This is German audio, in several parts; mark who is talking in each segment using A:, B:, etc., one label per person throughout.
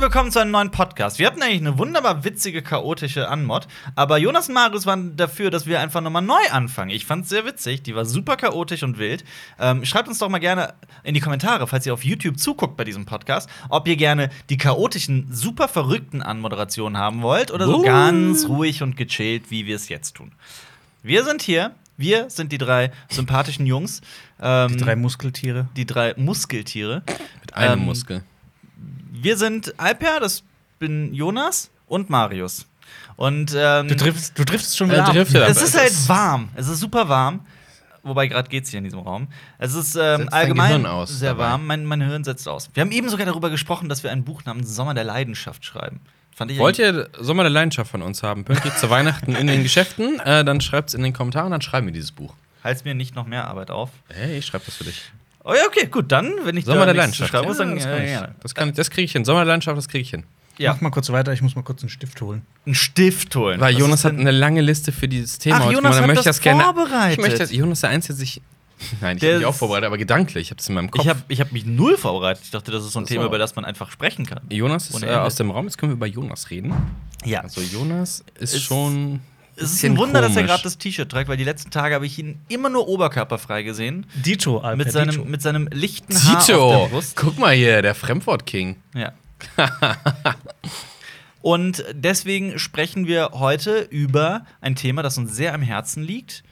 A: willkommen zu einem neuen Podcast. Wir hatten eigentlich eine wunderbar witzige, chaotische Anmod, aber Jonas und Marius waren dafür, dass wir einfach nochmal neu anfangen. Ich fand's sehr witzig, die war super chaotisch und wild. Ähm, schreibt uns doch mal gerne in die Kommentare, falls ihr auf YouTube zuguckt bei diesem Podcast, ob ihr gerne die chaotischen, super verrückten Anmoderationen haben wollt oder so
B: Uh.
A: ganz ruhig und gechillt, wie wir es jetzt tun. Wir sind hier, wir sind die drei sympathischen Jungs. Ähm,
C: Die drei Muskeltiere.
A: die drei Muskeltiere.
B: Mit einem
A: Ähm,
B: Muskel.
A: Wir sind Alper, das bin Jonas und Marius. Und ähm,
C: Du driftest, du driftest schon
B: Er
C: wieder ab.
B: driftet Äh, ab.
A: es ist halt warm. Es ist super warm. Wobei gerade geht's hier in diesem Raum. Es ist ähm,
B: Setzt dein
A: allgemein
B: Gehirn aus
A: sehr
B: dabei.
A: warm. Mein, mein Hirn setzt aus. Wir haben eben sogar darüber gesprochen, dass wir ein Buch namens Sommer der Leidenschaft schreiben. Fand ich
B: Wollt ihr Sommer der Leidenschaft von uns haben? Pünktlich zu Weihnachten in den Geschäften? Äh, dann schreibt's in den Kommentaren, dann schreiben wir dieses Buch.
A: Halt's mir nicht noch mehr Arbeit auf.
B: Hey, ich schreibe das für dich.
A: Oh ja, okay, gut, dann, wenn ich
B: Sommer
A: da
B: der
A: nichts zu
B: Leidenschaft.
A: schreiben muss,
B: Ja,
A: dann
B: das
A: ja,
B: kann ich.
A: gerne.
B: Das, kann ich- das kriege ich hin. Sommer der Leidenschaft, das kriege ich hin.
A: Ja,
C: Mach mal kurz weiter, ich muss mal kurz einen Stift holen.
A: einen Stift holen.
B: Weil
A: Was
B: Jonas
A: ist
B: hat
A: denn-
B: eine lange Liste für dieses Thema.
A: Ach,
B: heute
A: Jonas
B: gemacht. Dann
A: hat
B: möchte
A: das
B: ich das gerne.
A: vorbereitet.
B: Ich möchte, dass Jonas der Einzige sich. Nein, ich
A: Der
B: habe mich auch
A: ist-
B: vorbereitet, aber gedanklich. Ich habe es in meinem Kopf.
A: Ich habe ich hab mich null vorbereitet. Ich dachte, das ist so ein
B: Das
A: Thema,
B: auch.
A: über das man einfach sprechen kann.
B: Jonas ist
A: Ohne
B: äh,
A: Ende.
B: aus dem Raum. Jetzt können wir über Jonas reden.
A: Ja.
B: Also Jonas ist,
A: Ist-
B: schon.
A: es ist
B: bisschen
A: ein Wunder, dass er
B: komisch.
A: gerade das T-Shirt trägt, weil die letzten Tage habe ich ihn immer nur oberkörperfrei gesehen.
C: Dito, Alper,
A: Mit seinem,
C: Dito.
A: mit seinem lichten Haar auf der
B: Tito,
A: Brust.
B: guck mal hier, der Fremdwort-King.
A: Ja. Und deswegen sprechen wir heute über ein Thema, das uns sehr am Herzen liegt.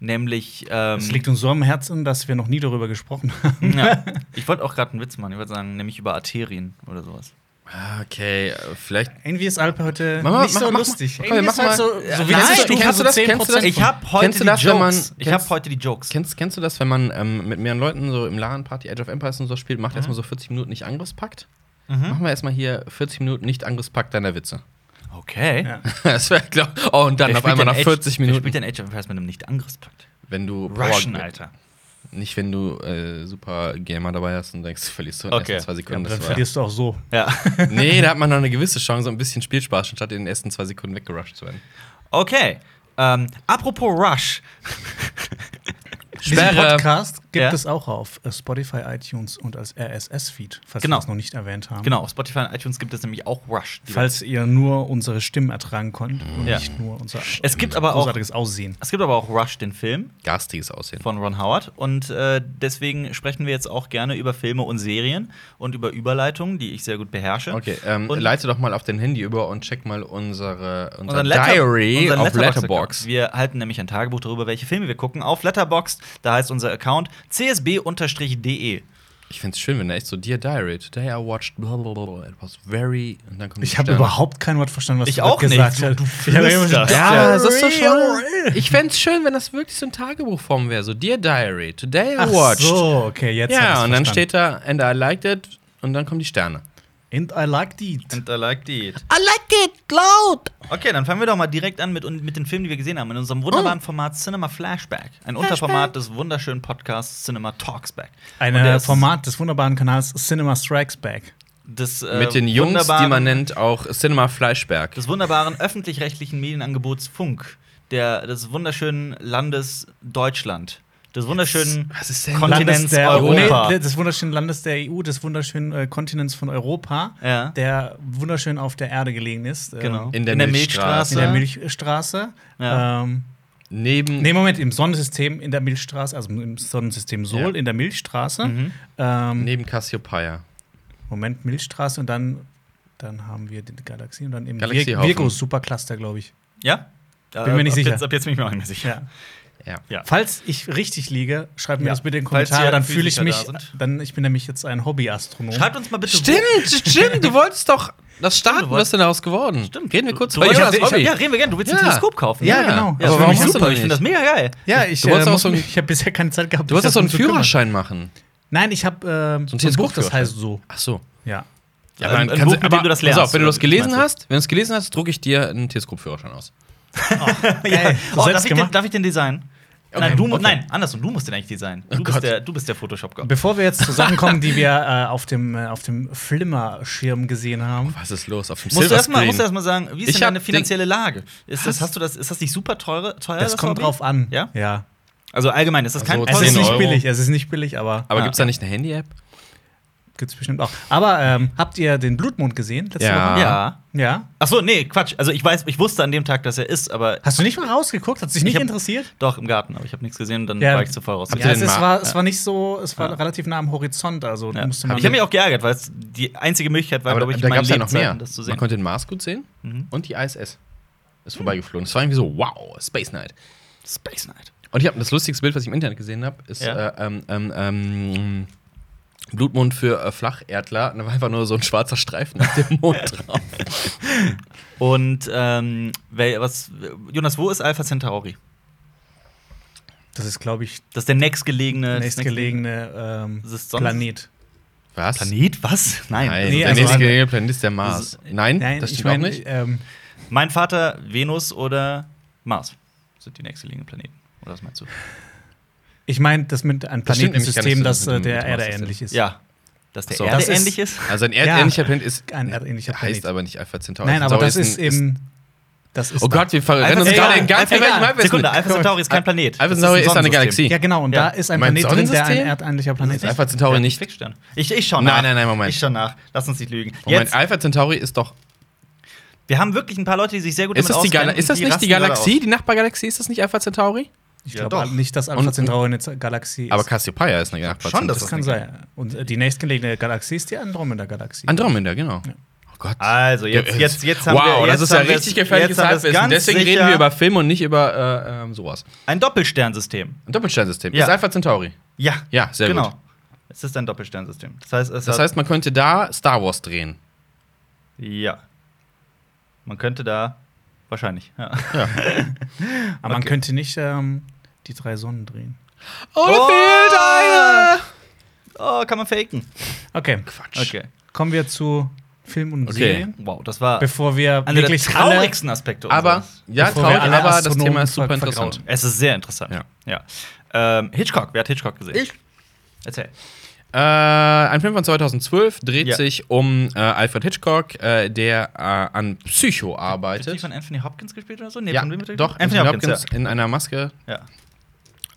A: Nämlich. Ähm,
C: Es liegt uns so am Herzen, dass wir noch nie darüber gesprochen haben.
A: ja. Ich wollte auch gerade einen Witz machen. Ich wollte sagen, nämlich über Arterien oder sowas.
B: Ah, Okay, äh, vielleicht.
C: Irgendwie ist Alper heute
B: Mach mal-
C: nicht so
B: mach- mach-
C: lustig.
B: mach-
C: Irgendwie
B: mach
C: ist er halt
B: mal-
C: so, so wie
A: Nein,
C: letzte Stufe,
B: kennst du
C: so
B: das?
C: 10%.
B: Kennst du das?
A: Ich habe heute
B: Kennst du
A: die
B: das, wenn man-
A: Jokes. Ich habe
B: kennst-
A: heute die Jokes.
B: Kennst, kennst du das, wenn man ähm, mit mehreren Leuten so im LAN-Party Age of Empires und so spielt, macht erstmal so 40 Minuten nicht Angriffspakt? Machen wir erstmal hier 40 Minuten nicht Angriffspakt deiner Witze.
A: Okay.
C: Ja.
B: das wäre klar. Oh, und dann
A: Wer
B: auf
A: spielt denn
B: einmal nach
A: Age-
B: 40
A: Wer
B: Minuten.
A: spielt denn Age of Empires mit einem Oh, Nicht-Angriffspakt?
B: Wenn du
A: Russian,
B: Power-
A: Alter.
B: Nicht, wenn du äh, super Gamer dabei hast und denkst, du verlierst du in den
A: Okay.
B: ersten zwei
C: Ja,
B: Sekunden.
C: aber dann
B: Das war-
C: verlierst du auch so.
A: Ja.
B: nee, da hat man noch eine gewisse Chance, ein bisschen Spielspaß, statt in den ersten zwei Sekunden weggerusht zu werden.
A: Okay. Ähm, apropos Rush.
C: Diesen
B: Sperre.
C: Podcast gibt
A: Ja.
C: es auch auf äh, Spotify, iTunes und als RSS-Feed, falls
A: Genau.
C: wir das noch nicht erwähnt haben.
A: Genau, auf Spotify und iTunes gibt es nämlich auch Rush. Die-
C: Falls ihr nur unsere Stimmen ertragen konntet und
A: Ja.
C: nicht nur unser
A: Es gibt aber auch-
C: großartiges Aussehen.
A: es gibt aber auch Rush, den Film
B: Garstiges Aussehen.
A: von Ron Howard. Und äh, deswegen sprechen wir jetzt auch gerne über Filme und Serien und über Überleitungen, die ich sehr gut beherrsche.
B: Okay, ähm,
A: Und-
B: leite doch mal auf dein Handy über und check mal unsere, unser
A: Unseren Letter-
B: Diary
A: unseren
B: auf
A: Letterboxd-Account.
B: Letterbox.
A: Wir halten nämlich ein Tagebuch darüber, welche Filme wir gucken. Auf Letterboxd, da heißt unser Account csb-de.
B: Ich find's schön, wenn da echt so Dear Diary, today I watched blablabla, it was very und dann kommt
C: Ich
B: hab
C: habe überhaupt kein Wort verstanden, was
A: Ich
C: du
A: auch
C: gerade gesagt
A: nicht. Du- du
C: hast. Ich hab immer
A: flüsterst.
C: so-
B: ja, das ist so
C: Diary.
B: schön. Ich fänd's schön, wenn das wirklich so in Tagebuchform wäre. So, Dear Diary, today I
C: Ach
B: watched.
C: so, okay, jetzt hab
B: Ja,
C: ich's
B: und dann
C: verstanden.
B: steht da, and I liked it, und dann kommen die Sterne.
C: And I liked it.
A: And I like E it.
B: I liked it, loud!
A: Okay, dann fangen wir doch mal direkt an mit, mit den Filmen, die wir gesehen haben. In unserem wunderbaren
C: Oh.
A: Format Cinema Flashback. Ein Unterformat des wunderschönen Podcasts Cinema Talksback. Und der
C: Ein
A: ist
C: Format des wunderbaren Kanals Cinema Strikes Back.
A: Des, äh,
B: Mit den Jungs, die
A: wunderbaren-
B: man nennt, auch Cinema Fleischberg.
A: Des wunderbaren öffentlich-rechtlichen Medienangebots Funk. Der, des wunderschönen Landes Deutschland. Des wunderschönen
B: Was ist denn
A: Kontinents
C: der
A: Europa.
C: Nee, des wunderschönen Landes der EU, des wunderschönen äh, Kontinents von Europa,
A: Ja.
C: der wunderschön auf der Erde gelegen ist. ähm,
A: Genau.
B: In der Milchstraße.
C: In der Milchstraße.
A: Ja.
C: Ähm,
B: Neben
C: nee, Moment, im Sonnensystem in der Milchstraße, also im Sonnensystem Sol,
B: Ja.
C: in der Milchstraße.
A: Mhm.
C: Ähm,
B: Neben Cassiopeia.
C: Moment, Milchstraße und dann, dann haben wir die Galaxie und dann eben
B: Galaxiehaufen.
C: Virgo Supercluster, glaube ich.
A: ja?
C: Bin mir nicht
A: ab
C: sicher.
A: Jetzt, ab jetzt bin ich mir auch nicht mehr sicher.
C: Ja.
B: Ja.
A: Ja.
C: Falls ich richtig liege, schreibt mir
A: Ja.
C: das bitte in die
A: Falls
C: Kommentare,
A: hier
C: dann fühle ich
A: Physiker
C: mich,
A: da sind.
C: dann ich bin nämlich jetzt ein Hobbyastronom.
A: Schreibt uns mal bitte. wo-
B: Stimmt, stimmt, du wolltest doch das starten.
A: wolltest-
B: Was ist denn daraus geworden?
A: Stimmt.
B: Reden wir kurz
A: du,
B: über
A: du,
B: Jonas
A: ich,
B: Hobby.
A: Ja, reden wir gerne. Du willst ein
B: Ja.
A: Teleskop kaufen.
B: Ja,
A: ne?
C: genau.
A: Ja,
B: Aber
A: das
B: warum
A: warum
B: hast du
A: super.
B: noch
A: Ich finde das
B: nicht?
A: mega geil.
C: Ja, ich,
B: Du wolltest auch
C: muss
B: so ein-
C: mich- ich habe bisher keine Zeit gehabt.
B: Du wolltest doch so einen
C: mich darum zu kümmern.
B: Führerschein machen.
C: Nein, ich habe ähm,
B: So
C: so
B: ein
C: ein Buch,
B: Teleskopführerschein.
C: das heißt so.
B: Ach so.
C: Ja.
B: Ja,
A: Ein- ein
B: kannst
A: Buch, mit dem du das lernst,
B: Pass auf, wenn du das
A: oder wie
B: gelesen
A: meinst
B: hast, wenn du es gelesen hast, drucke ich dir einen Teleskopführerschein aus.
C: Ey,
A: Oh, darf,
C: selbst
A: ich den,
C: gemacht.
A: darf ich den design? nein,
B: Okay,
A: du, mu-
B: okay. Oh
A: nein, andersrum, du musst den eigentlich designen. Du, bist,
B: Gott.
A: der, du bist der Photoshop-Gott.
C: Bevor wir jetzt zu Sachen kommen, die wir äh, auf dem, äh, auf dem Flimmerschirm gesehen haben.
B: Was ist los auf dem
A: Musst du erstmal
B: Silverscreen?
A: musst du erst mal sagen, wie ist denn
B: Ich hab
A: deine
B: den-
A: finanzielle Lage? Ist das, hast du das, ist das nicht super teure, teuer?
C: Das kommt
A: Hobby?
C: drauf an.
A: Ja?
C: ja.
A: Also allgemein, ist das
B: Also
A: kein
B: Euro.
C: Es ist
B: 10
C: nicht
B: Euro.
C: billig, es ist nicht billig, aber
B: Aber
A: Ah, Ja.
B: gibt's da nicht eine Handy-App?
C: Gibt's bestimmt auch. Aber ähm, habt ihr den Blutmond gesehen letzte
B: Ja.
C: Woche?
A: Ja.
C: Ja.
A: Ach so, nee, Quatsch. Also ich weiß, ich wusste an dem Tag, dass er ist, aber
C: Hast du nicht mal rausgeguckt? Hat dich nicht
A: Ich hab-
C: interessiert?
A: doch im Garten. Aber ich habe nichts gesehen und dann
C: Ja.
A: war ich zu voll raus.
B: Habt ihr
C: Ja, es,
B: den
C: es,
B: mal-
C: war, es war nicht so, es war
A: Ja.
C: relativ nah am Horizont, also
A: Ja.
C: musste
A: Hab
C: man.
A: ich habe mich auch geärgert, weil es die einzige Möglichkeit war,
B: Aber
A: glaube ich,
B: da
A: in meinem
B: gab es ja
A: Leben
B: noch mehr.
A: das zu
B: Man
A: sehen. Mhm.
B: konnte den Mars gut sehen und die ISS. Ist vorbeigeflogen. Es war irgendwie so, wow, Space Night.
A: Space Knight.
B: Und ich habe das lustigste Bild, was ich im Internet gesehen habe, ist
A: Ja.
B: äh, ähm, ähm, ähm, Blutmond für äh, Flacherdler. Und da war einfach nur so ein schwarzer Streifen auf dem Mond drauf.
A: Und ähm, wer, was, Jonas, wo ist Alpha Centauri?
C: das ist, glaube ich,
A: Das ist der nächstgelegene.
C: der
A: das
C: nächstgelegene ähm,
A: Ist es sonst-
C: Planet.
B: Was?
A: Planet? Was? Nein.
B: Nein,
C: Nee,
B: der
C: also-
B: nächste gelegene Planet ist der Mars.
A: Das
B: Nein, das
C: ich
B: stimmt
C: mein,
B: auch nicht.
C: Ähm,
A: Mein Vater, Venus oder Mars sind die nächstgelegenen Planeten. Oder was meinst du?
C: ich meine, das mit einem
B: Das stimmt nämlich gar nicht,
C: Planetensystem,
B: dass
C: das,
B: das
C: äh,
B: mit dem-
C: der
B: mit dem
C: Erde
B: Mars
C: ähnlich ist.
A: Ja. Dass der
B: So.
A: Erde
C: Das ist-
A: ähnlich ist.
B: Also ein erdähnlicher Planet ist.
C: Ein erdähnlicher
B: Heißt
C: Planet.
B: aber nicht Alpha Centauri.
C: Nein, aber
B: Centauri
C: das ist
B: ein-
C: eben. Das ist
B: Oh
C: da.
B: Gott, wir verrennen uns
A: Alpha
B: gerade
A: Centauri-
B: in ganz
A: Alpha-
B: welchem Halbwissen.
A: Sekunde, Alpha Centauri ist kein Planet.
B: Alpha
A: Das
B: Centauri ist eine
A: Sonnensystem.
B: Galaxie.
C: Ja, genau, und
A: Ja.
C: da ist ein
B: Mein
C: Planet drin, der ein
B: Sonnensystem?
C: erdähnlicher Planet
B: Ist
C: ist.
B: Alpha Centauri
A: Ja,
B: nicht.
A: Fixstern. Ich, ich schau nach.
B: Nein, nein, nein, Moment.
A: Ich schau nach. Lass uns nicht lügen.
B: Moment,
A: Jetzt,
B: Alpha Centauri ist doch.
A: wir haben wirklich ein paar Leute, die sich sehr gut
B: Ist
A: damit
B: das, die
A: auskennen.
B: Gala ist das
A: Die
B: nicht die
A: rasten gerade
B: Galaxie? Die Nachbargalaxie? Ist das nicht Alpha Centauri?
C: Ich
A: Ja,
C: glaube
A: doch.
C: nicht, dass Alpha
B: Und-
C: Centauri eine Z- Galaxie ist.
B: Aber Cassiopeia ist eine Nachbargalaxie.
A: Schon, das
C: das kann sein. Und äh, die nächstgelegene Galaxie ist die Andromeda-Galaxie.
B: Andromeda, genau. Oh Gott.
A: Also, jetzt,
B: Ja,
A: jetzt, jetzt haben
B: wow,
A: wir.
B: das
A: jetzt
B: ist ja
A: haben wir-
B: richtig gefährliches
A: jetzt haben wir es
B: Halbwissen.
A: ganz
B: Deswegen
A: sicher.
B: reden wir über Film und nicht über äh, ähm, sowas.
A: Ein Doppelsternsystem.
B: Ein Doppelsternsystem.
A: Ja.
B: Ist Alpha Centauri.
A: Ja.
B: Ja, sehr
A: genau.
B: gut.
A: Es ist ein Doppelsternsystem. Das heißt, es
B: Das
A: hat,
B: heißt, man könnte da Star Wars drehen.
A: Ja. Man könnte da. Wahrscheinlich, ja.
C: Aber man könnte nicht ähm, die drei Sonnen drehen.
B: Oh,
A: da fehlt
B: eine!
A: Oh, kann man faken.
C: Okay,
B: Quatsch.
A: Okay.
C: kommen wir zu Film und
B: Okay.
C: Serien.
A: Wow, das war
C: Bevor wir
A: einer der
C: wirklich alle,
A: traurigsten Aspekte
B: Aber,
A: unseres-
B: ja,
C: Bevor wir
B: traurig,
C: alle
B: aber das
C: Astronomen
B: Thema ist super
C: ver-
B: interessant.
C: vergrauen.
A: Es ist sehr interessant.
B: Ja.
A: ja. Ähm, Hitchcock, wer hat Hitchcock gesehen?
B: Ich.
A: Erzähl.
B: Äh, ein Film von 2012 dreht
A: Ja.
B: sich um äh, Alfred Hitchcock, äh, der äh, an Psycho
A: Wird die
B: arbeitet.
A: von Anthony Hopkins gespielt oder so? Nee,
B: Ja,
A: von wem wird die
B: doch,
A: gespielt? Anthony Hopkins.
B: in einer Maske.
A: Ja.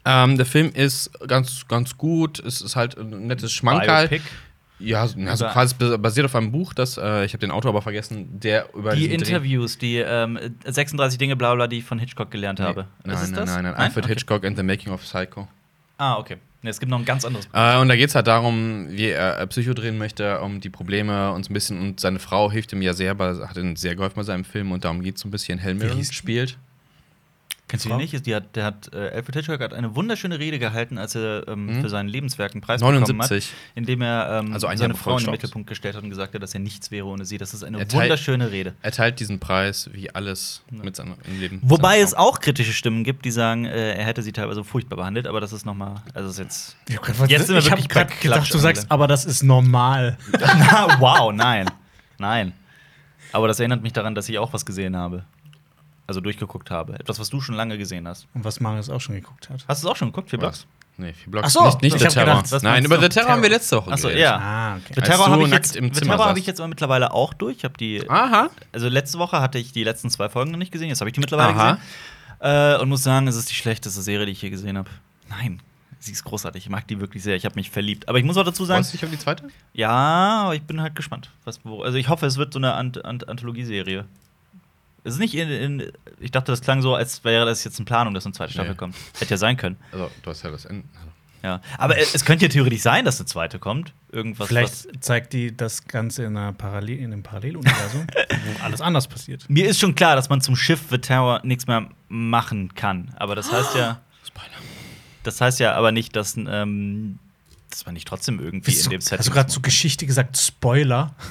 A: ja.
B: Ähm, der Film ist ganz, ganz gut. Es ist halt ein nettes Schmankerl.
A: Biopic.
B: Ja, so- na, so
A: Über-
B: quasi bas- basiert auf einem Buch, das, äh, ich habe den Autor aber vergessen, der über
A: Die
B: diesen Dreh-
A: Interviews, die ähm, 36 Dinge, bla bla, die ich von Hitchcock gelernt
B: Nee,
A: habe.
B: Nein,
A: Ist es
B: nein, nein,
A: das?
B: nein, Alfred
A: Okay.
B: Hitchcock and the Making of Psycho.
A: Ah, okay. Nee, es gibt noch ein ganz anderes.
B: Äh, und da geht es halt darum, wie er äh, Psycho drehen möchte, um die Probleme und so ein bisschen. Und seine Frau hilft ihm ja sehr, aber hat ihm sehr geholfen bei seinem Film. Und darum geht es so ein bisschen. Helen Mirren
C: hieß die?
B: spielt.
A: Kennst du die
C: Frau?
A: nicht? Die hat, der hat, äh, Alfred Hitchcock hat eine wunderschöne Rede gehalten, als er ähm,
B: Mhm.
A: für sein Lebenswerk einen Preis bekommen
B: 79.
A: hat, indem er ähm,
B: Also ein Jahr
A: seine
B: bevor
A: Frau
B: er
A: in den
B: starb.
A: Mittelpunkt gestellt hat und gesagt hat, dass er nichts wäre ohne sie. Das ist eine
B: Er teil-
A: wunderschöne Rede.
B: Er teilt diesen Preis wie alles mit seinem im Leben.
A: Wobei
B: seiner
A: es
B: Frau.
A: auch kritische Stimmen gibt, die sagen, äh, er hätte sie teilweise furchtbar behandelt, aber das ist nochmal, also ist jetzt.
C: Ich hab grad-
A: Jetzt sind wir
C: ich hab
A: wirklich
C: grad
A: bei Klatsch
C: gedacht, du
A: und
C: sagst,
A: Blend.
C: aber das ist normal.
A: Na, wow, nein. Nein. Aber das erinnert mich daran, dass ich auch was gesehen habe. Also durchgeguckt habe. Etwas, was du schon lange gesehen hast.
C: Und was Marius auch schon geguckt hat.
A: Hast du es auch schon geguckt, Philipp?
B: Was? Nee, vier Blocks.
C: Ach so,
B: nicht nicht
C: ich
B: The
C: hab
B: Terror.
C: gedacht,
A: was
B: Nein,
A: meinst
B: über
A: du?
B: The Terror haben wir letzte Woche
A: Ach so,
B: geredet.
A: ja.
C: Ah, okay.
A: The
B: Als du
A: Terror habe ich,
B: nackt
A: jetzt-
B: im
A: The
B: Zimmer
A: Terror hab ich
B: saßt.
A: jetzt aber mittlerweile auch durch. Ich habe die.
B: Aha.
A: Also letzte Woche hatte ich die letzten zwei Folgen noch nicht gesehen, jetzt habe ich die mittlerweile
B: Aha.
A: gesehen. Äh, und muss sagen, es ist die schlechteste Serie, die ich je gesehen habe. Nein, sie ist großartig. Ich mag die wirklich sehr. Ich habe mich verliebt. Aber ich muss auch dazu sagen,
B: Freust du dich auf die zweite?
A: Ja, aber ich bin halt gespannt. Was, wo, also ich hoffe, es wird so eine Ant Ant Anthologieserie. Es ist nicht in, in. Ich dachte, das klang so, als wäre das jetzt in Planung, dass eine zweite Staffel
B: Nee.
A: kommt. Hätte ja sein können.
B: Also, du hast ja das Ende. Also.
A: Ja. Aber äh, es, es könnte ja theoretisch sein, dass eine zweite kommt. Irgendwas. Was,
C: Vielleicht zeigt die das Ganze in, einer Parallel in einem Paralleluniversum, wo alles anders passiert.
A: mir ist schon klar, dass man zum Schiff The Tower nichts mehr machen kann. Aber das heißt ja.
B: Spoiler.
A: Das heißt ja aber nicht, dass, ähm, dass man nicht trotzdem irgendwie in dem Set.
C: hast du gerade zur Geschichte gesagt, Spoiler?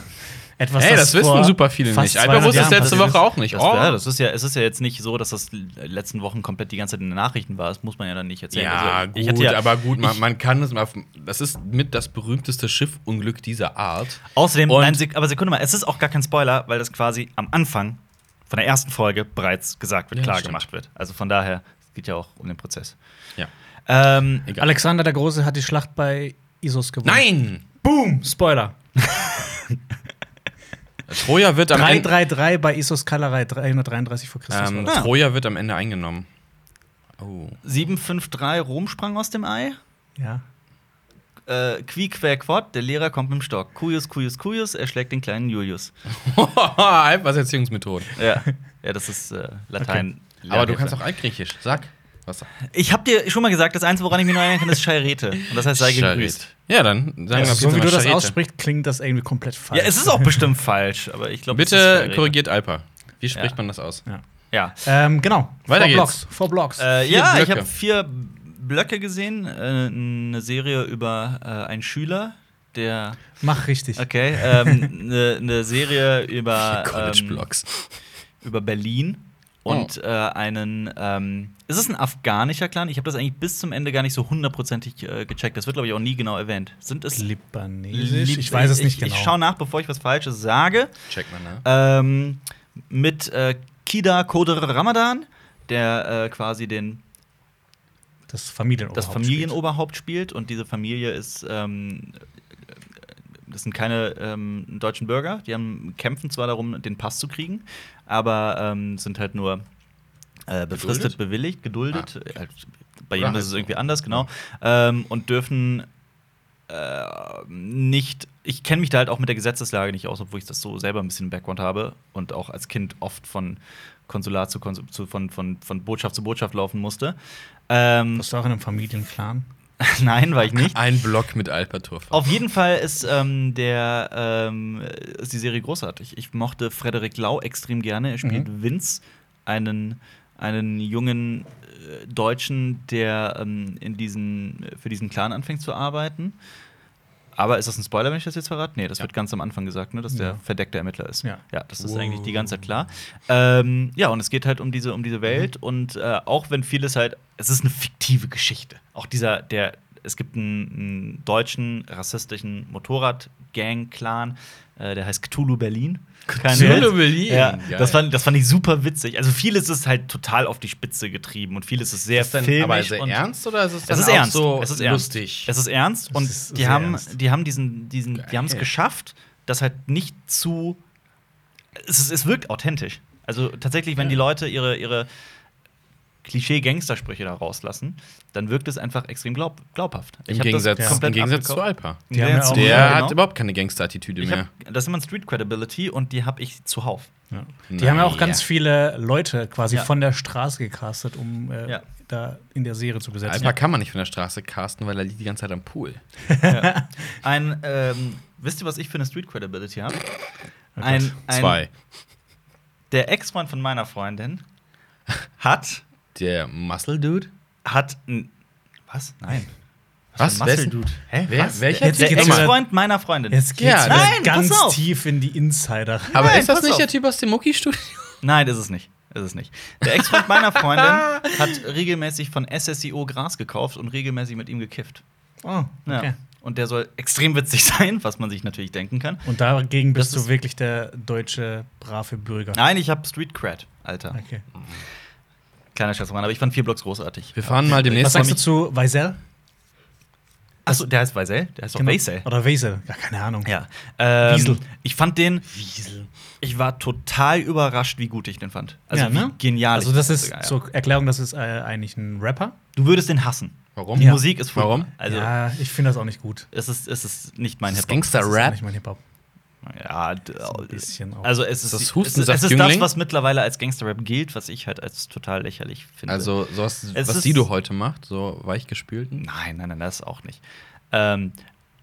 C: Etwas,
B: Ey,
C: das
B: das wissen
C: vor
B: super viele
C: fast
B: nicht. Alper
C: 200
B: wusste es
C: Jahren
B: letzte
C: passiert
B: Woche auch nicht. Oh.
A: Das, ja, das ist ja, es ist ja jetzt nicht so, dass das äh, letzten Wochen komplett die ganze Zeit in den Nachrichten war. Das muss man ja dann nicht erzählen.
B: Ja,
A: Also,
B: gut,
A: ich hatte ja-
B: aber gut, man,
A: ich-
B: man kann es mal. Das ist mit das berühmteste Schiffunglück dieser Art.
A: Außerdem,
B: Und-
A: nein, Sek aber Sekunde mal, es ist auch gar kein Spoiler, weil das quasi am Anfang von der ersten Folge bereits gesagt wird,
B: Ja, das
A: klar
B: stimmt.
A: gemacht wird. Also von daher, es geht ja auch um den Prozess.
B: Ja.
A: Ähm,
B: Egal.
C: Alexander der Große hat die Schlacht bei Isos gewonnen.
B: Nein!
C: Boom! Spoiler.
B: Troja wird am Ende.
C: 333 bei Isos Kalerei 333 vor Christus.
B: Ähm,
C: war das.
A: Ah.
B: Troja wird am Ende eingenommen. Oh.
A: 753 Rom sprang aus dem Ei.
C: ja.
A: äh, Qui, Quer, Quod, der Lehrer kommt mit dem Stock. Cuius, Cuius, Cuius, er schlägt den kleinen Julius.
B: Erziehungsmethoden.
A: Ja, ja das ist äh, Latein.
B: Aber du kannst auch altgriechisch. Sag. Was?
A: Ich habe dir schon mal gesagt, das Einzige, woran ich mich noch erinnern kann, ist Charete. Und das heißt, sei gegrüßt.
B: Ja, dann sagen
C: Also,
B: wir
C: so wie du das
B: Charete.
C: aussprichst, klingt das irgendwie komplett falsch.
A: Ja, es ist auch bestimmt falsch, aber ich glaube,
B: Bitte korrigiert Alpa. Wie spricht
A: Ja.
B: man das aus?
C: Ja.
A: Ja,
C: Ähm, genau.
B: Weiter
C: Four
B: geht's.
C: Blocks. Four Blocks.
A: äh, ja ich
B: Blöcke.
A: habe vier Blöcke gesehen. Äh, eine Serie über äh, einen Schüler, der.
C: Mach richtig.
A: Okay, ähm, eine, eine Serie über.
B: College
A: ähm,
B: Blocks.
A: über Berlin und äh, einen. Ähm, ist es ein afghanischer Clan? Ich habe das eigentlich bis zum Ende gar nicht so hundertprozentig äh, gecheckt. Das wird, glaube ich, auch nie genau erwähnt. Sind es.
C: Libanesisch? ich weiß es nicht
A: ich,
C: genau.
A: Ich schaue nach, bevor ich was Falsches sage.
B: Check mal nach.
A: Ähm, mit äh, Kida Koder Ramadan, der äh, quasi den,
C: das Familienoberhaupt.
A: das Familienoberhaupt spielt. Und diese Familie ist. Ähm, das sind keine ähm, deutschen Bürger. Die haben, kämpfen zwar darum, den Pass zu kriegen, aber ähm, sind halt nur äh, befristet,
B: Geduldet?
A: bewilligt,
C: Ah,
A: geduldet.
B: Ah.
A: Äh, Bei
B: Oder
A: jedem ist
B: halt
A: es
B: so.
A: irgendwie anders, genau. Ähm, und dürfen äh, nicht, ich kenne mich da halt auch mit der Gesetzeslage nicht aus, obwohl ich das so selber ein bisschen im Background habe und auch als Kind oft von Konsulat zu, Konsul zu von, von, von Botschaft zu Botschaft laufen musste. Ähm,
C: Bist du auch in einem Familienclan?
A: nein, war ich nicht.
B: Ein Block mit Alpa Turf.
A: Auf jeden Fall ist ähm, der ähm, ist die Serie großartig. Ich mochte Frederik Lau extrem gerne. Er spielt Vince, einen, einen jungen äh, Deutschen, der ähm, in diesen, für diesen Clan anfängt zu arbeiten. Aber ist das ein Spoiler, wenn ich das jetzt verrate? Nee, das wird ganz am Anfang gesagt, ne, dass der
C: Ja.
A: verdeckte Ermittler ist.
C: Ja.
A: ja das ist eigentlich die ganze Zeit klar. Ähm, ja, und es geht halt um diese, um
B: Mhm.
A: diese Welt und äh, auch wenn vieles halt, es ist eine fiktive Geschichte. Auch dieser, der, es gibt einen, einen deutschen rassistischen Motorrad-Gang-Clan, äh, der heißt Cthulhu Berlin. Kein
B: Cthulhu
A: Witz.
B: Berlin,
A: Ja,
B: geil.
A: das, fand, das fand ich super witzig. Also vieles ist halt total auf die Spitze getrieben und vieles ist sehr
B: ist denn,
A: filmisch.
B: aber ist er
A: und
B: ernst oder ist es,
A: es
B: dann
A: ist
B: auch
A: ernst.
B: so
A: es ist ernst.
B: lustig?
A: Es ist ernst und
C: ist
A: die
C: sehr
A: haben,
C: ernst.
A: die haben diesen, diesen, die haben es
B: Geil.
A: geschafft, das halt nicht zu. Es, ist- es wirkt authentisch. Also tatsächlich, wenn die Leute ihre, ihre Klischee-Gangstersprüche da rauslassen, dann wirkt es einfach extrem glaub, glaubhaft.
B: Im
A: hab das
B: Gegensatz,
A: komplett
B: im Gegensatz zu
A: abgekauft.
B: Alpa.
A: Im
C: Die haben ja
A: Gegensatz
C: auch-
A: zu-
B: Der
A: ja,
B: hat
A: genau.
B: überhaupt keine Gangster-Attitüde
A: Ich
B: mehr.
A: hab, das ist immer Street Credibility und die habe ich zuhauf.
C: Ja. Die haben ja auch ganz
B: Naja.
C: viele Leute quasi
A: Ja.
C: von der Straße gecastet, um äh,
A: Ja.
C: da in der Serie zu besetzen.
B: Alpa kann man nicht von der Straße casten, weil er liegt die ganze Zeit am Pool.
A: Ein, ähm, wisst ihr, was ich für eine Street Credibility habe? Ein, ein,
B: Oh Zwei.
A: Der Ex-Freund von meiner Freundin hat
B: Der Muscle Dude?
A: hat ein. Was? Nein.
B: Was?
A: für ein
B: Wer ist-
A: Muscle-Dude? Hä?
B: Wer-
A: was?
B: welcher
A: Der
C: Typ?
A: Ex-Freund meiner Freundin.
C: Jetzt
B: Ja,
C: geht's
B: das-
C: wieder
A: Nein,
C: ganz
A: pass auf.
C: tief in die Insider.
B: Aber
A: Nein,
B: ist das
A: pass
B: nicht
A: auf.
B: der Typ aus dem Mucki-Studio?
A: Nein, ist es nicht. Ist es nicht. Der Ex-Freund meiner Freundin hat regelmäßig von SSIO Gras gekauft und regelmäßig mit ihm gekifft.
C: Oh,
A: Ja.
C: okay.
A: Und der soll extrem witzig sein, was man sich natürlich denken kann.
C: Und dagegen bist
A: Das ist-
C: du wirklich der deutsche brave Bürger.
A: Nein, ich habe Street Cred, Alter.
C: Okay.
A: Kleiner Scherz, Mann, aber ich fand vier Blocks großartig.
B: Wir fahren mal demnächst
C: Was sagst du
B: mal
C: zu Weisel?
A: Achso, der heißt Weisel? Der heißt doch Weisel.
C: Genau. Oder Weisel? Ja, keine Ahnung.
A: Ja. Ähm,
C: Wiesel.
A: Ich fand den. Wiesel. Ich war total überrascht, wie gut ich den fand. Also
C: Ja, ne?
A: wie genial. ich
C: Also, das
A: den
C: ist
A: sogar, ja.
C: zur Erklärung, das ist äh, eigentlich ein Rapper.
A: Du würdest den hassen.
B: Warum?
A: Die
C: Ja.
A: Musik ist furchtbar.
B: Warum?
A: Also,
C: ja, ich finde das auch nicht gut.
A: es, ist, es ist nicht mein
B: Das ist
A: Hip-Hop.
C: Das ist
B: Gangster-Rap.
C: nicht mein Hip-hop.
A: Ja, d-
C: ein bisschen auch-
A: also es ist,
B: Das
A: es, ist-
B: Hustensaft
A: es ist das,
B: Jüngling?
A: was mittlerweile als Gangster-Rap gilt, was ich halt als total lächerlich finde.
B: Also, sowas,
A: Es
B: was
A: ist-
B: Sido heute macht, so weichgespülten.
A: nein, nein, nein, das auch nicht. Ähm,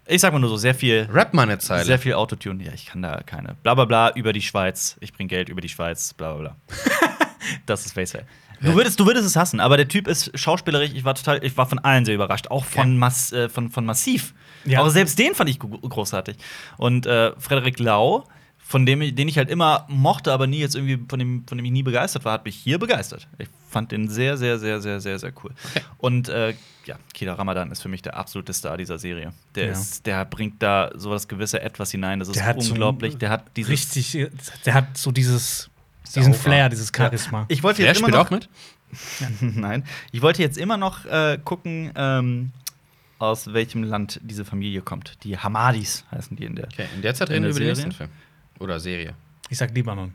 A: ich sag mal nur so, sehr viel,
B: Rap mal eine Zeile.
A: sehr viel Autotune. Ja, ich kann da keine. Bla bla bla über die Schweiz. Ich bring Geld über die Schweiz. Bla bla bla. das ist Facehell. Du würdest, du würdest es hassen, aber der Typ ist schauspielerisch. Ich war total, ich war von allen sehr überrascht, auch von, Mass, äh, von, von Massiv.
C: Ja.
A: Aber selbst den fand ich gu- großartig. Und äh, Frederik Lau, von dem ich, den ich halt immer mochte, aber nie jetzt irgendwie von dem, von dem ich nie begeistert war, hat mich hier begeistert. Ich fand den sehr, sehr, sehr, sehr, sehr, sehr cool. Und äh, ja, Kida Ramadan ist für mich der absolute Star dieser Serie. Der
C: Ja.
A: ist, der bringt da so das gewisse Etwas hinein. Das ist
C: Der hat so
A: unglaublich. der hat dieses
C: Richtig, äh, der hat so dieses, diesen
B: Aura.
C: Flair, dieses Charisma.
A: Ich wollte
B: Flair
A: jetzt immer
B: spielt
A: noch
B: auch mit?
A: Nein. Ich wollte jetzt immer noch äh, gucken, ähm, aus welchem Land diese Familie kommt. Die Hamadis heißen die in der.
B: Okay, in der Zeit
A: In
B: reden wir
A: der
B: über den
A: Serie?
B: nächsten Film. Oder Serie.
C: Ich sag Libanon.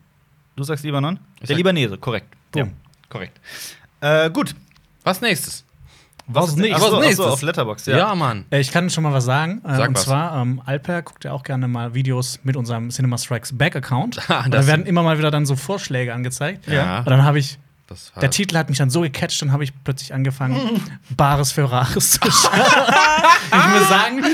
A: Du sagst Libanon?
B: Ich
A: der
B: sag-
A: Libanese, korrekt.
C: Boom.
A: Ja, korrekt. Äh, gut.
B: Was nächstes?
C: Aus
A: ist-
C: nichts.
A: Ach so,
B: Aus
A: ach
B: nichts.
A: so, auf Letterbox,
B: Ja,
A: ja.
B: Mann.
C: Äh, Ich kann schon mal was sagen. Äh,
B: Sag
C: und
B: was.
C: zwar, ähm, Alper guckt ja auch gerne mal Videos mit unserem Cinema Strikes Back-Account.
B: Ah,
C: Und
B: das-
C: da werden immer mal wieder dann so Vorschläge angezeigt.
B: Ja.
C: Und dann habe ich,
B: Das
C: der Titel hat mich dann so gecatcht, dann habe ich plötzlich angefangen, Bares für Rares zu schauen. ich muss sagen,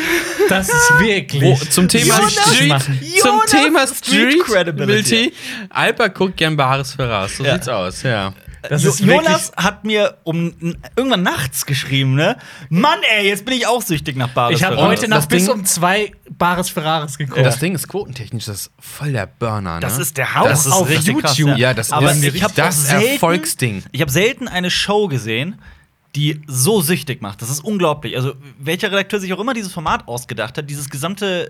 C: das ist
B: Wo,
C: wirklich.
B: Oh, zum Thema
C: süchtig
B: Street,
C: machen.
B: zum
A: Jonas
B: Thema
A: Street
B: Street
A: Credibility.
B: Credibility. Alper guckt gern Bares für Rares. So
A: Ja.
B: sieht's aus, ja.
C: Das
A: Jo-
C: ist wirklich-
A: Jonas hat mir um n- irgendwann nachts geschrieben, ne? Mann, ey, jetzt bin ich auch süchtig nach Bares.
C: Ich habe
A: Verrat.
C: heute
B: das
C: Nacht bis
B: Ding-
C: um zwei Bares für Rares geguckt.
B: Das Ding ist quotentechnisch, das ist voll der Burner, ne?
A: Das ist der
C: Auch
A: Haus das ist
C: auf
A: richtig krass,
C: YouTube.
B: ja, das
A: Aber
B: ist
A: ich hab auch
B: das
A: selten-
B: Erfolgsding.
A: Ich habe selten eine Show gesehen, die so süchtig macht. Das ist unglaublich. Also, welcher Redakteur sich auch immer dieses Format ausgedacht hat, dieses gesamte.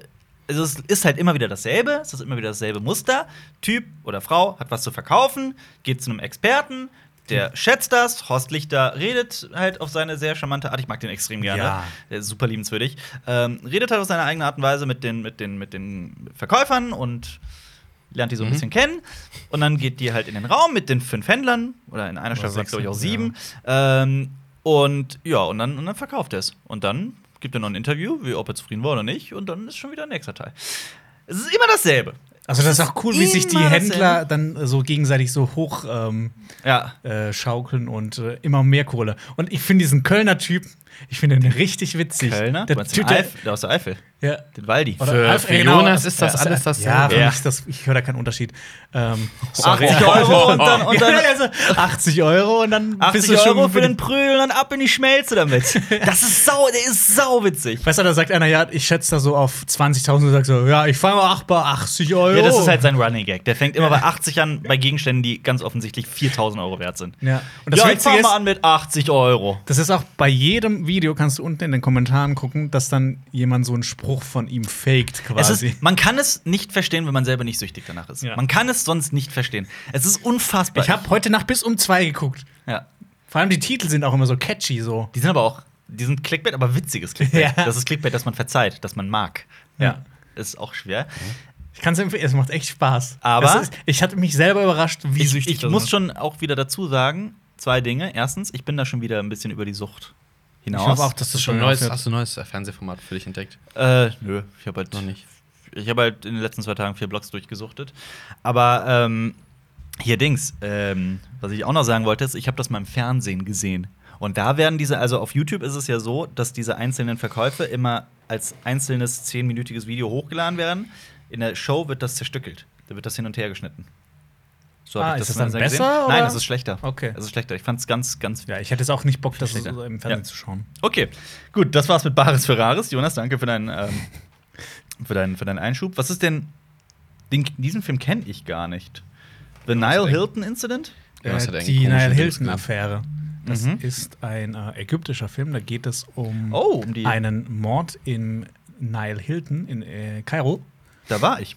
A: Also, es ist halt immer wieder dasselbe, es ist immer wieder dasselbe Muster. Typ oder Frau hat was zu verkaufen, geht zu einem Experten, der schätzt das. Horst Lichter redet halt auf seine sehr charmante Art. Ich mag den extrem gerne.
C: Ja.
A: Der ist super liebenswürdig. Ähm, redet halt auf seine eigene Art und Weise mit den, mit den, mit den Verkäufern und lernt die so ein bisschen kennen. Und dann geht die halt in den Raum mit den fünf Händlern oder in einer Staffel,
B: sechs,
A: glaube ich, auch
B: ja.
A: sieben. Ähm, und ja, und dann, und dann verkauft er es. Und dann gibt er noch ein Interview, wie ob er zufrieden war oder nicht. Und dann ist schon wieder ein nächster Teil. Es ist immer dasselbe.
C: Also das ist auch cool, wie sich die
A: Immer
C: Händler dann äh, so gegenseitig so hoch ähm,
A: Ja.
C: äh, schaukeln und äh, immer mehr Kohle. Und ich finde diesen Kölner Typ, ich finde den richtig witzig.
A: Kölner? ne? Du
C: Der
A: meinst den
C: Typ, der,
A: Eif- der aus der Eifel.
C: ja.
A: Den Waldi.
C: Oder
B: Für-
C: Alf-
B: für
C: äh, genau.
B: Jonas ist das alles dasselbe.
C: Ja, für
A: Ja.
C: mich ist das, ich höre da keinen Unterschied. Ähm, sorry.
A: 80 Euro und dann, und dann
C: Also 80 Euro und dann
A: 80
C: bist du schon
A: Euro für
C: mit-
A: den Prügel und ab in die Schmelze damit. Das ist sau, der ist sauwitzig.
C: Weißt du, da sagt einer, ja, ich schätze da so auf 20.000 und sagt so, ja, ich fange mal ach, bei 80 Euro.
A: Ja, das ist halt sein Running Gag. Der fängt immer bei 80 an, bei Gegenständen, die ganz offensichtlich 4000 Euro wert sind.
C: Ja. Und das
A: ja, ich
C: Witzige
A: fang
C: ist,
A: mal an mit 80 Euro.
C: Das ist auch bei jedem Video, kannst du unten in den Kommentaren gucken, dass dann jemand so einen Spruch von ihm faked
A: Es
C: quasi.
A: ist, man kann es nicht verstehen, wenn man selber nicht süchtig danach ist.
C: Ja.
A: Man kann es sonst nicht verstehen. Es ist unfassbar.
C: ich habe heute Nacht bis um zwei geguckt.
A: ja.
C: Vor allem die Titel sind auch immer so catchy so.
A: Die sind aber auch, die sind Clickbait, aber witziges Clickbait.
C: Ja.
A: Das ist Clickbait, das man verzeiht, das man mag.
C: Ja.
A: Ist auch schwer.
C: Ich kann es empfehlen, es macht echt Spaß.
A: Aber-
C: Das ist, ich hatte mich selber überrascht, wie
A: ich,
C: süchtig
A: ich
C: das
A: muss
C: ist.
A: schon auch wieder dazu sagen, zwei Dinge. Erstens, ich bin da schon wieder ein bisschen über die Sucht
C: Ich
A: hinaus.
C: hoffe auch,
B: Das
C: dass das
B: ist schon
C: schon
B: ein neues,
C: aufhört.
B: hast du ein neues Fernsehformat für dich entdeckt?
A: Äh, nö, ich habe halt
B: Noch nicht.
A: Ich habe halt in den letzten zwei Tagen vier Blogs durchgesuchtet. Aber ähm, hier Dings, ähm, was ich auch noch sagen wollte, ist, ich habe das mal im Fernsehen gesehen. Und da werden diese, also auf YouTube ist es ja so, dass diese einzelnen Verkäufe immer als einzelnes zehnminütiges Video hochgeladen werden. In der Show wird das zerstückelt. Da wird das hin und her geschnitten. So hab
C: Ah, ist das dann
A: mal
C: besser,
A: Nein,
C: oder?
A: das ist schlechter.
C: Okay.
A: Das ist schlechter. Ich fand es ganz, ganz.
C: Ja, ich hätte jetzt auch nicht Bock, das so
A: Verstehe.
C: im Fernsehen
A: Ja.
C: zu schauen.
A: Okay, gut, das war's mit Bares Ferraris. Jonas, danke für deinen, ähm, für deinen, für deinen Einschub. Was ist denn. Den, diesen Film kenne ich gar nicht. The Nile Hilton Incident?
B: Jonas hat
C: Äh,
B: einen
C: die
B: komischen
C: Nile
B: Dings
C: Hilton-Affäre. Das
A: Mhm.
C: ist ein äh, ägyptischer Film, da geht es um
A: Oh, um die.
C: einen Mord in Nile Hilton in äh, Kairo.
A: Da war ich.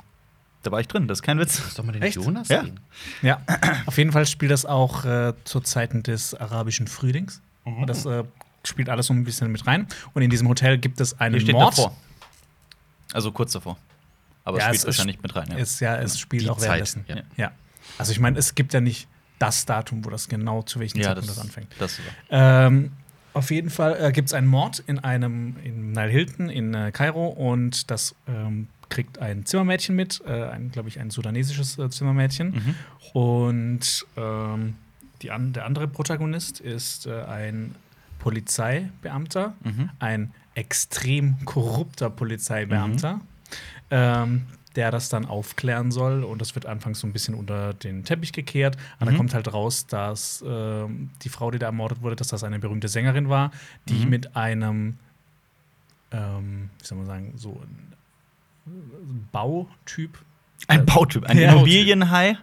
A: Da war ich drin, das ist kein Witz.
B: Lass doch mal den
C: Echt?
B: Jonas
A: Ja.
B: sehen.
C: Ja, auf jeden Fall spielt das auch äh, zu Zeiten des arabischen Frühlings.
A: Mhm.
C: Und Das äh, spielt alles so ein bisschen mit rein. Und in diesem Hotel gibt es einen
A: Hier steht
C: Mord.
A: davor. Also kurz davor. Aber es
C: Ja, es
A: spielt
C: ist-
A: wahrscheinlich mit rein. Ja.
C: Es, ja, es spielt
B: Die
C: auch
B: Zeit,
C: währenddessen.
B: ja.
C: Ja. Also ich meine, es gibt ja nicht das Datum, wo das genau zu welchem
A: ja,
C: Zeitpunkt
A: das,
C: das, anfängt.
A: Das ist wahr.
C: Ähm, auf jeden Fall äh, gibt es einen Mord in einem in Nile Hilton in äh, Kairo und das ähm, kriegt ein Zimmermädchen mit, äh, glaube ich, ein sudanesisches äh, Zimmermädchen.
A: Mhm.
C: Und ähm, die an, der andere Protagonist ist äh, ein Polizeibeamter,
A: Mhm.
C: ein extrem korrupter Polizeibeamter,
A: Mhm.
C: ähm, der das dann aufklären soll. Und das wird anfangs so ein bisschen unter den Teppich gekehrt. Und
A: Mhm.
C: dann kommt halt raus, dass ähm, die Frau, die da ermordet wurde, dass das eine berühmte Sängerin war, die
A: Mhm.
C: mit einem, ähm, wie soll man sagen, so ein Bautyp.
A: Ein Bautyp, ein
C: Äh, Ja.
A: Immobilienhai,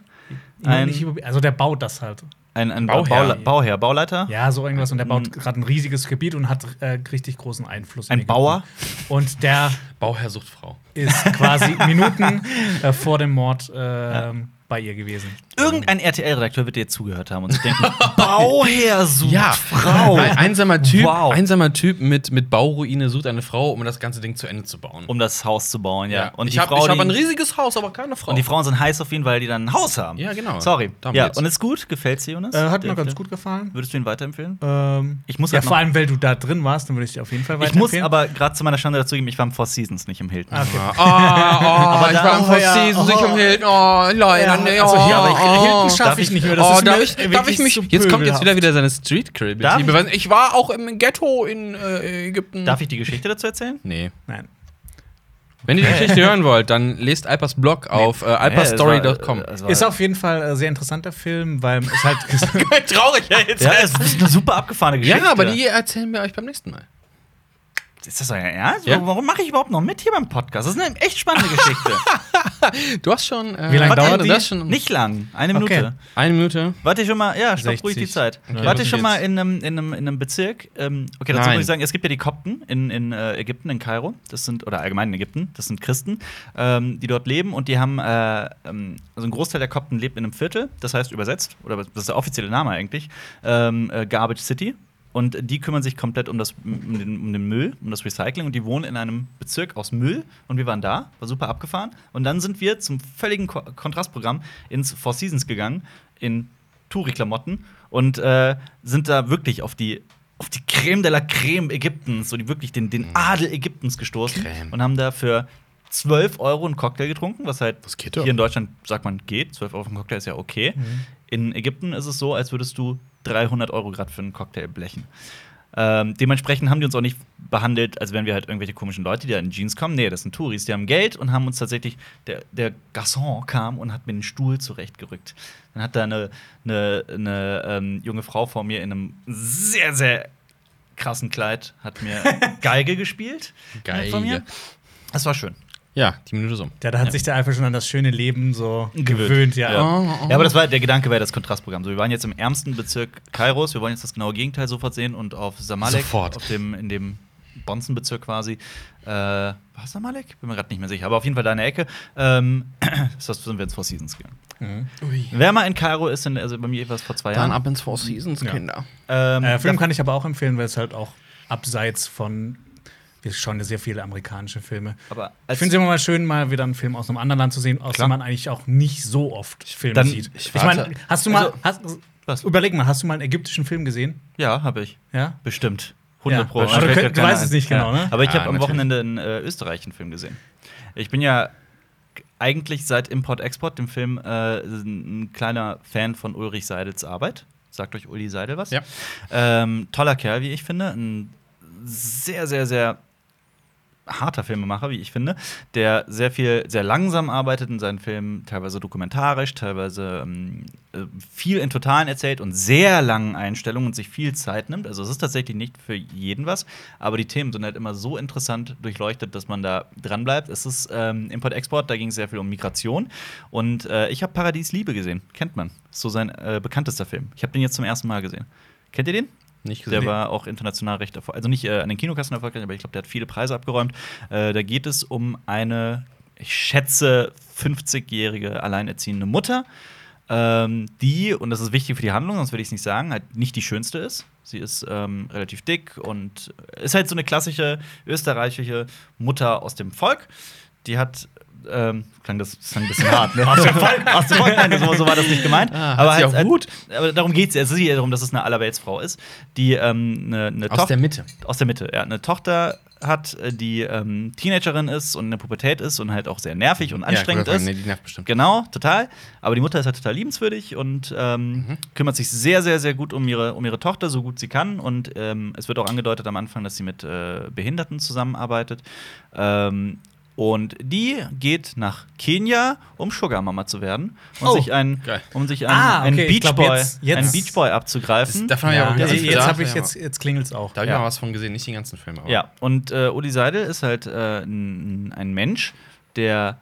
A: Ein-
C: Nicht über- also der baut das halt.
A: ein, ein Bauherr.
B: Bauherr.
A: Bauherr, Bauleiter.
C: Ja, so irgendwas. Und der
A: Mhm.
C: baut gerade ein riesiges Gebiet und hat äh, richtig großen Einfluss. in
A: Ein
C: Ägypten.
A: Bauer.
C: Und der
B: Bauherr sucht Frau.
C: ist quasi Minuten äh, vor dem Mord ähm, bei ihr gewesen.
A: Irgendein RTL-Redakteur wird dir zugehört haben und sich denken: Bauherr sucht Frau.
B: Ein einsamer Typ,
A: Wow.
B: einsamer Typ mit, mit Bauruine sucht eine Frau, um das ganze Ding zu Ende zu bauen.
A: Um das Haus zu bauen, ja.
B: Und ich
A: die
B: habe
A: Frau,
B: hab
A: die-
B: ein riesiges Haus, aber keine Frau.
A: Und die Frauen sind heiß auf ihn, weil die dann ein Haus haben.
B: Ja, genau.
A: Sorry.
B: Darum
A: ja,
B: geht's.
A: und ist gut? Gefällt's dir, Jonas?
C: Äh, hat
A: Der-
C: mir ganz
A: der-
C: gut gefallen.
A: Würdest du ihn weiterempfehlen?
C: Ähm,
A: Ich muss
C: ja,
A: halt noch-
C: vor allem, weil du da drin warst, dann würde ich dir auf jeden Fall
A: Ich muss
C: weiterempfehlen.
A: aber gerade zu meiner Schande dazugeben, ich war im Four Seasons, nicht im Hilton.
C: Ah, okay.
B: Ah, ah, ich
A: da-
B: war im
A: oh,
B: Four
A: ja,
B: Seasons, ich
A: oh.
B: im Hilton. Oh, Leute,
C: Ja,
B: nee,
C: also hier, aber ich,
B: oh,
C: Hilton
B: oh.
A: darf
C: schaffe ich
A: ich-
C: nicht mehr.
B: oh,
C: ist
B: darf
C: mir
B: ich, darf
C: wirklich
B: ich mich.
C: zu
B: jetzt kommt jetzt
C: pöbelhaft.
B: wieder wieder seine Street
A: Darf
B: Credibility
A: ich-
B: beweisen. Ich war auch im Ghetto in äh, Ägypten.
A: Darf ich die Geschichte dazu erzählen?
B: Nee.
C: Nein.
B: Wenn ihr die Geschichte hören wollt, dann lest Alpers Blog auf äh, alperstory.com.
A: Nee, es war- es
C: Ist
A: war-
C: auf jeden Fall ein sehr interessanter Film, weil es halt.
B: Traurig, ja, jetzt.
A: Ja, es ist eine super abgefahrene Geschichte.
B: Ja, aber die erzählen wir euch beim nächsten Mal.
A: Ist das euer Ernst?
B: Ja.
A: Warum mache ich überhaupt noch mit hier beim Podcast? Das ist eine echt spannende Geschichte.
B: Du hast schon. äh,
C: Wie lange
B: warte,
C: dauert
B: du
C: die?
B: hast schon
A: Nicht lang, eine
C: Okay.
A: Minute.
B: Eine Minute.
A: Warte ich schon mal, ja, stopp ruhig
C: 60.
A: die Zeit.
B: Okay,
A: Warte ich
B: los
A: schon mal
B: geht's.
A: in einem, in einem, in einem Bezirk. Ähm, okay, dazu
B: Nein.
A: muss ich sagen, es gibt ja die Kopten in, in äh, Ägypten, in Kairo. Das sind, oder allgemein in Ägypten, das sind Christen, ähm, die dort leben und die haben, äh, ähm, also ein Großteil der Kopten lebt in einem Viertel, das heißt übersetzt, oder das ist der offizielle Name eigentlich, ähm, äh, Garbage City. Und die kümmern sich komplett um, das, um, den, um den Müll, um das Recycling. Und die wohnen in einem Bezirk aus Müll. Und wir waren da, war super abgefahren. Und dann sind wir zum völligen Ko Kontrastprogramm ins Four Seasons gegangen, in Touri-Klamotten und äh, sind da wirklich auf die auf die Creme de la Creme Ägyptens, so die wirklich den, den Adel Ägyptens gestoßen
B: Mhm. Creme.
A: und haben da für 12 Euro einen Cocktail getrunken, was halt
B: Das geht doch.
A: hier in Deutschland sagt man geht, 12 Euro für einen Cocktail ist ja okay. In Ägypten ist es so, als würdest du 300 Euro gerade für einen Cocktail blechen. Ähm, dementsprechend haben die uns auch nicht behandelt, als wären wir halt irgendwelche komischen Leute, die da in Jeans kommen. Nee, das sind Touris, die haben Geld und haben uns tatsächlich, der, der Garçon kam und hat mir den Stuhl zurechtgerückt. Dann hat da eine, eine, eine ähm, junge Frau vor mir in einem sehr, sehr krassen Kleid, hat mir Geige gespielt.
B: Geige.
A: Von mir. Das war schön.
B: Ja, die Minute ist um.
C: Ja, da hat sich der einfach schon an das schöne Leben so
A: Gewöhnt.
C: gewöhnt, ja.
A: Ja.
B: Oh, oh.
A: Ja, aber das war der Gedanke wäre das Kontrastprogramm. So, wir waren jetzt im ärmsten Bezirk Kairos, wir wollen jetzt das genaue Gegenteil sofort sehen und auf Samalek,
B: Sofort.
A: auf dem in dem Bonzenbezirk quasi. Äh, war es Samalek? Bin mir gerade nicht mehr sicher, aber auf jeden Fall da in der Ecke. Ähm, das sind wir ins Four Seasons gegangen.
B: Ui.
A: Wer mal in Kairo ist, in, also bei mir war es vor zwei
B: Dann
A: Jahren.
B: ab ins Four Seasons,
C: Ja.
B: Kinder.
A: Ähm,
C: Äh, Film
A: da-
C: kann ich aber auch empfehlen, weil es halt auch abseits von. Wir schauen ja sehr viele amerikanische Filme.
A: aber
C: Ich
A: als,
C: finde es immer mal schön, mal wieder einen Film aus einem anderen Land zu sehen, aus
A: Klar.
C: dem man eigentlich auch nicht so oft Filme
A: Dann-
C: sieht.
B: ich
C: Ich,
B: warte-
C: meine, hast du mal. hast,
A: was?
C: überleg mal, hast du mal einen ägyptischen Film gesehen?
A: Ja, habe ich.
C: Ja?
A: Bestimmt. 100
C: Ja,
A: Pro.
C: aber
A: Mir
C: du
A: fällt
C: könnt-
A: grad
C: du
A: keiner
C: weißt es
A: ein.
C: nicht genau, ne?
A: Aber ich
B: Ah,
A: habe am
B: natürlich.
A: Wochenende in äh, Österreich einen Film gesehen. Ich bin ja eigentlich seit Import-Export, dem Film, äh, ein kleiner Fan von Ulrich Seidels Arbeit. Sagt euch Uli Seidel was?
B: Ja.
A: Ähm, toller Kerl, wie ich finde. Ein sehr, sehr, sehr harter Filmemacher, wie ich finde, der sehr viel, sehr langsam arbeitet in seinen Filmen, teilweise dokumentarisch, teilweise ähm, äh, viel in Totalen erzählt und sehr langen Einstellungen und sich viel Zeit nimmt. Also es ist tatsächlich nicht für jeden was, aber die Themen sind halt immer so interessant durchleuchtet, dass man da dranbleibt. Es ist ähm, Import-Export, da ging es sehr viel um Migration und äh, ich habe Paradies Liebe gesehen, kennt man. Ist so sein äh, bekanntester Film. Ich habe den jetzt zum ersten Mal gesehen. Kennt ihr den?
B: Nicht
A: Der war auch international recht erfolgreich. Also nicht äh, an den Kinokassen erfolgreich, aber ich glaube, der hat viele Preise abgeräumt. Äh, da geht es um eine, ich schätze, 50-jährige alleinerziehende Mutter, ähm, die, und das ist wichtig für die Handlung, sonst würde ich es nicht sagen, halt nicht die schönste ist. Sie ist ähm, relativ dick und ist halt so eine klassische österreichische Mutter aus dem Volk. Die hat. Ähm, klang das klang ein bisschen hart, ne? Aus dem Volk, aus dem Volk, nein, so, so war das nicht gemeint.
B: Ah, hat
A: aber
B: sie
A: halt,
B: auch Wut?
A: aber darum geht es ja. Es ist ja darum, dass es eine Allerweltsfrau ist, die ähm, eine, eine
B: Aus der
A: Tochter
B: Mitte.
A: aus der Mitte, ja, eine Tochter hat, äh, die ähm, Teenagerin ist und in der Pubertät ist und halt auch sehr nervig und anstrengend
B: ja, ich wollte gerade sagen,
A: ist.
B: Nee, die nervt bestimmt.
A: Genau, total. Aber die Mutter ist halt total liebenswürdig und ähm,
B: Mhm.
A: kümmert sich sehr, sehr, sehr gut um ihre, um ihre Tochter, so gut sie kann. Und ähm, es wird auch angedeutet am Anfang, dass sie mit äh, Behinderten zusammenarbeitet. Ähm, und die geht nach Kenia, um Sugar Mama zu werden und
C: Oh,
A: sich einen,
B: geil.
A: um sich einen,
C: Ah,
A: einen
C: okay, ich
A: Beach
C: glaub,
A: Boy,
C: jetzt- jetzt-
A: einen Beach Boy abzugreifen.
B: Das- davon hab ich aber
C: Ja,
B: ganz
C: jetzt habe
B: viel-
C: ich jetzt, jetzt klingelt es auch.
B: Da habe ich
A: Ja.
B: mal was von gesehen, nicht den ganzen Film. Aber.
A: Ja, und äh, Uli Seidel ist halt äh, n- ein Mensch, der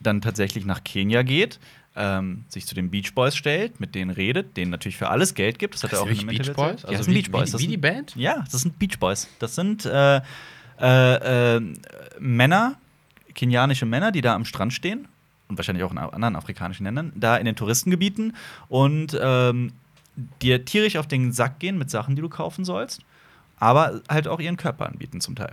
A: dann tatsächlich nach Kenia geht, ähm, sich zu den Beach Boys stellt, mit denen redet, denen natürlich für alles Geld gibt. Das hat
B: Hat
A: er auch in einem
B: Beach
A: Interview
B: Boys?
A: erzählt. Ja, das sind
B: wie-
A: Beach Boys.
B: Wie,
A: Das
B: wie die
A: sind,
B: Band?
A: ja, das sind Beach Boys. Das sind äh, äh, äh, Männer, kenianische Männer, die da am Strand stehen und wahrscheinlich auch in anderen afrikanischen Ländern, da in den Touristengebieten und ähm, dir tierisch auf den Sack gehen mit Sachen, die du kaufen sollst, aber halt auch ihren Körper anbieten zum Teil.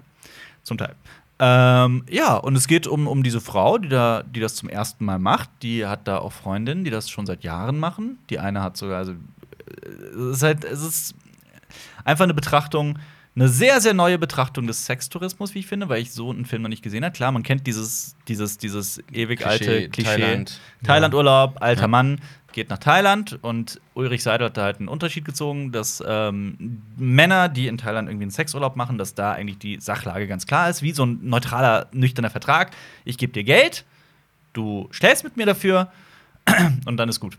A: Zum Teil. Ähm, ja, und es geht um, um diese Frau, die, da, die das zum ersten Mal macht. Die hat da auch Freundinnen, die das schon seit Jahren machen. Die eine hat sogar, also, äh, es ist halt, es ist einfach eine Betrachtung, eine sehr, sehr neue Betrachtung des Sextourismus, wie ich finde, weil ich so einen Film noch nicht gesehen habe. Klar, man kennt dieses, dieses, dieses ewig
B: Klischee,
A: alte Klischee.
B: Thailand.
A: Thailandurlaub, alter
B: Ja.
A: Mann, geht nach Thailand und Ulrich Seidel hat da halt einen Unterschied gezogen, dass ähm, Männer, die in Thailand irgendwie einen Sexurlaub machen, dass da eigentlich die Sachlage ganz klar ist, wie so ein neutraler, nüchterner Vertrag. Ich gebe dir Geld, du stellst mit mir dafür und dann ist gut.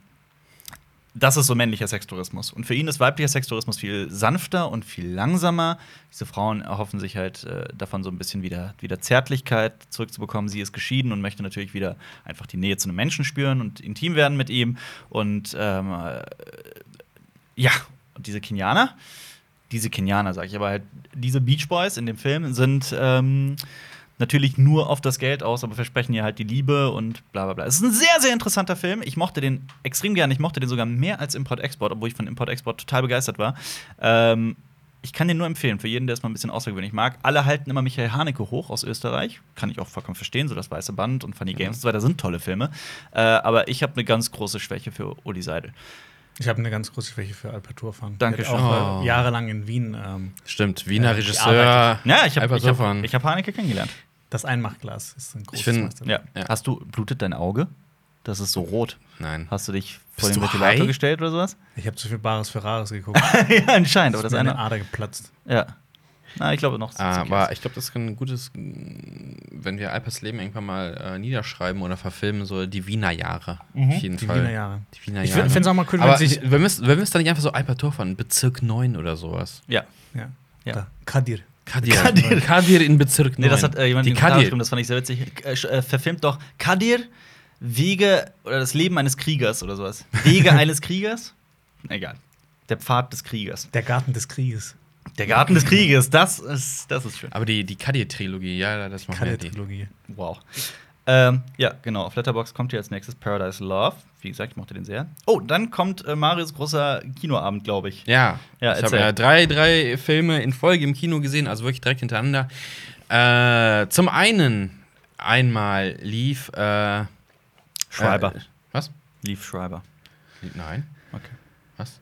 A: Das ist so männlicher Sextourismus. Und für ihn ist weiblicher Sextourismus viel sanfter und viel langsamer. Diese Frauen erhoffen sich halt äh, davon so ein bisschen wieder, wieder Zärtlichkeit zurückzubekommen. Sie ist geschieden und möchte natürlich wieder einfach die Nähe zu einem Menschen spüren und intim werden mit ihm. Und ähm, äh, ja, und diese Kenianer, diese Kenianer, sage ich aber halt, diese Beach Boys in dem Film sind ähm, natürlich nur auf das Geld aus, aber versprechen ihr halt die Liebe und bla bla bla. Es ist ein sehr, sehr interessanter Film. Ich mochte den extrem gerne. Ich mochte den sogar mehr als Import-Export, obwohl ich von Import-Export total begeistert war. Ähm, ich kann den nur empfehlen, für jeden, der es mal ein bisschen außergewöhnlich mag. Alle halten immer Michael Haneke hoch aus Österreich. Kann ich auch vollkommen verstehen, so das Weiße Band und Funny Games und so weiter sind tolle Filme. Äh, aber ich habe eine ganz große Schwäche für Uli Seidel.
C: Ich habe eine ganz große Schwäche für Albert Turfan.
A: Dankeschön.
C: auch
B: Oh.
C: äh, jahrelang in Wien ähm,
B: Stimmt, Wiener
C: Ja,
B: Regisseur.
C: gearbeitet.
A: Ja, ich habe
B: Albert
A: ich hab,
B: Sofan.
A: ich hab Haneke kennengelernt.
C: das Einmachglas ist ein großes
B: find-
C: Meisterwerk.
A: Ja.
B: Ja.
A: Hast du, blutet dein Auge? Das ist so rot.
B: Nein.
A: Hast du dich vor
B: Bist
A: den
B: du
A: Ventilator
B: high?
A: gestellt oder sowas?
C: Ich habe zu viel Bares für Rares geguckt.
A: ja, anscheinend. Aber das
C: Ist mir eine
A: eine.
C: Ader geplatzt.
A: Ja. Na, ich glaube noch. ist okay.
B: Ah, Aber ich glaube, das ist ein gutes, wenn wir Alpers Leben irgendwann mal äh, niederschreiben oder verfilmen, so die Wiener Jahre.
A: Mhm.
B: Auf jeden
C: Die
B: Fall.
C: Wiener Jahre.
B: Die Wiener
C: Ich
B: Jahre.
C: find's auch mal cool, wenn
B: Aber
C: sich-
B: wenn wir es wenn wir's dann nicht einfach so Alper Torfan, Bezirk 9 oder sowas.
A: Ja.
C: Ja.
A: Ja.
C: Da. Kadir.
B: Kadir.
A: Kadir.
B: Kadir, in Bezirk 9.
A: Nee, das hat äh, jemand
B: die
A: in den Kommentaren
B: Kadir.
A: geschrieben, das fand ich sehr witzig. Äh, sch- äh, verfilmt doch Kadir, Wege oder das Leben eines Kriegers oder sowas. Wege eines Kriegers? Egal. Der Pfad des Kriegers.
C: Der Garten des Krieges.
A: Der Garten des Krieges, das ist, das ist schön.
B: Aber die, die Kadir-Trilogie, ja, das machen wir die.
C: Kadir-Trilogie.
A: Wow. Ähm, ja, genau. Auf Letterbox kommt hier als nächstes Paradise Love. Wie gesagt, ich mochte den sehr. Oh, dann kommt äh, Marius großer Kinoabend, glaube ich.
B: Ja,
A: Ja,
B: ich habe
A: erzähl.
B: ja drei, drei Filme in Folge im Kino gesehen, also wirklich direkt hintereinander. Äh, zum einen, einmal lief äh,
A: Schreiber.
B: Äh, was?
A: Lief Schreiber.
B: Nein.
A: Okay.
B: Was?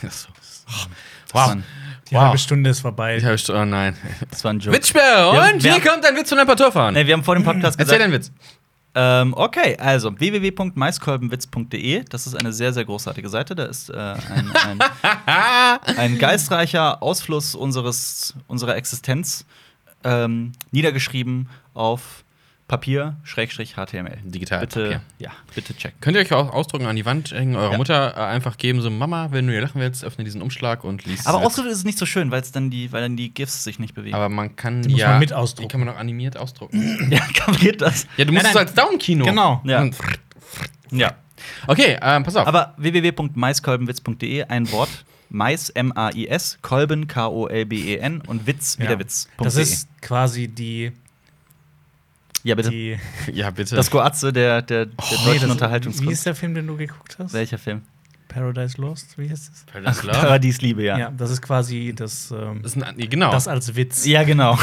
B: Ach so.
A: Das war
B: Wow.
A: ein,
C: Die
B: Wow.
C: halbe Stunde ist vorbei.
B: Ich habe schon, oh nein.
A: das war ein Joke.
B: Witzsperre!
A: Wir haben-
B: Und
A: wir
B: hier
A: haben-
B: kommt ein Witz von ein paar Torfahren.
A: Nee, wir haben vor dem Podcast
B: Erzähl
A: gesagt.
B: deinen Witz.
A: Ähm, okay, also www.maiskolbenwitz.de. Das ist eine sehr, sehr großartige Seite. Da ist äh, ein, ein, ein geistreicher Ausfluss unseres, unserer Existenz ähm, niedergeschrieben auf Papier, Schrägstrich, HTML.
B: Digital
A: Bitte,
B: Papier.
A: ja, bitte checken.
B: Könnt ihr euch auch ausdrucken an die Wand hängen, eurer
A: Ja.
B: Mutter äh, einfach geben, so Mama, wenn du ihr lachen willst, öffne diesen Umschlag und lies.
A: Aber
B: den Witz.
A: ausgedrückt ist es nicht so schön, weil es dann die, weil dann die GIFs sich nicht bewegen.
B: aber man kann
C: muss
B: ja
C: man mit ausdrucken.
B: Die kann man auch animiert ausdrucken.
A: ja, kapiert das?
B: ja, du musst
C: Nein,
B: es
C: nein.
B: als Daumenkino.
C: Genau.
A: Ja.
B: Und-
A: Ja.
B: Okay, ähm, pass auf.
A: Aber www.maiskolbenwitz.de, ein Wort. Mais, M-A-I-S, Kolben, K-O-L-B-E-N E und Witz, wie
C: Ja.
A: der Witz.
C: Das
A: .de.
C: ist quasi die.
A: ja, bitte.
C: die
B: ja, bitte.
A: Das Goatze der, der, der
B: Oh,
C: Nee,
A: deutschen
C: das- Wie
A: Unterhaltungskunst.
C: ist der Film, den du geguckt hast?
A: Welcher Film?
C: Paradise Lost? Wie heißt das?
B: Paradise Love.
A: Paradiesliebe,
C: Ja.
A: ja.
C: das ist quasi das. Ähm,
B: Das ist ein, nee, genau.
C: Das als Witz.
A: Ja, genau.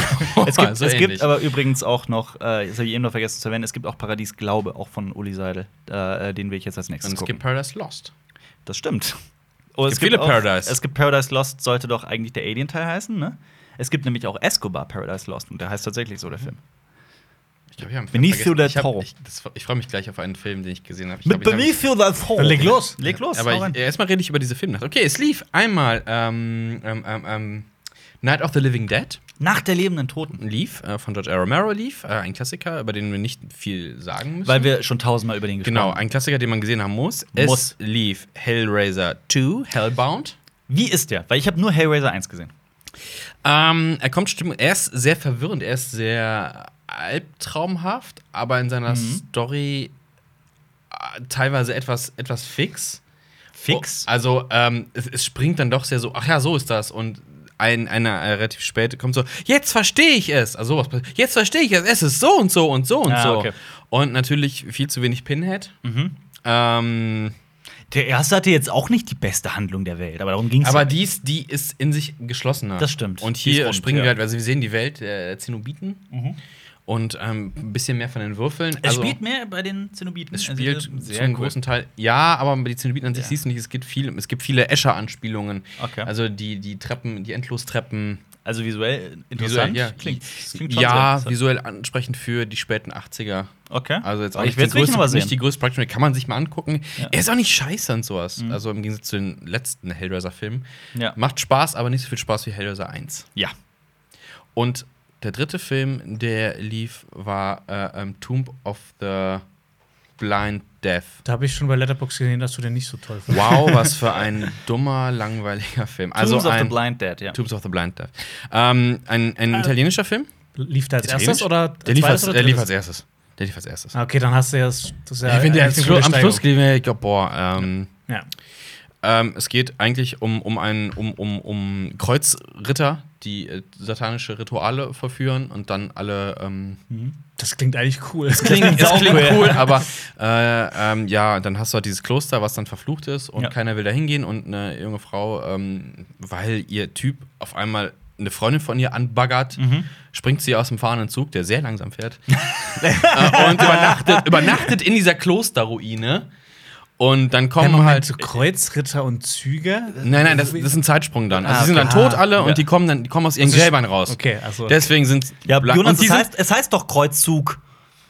A: es gibt,
B: So
A: es gibt
B: ähnlich.
A: aber übrigens auch noch, äh, das habe ich eben noch vergessen zu erwähnen, es gibt auch Paradies Glaube, auch von Uli Seidel. Äh, äh, den will ich jetzt als nächstes
B: und es
A: gucken.
B: gibt Paradise Lost.
A: das stimmt. Oh,
B: gibt viele Paradise.
A: Es gibt Paradise Lost, sollte doch eigentlich der Alien-Teil heißen, ne? Es gibt nämlich auch Escobar Paradise Lost und der heißt tatsächlich
B: Mhm.
A: so, der Film.
B: Ich glaube, ich habe einen
A: Beneath
B: vergessen.
A: you the
B: Ich hab-
A: Toro.
B: Ich, das- ich freue mich gleich auf einen Film, den ich gesehen habe. Ich glaub, ich hab-
A: You the Fall.
C: Dann leg los.
A: Leg los. hau
B: Aber
A: rein.
B: ich, erstmal rede ich über diese Filmnacht. Okay, es lief einmal ähm, ähm, ähm, ähm, Night of the Living Dead
A: Nach der lebenden Toten.
B: lief äh, von George A. Romero lief, äh, ein Klassiker, über den wir nicht viel sagen müssen.
A: Weil wir schon tausendmal über den gesprochen
B: genau,
A: haben.
B: ein Klassiker, den man gesehen haben muss. Es
A: Muss.
B: lief Hellraiser 2, Hellbound.
A: Wie ist der? Weil ich habe nur Hellraiser 1 gesehen.
B: Ähm, er kommt stimm- er ist sehr verwirrend, er ist sehr albtraumhaft, aber in seiner
A: Mhm.
B: Story äh, teilweise etwas, etwas fix.
A: Fix?
B: Oh, also ähm, es, es springt dann doch sehr so, ach ja, so ist das und ein, einer äh, relativ spät kommt so, jetzt verstehe ich es. Also sowas passiert. Jetzt verstehe ich es. Es ist so und so und so und
A: Ah,
B: so.
A: okay.
B: Und natürlich viel zu wenig Pinhead.
A: Mhm.
B: Ähm,
A: Der erste hatte jetzt auch nicht die beste Handlung der Welt, aber darum ging es.
B: aber dies, die ist in sich geschlossener.
A: Das stimmt.
B: Und
A: Die ist
B: hier
A: rund,
B: springen
A: ja. Mhm.
B: wir halt, also wir sehen die Welt der Zenobiten und ähm, ein bisschen mehr von den Würfeln.
A: es
B: also,
A: spielt mehr bei den Zenobiten.
B: Es
A: Also,
B: spielt
A: äh,
B: zu einem
A: cool.
B: großen Teil. Ja, aber die Zenobiten an sich
A: Ja.
B: siehst du nicht. Es gibt viele, es gibt viele Escher-Anspielungen.
A: Okay.
B: Also die, die Treppen, die Endlostreppen.
A: Also visuell interessant.
B: ja.
A: Klingt, klingt schon sehr
B: Ja,
A: interessant.
B: visuell ansprechend für die späten 80er.
A: Okay.
B: Also jetzt auch
A: Aber
B: nicht
A: ich werde
B: die,
A: es nicht
B: größte,
A: nochmal sehen.
B: nicht die größte Praktik, kann man sich mal angucken.
A: Ja. Mhm.
B: Er ist auch nicht scheiße und sowas. Also im Gegensatz zu den letzten Hellraiser-Filmen.
A: ja.
B: Macht Spaß, aber nicht so viel Spaß wie Hellraiser 1.
A: ja.
B: Und der dritte Film, der lief, war äh, ähm, Tomb of the Blind Death.
C: Da habe ich schon bei Letterbox gesehen, dass du den nicht so toll findest.
B: Wow, was für ein dummer, langweiliger Film. Also
A: Tombs of the
B: ein
A: Blind Äh, Dead, ja.
B: Tombs of the Blind Death. Ähm, ein ein italienischer Film?
C: Lief da als
B: Italienisch?
C: erstes oder
B: Der lief, als,
C: zweites oder
B: der lief als
C: drittes?
B: erstes. Der lief als erstes.
C: Ah, Okay, dann hast du ja das das ist ja
B: ich bin der am
C: eigentlich eine
B: Schluss,
C: gute
B: am Schluss
C: Steigerung.
B: gelesen, ich glaub, boah, ähm,
C: Ja.
B: ähm, es geht eigentlich um, um, einen, um, um, um Kreuzritter, die äh, satanische Rituale verführen und dann alle. Ähm,
C: Das klingt eigentlich cool.
B: klingt, es
A: auch
B: klingt
A: cool.
B: cool, aber äh, ähm, ja, dann hast du halt dieses Kloster, was dann verflucht ist und
A: Ja.
B: keiner will da hingehen und eine junge Frau, ähm, weil ihr Typ auf einmal eine Freundin von ihr anbaggert,
C: Mhm.
B: springt sie aus dem fahrenden Zug, der sehr langsam fährt, äh, und übernachtet, übernachtet in dieser Klosterruine. Und dann kommen halt.
C: zu Kreuzritter und Züge.
B: Nein, nein, das, das ist ein Zeitsprung dann. Also
C: Ah,
B: sie sind dann
C: okay.
B: tot
C: Ah,
B: alle
A: ja.
B: und die kommen dann, die kommen aus ihren
C: ist-
B: Gräbern raus.
C: Okay, also
B: Deswegen sind
A: Ja,
B: bla-
A: Jonas,
B: und die
A: es
B: sind-
A: heißt, es heißt doch Kreuzzug.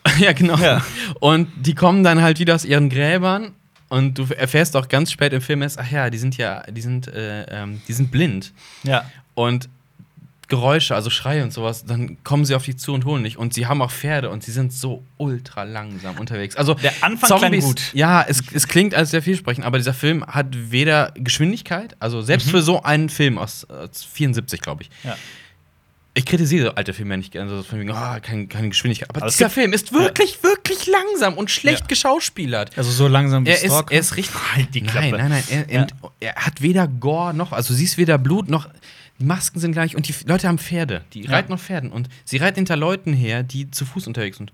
B: Ja, genau.
A: Ja.
B: Und die kommen dann halt wieder aus ihren Gräbern und du erfährst auch ganz spät im Film erst, ach ja, die sind ja, die sind, äh, ähm, die sind blind.
A: Ja.
B: Und Geräusche, also Schreie und sowas, dann kommen sie auf dich zu und holen dich. Und sie haben auch Pferde und sie sind so ultra langsam unterwegs. Also
A: Der Anfang klang gut.
B: Ja, es, es klingt als sehr vielsprechend, aber dieser Film hat weder Geschwindigkeit, also selbst
A: Mhm.
B: für so einen Film aus, aus 74, glaube ich.
A: Ja.
B: Ich kritisiere alte Filme ja nicht gerne, so von wegen, ah, keine, keine Geschwindigkeit. Aber
A: Also es
B: dieser
A: gibt-
B: Film ist wirklich, wirklich langsam und schlecht
A: Ja.
B: geschauspielert.
C: also so langsam
B: Er ist,
C: Stalker.
B: er ist richtig.
A: Halt die Klappe.
B: Nein, nein, nein. Er,
A: Ja.
B: und er hat weder Gore noch, also siehst weder Blut noch. Die Masken sind gleich und die F- Leute haben Pferde. Die
A: Ja.
B: reiten auf Pferden und sie reiten hinter Leuten her, die zu Fuß unterwegs sind.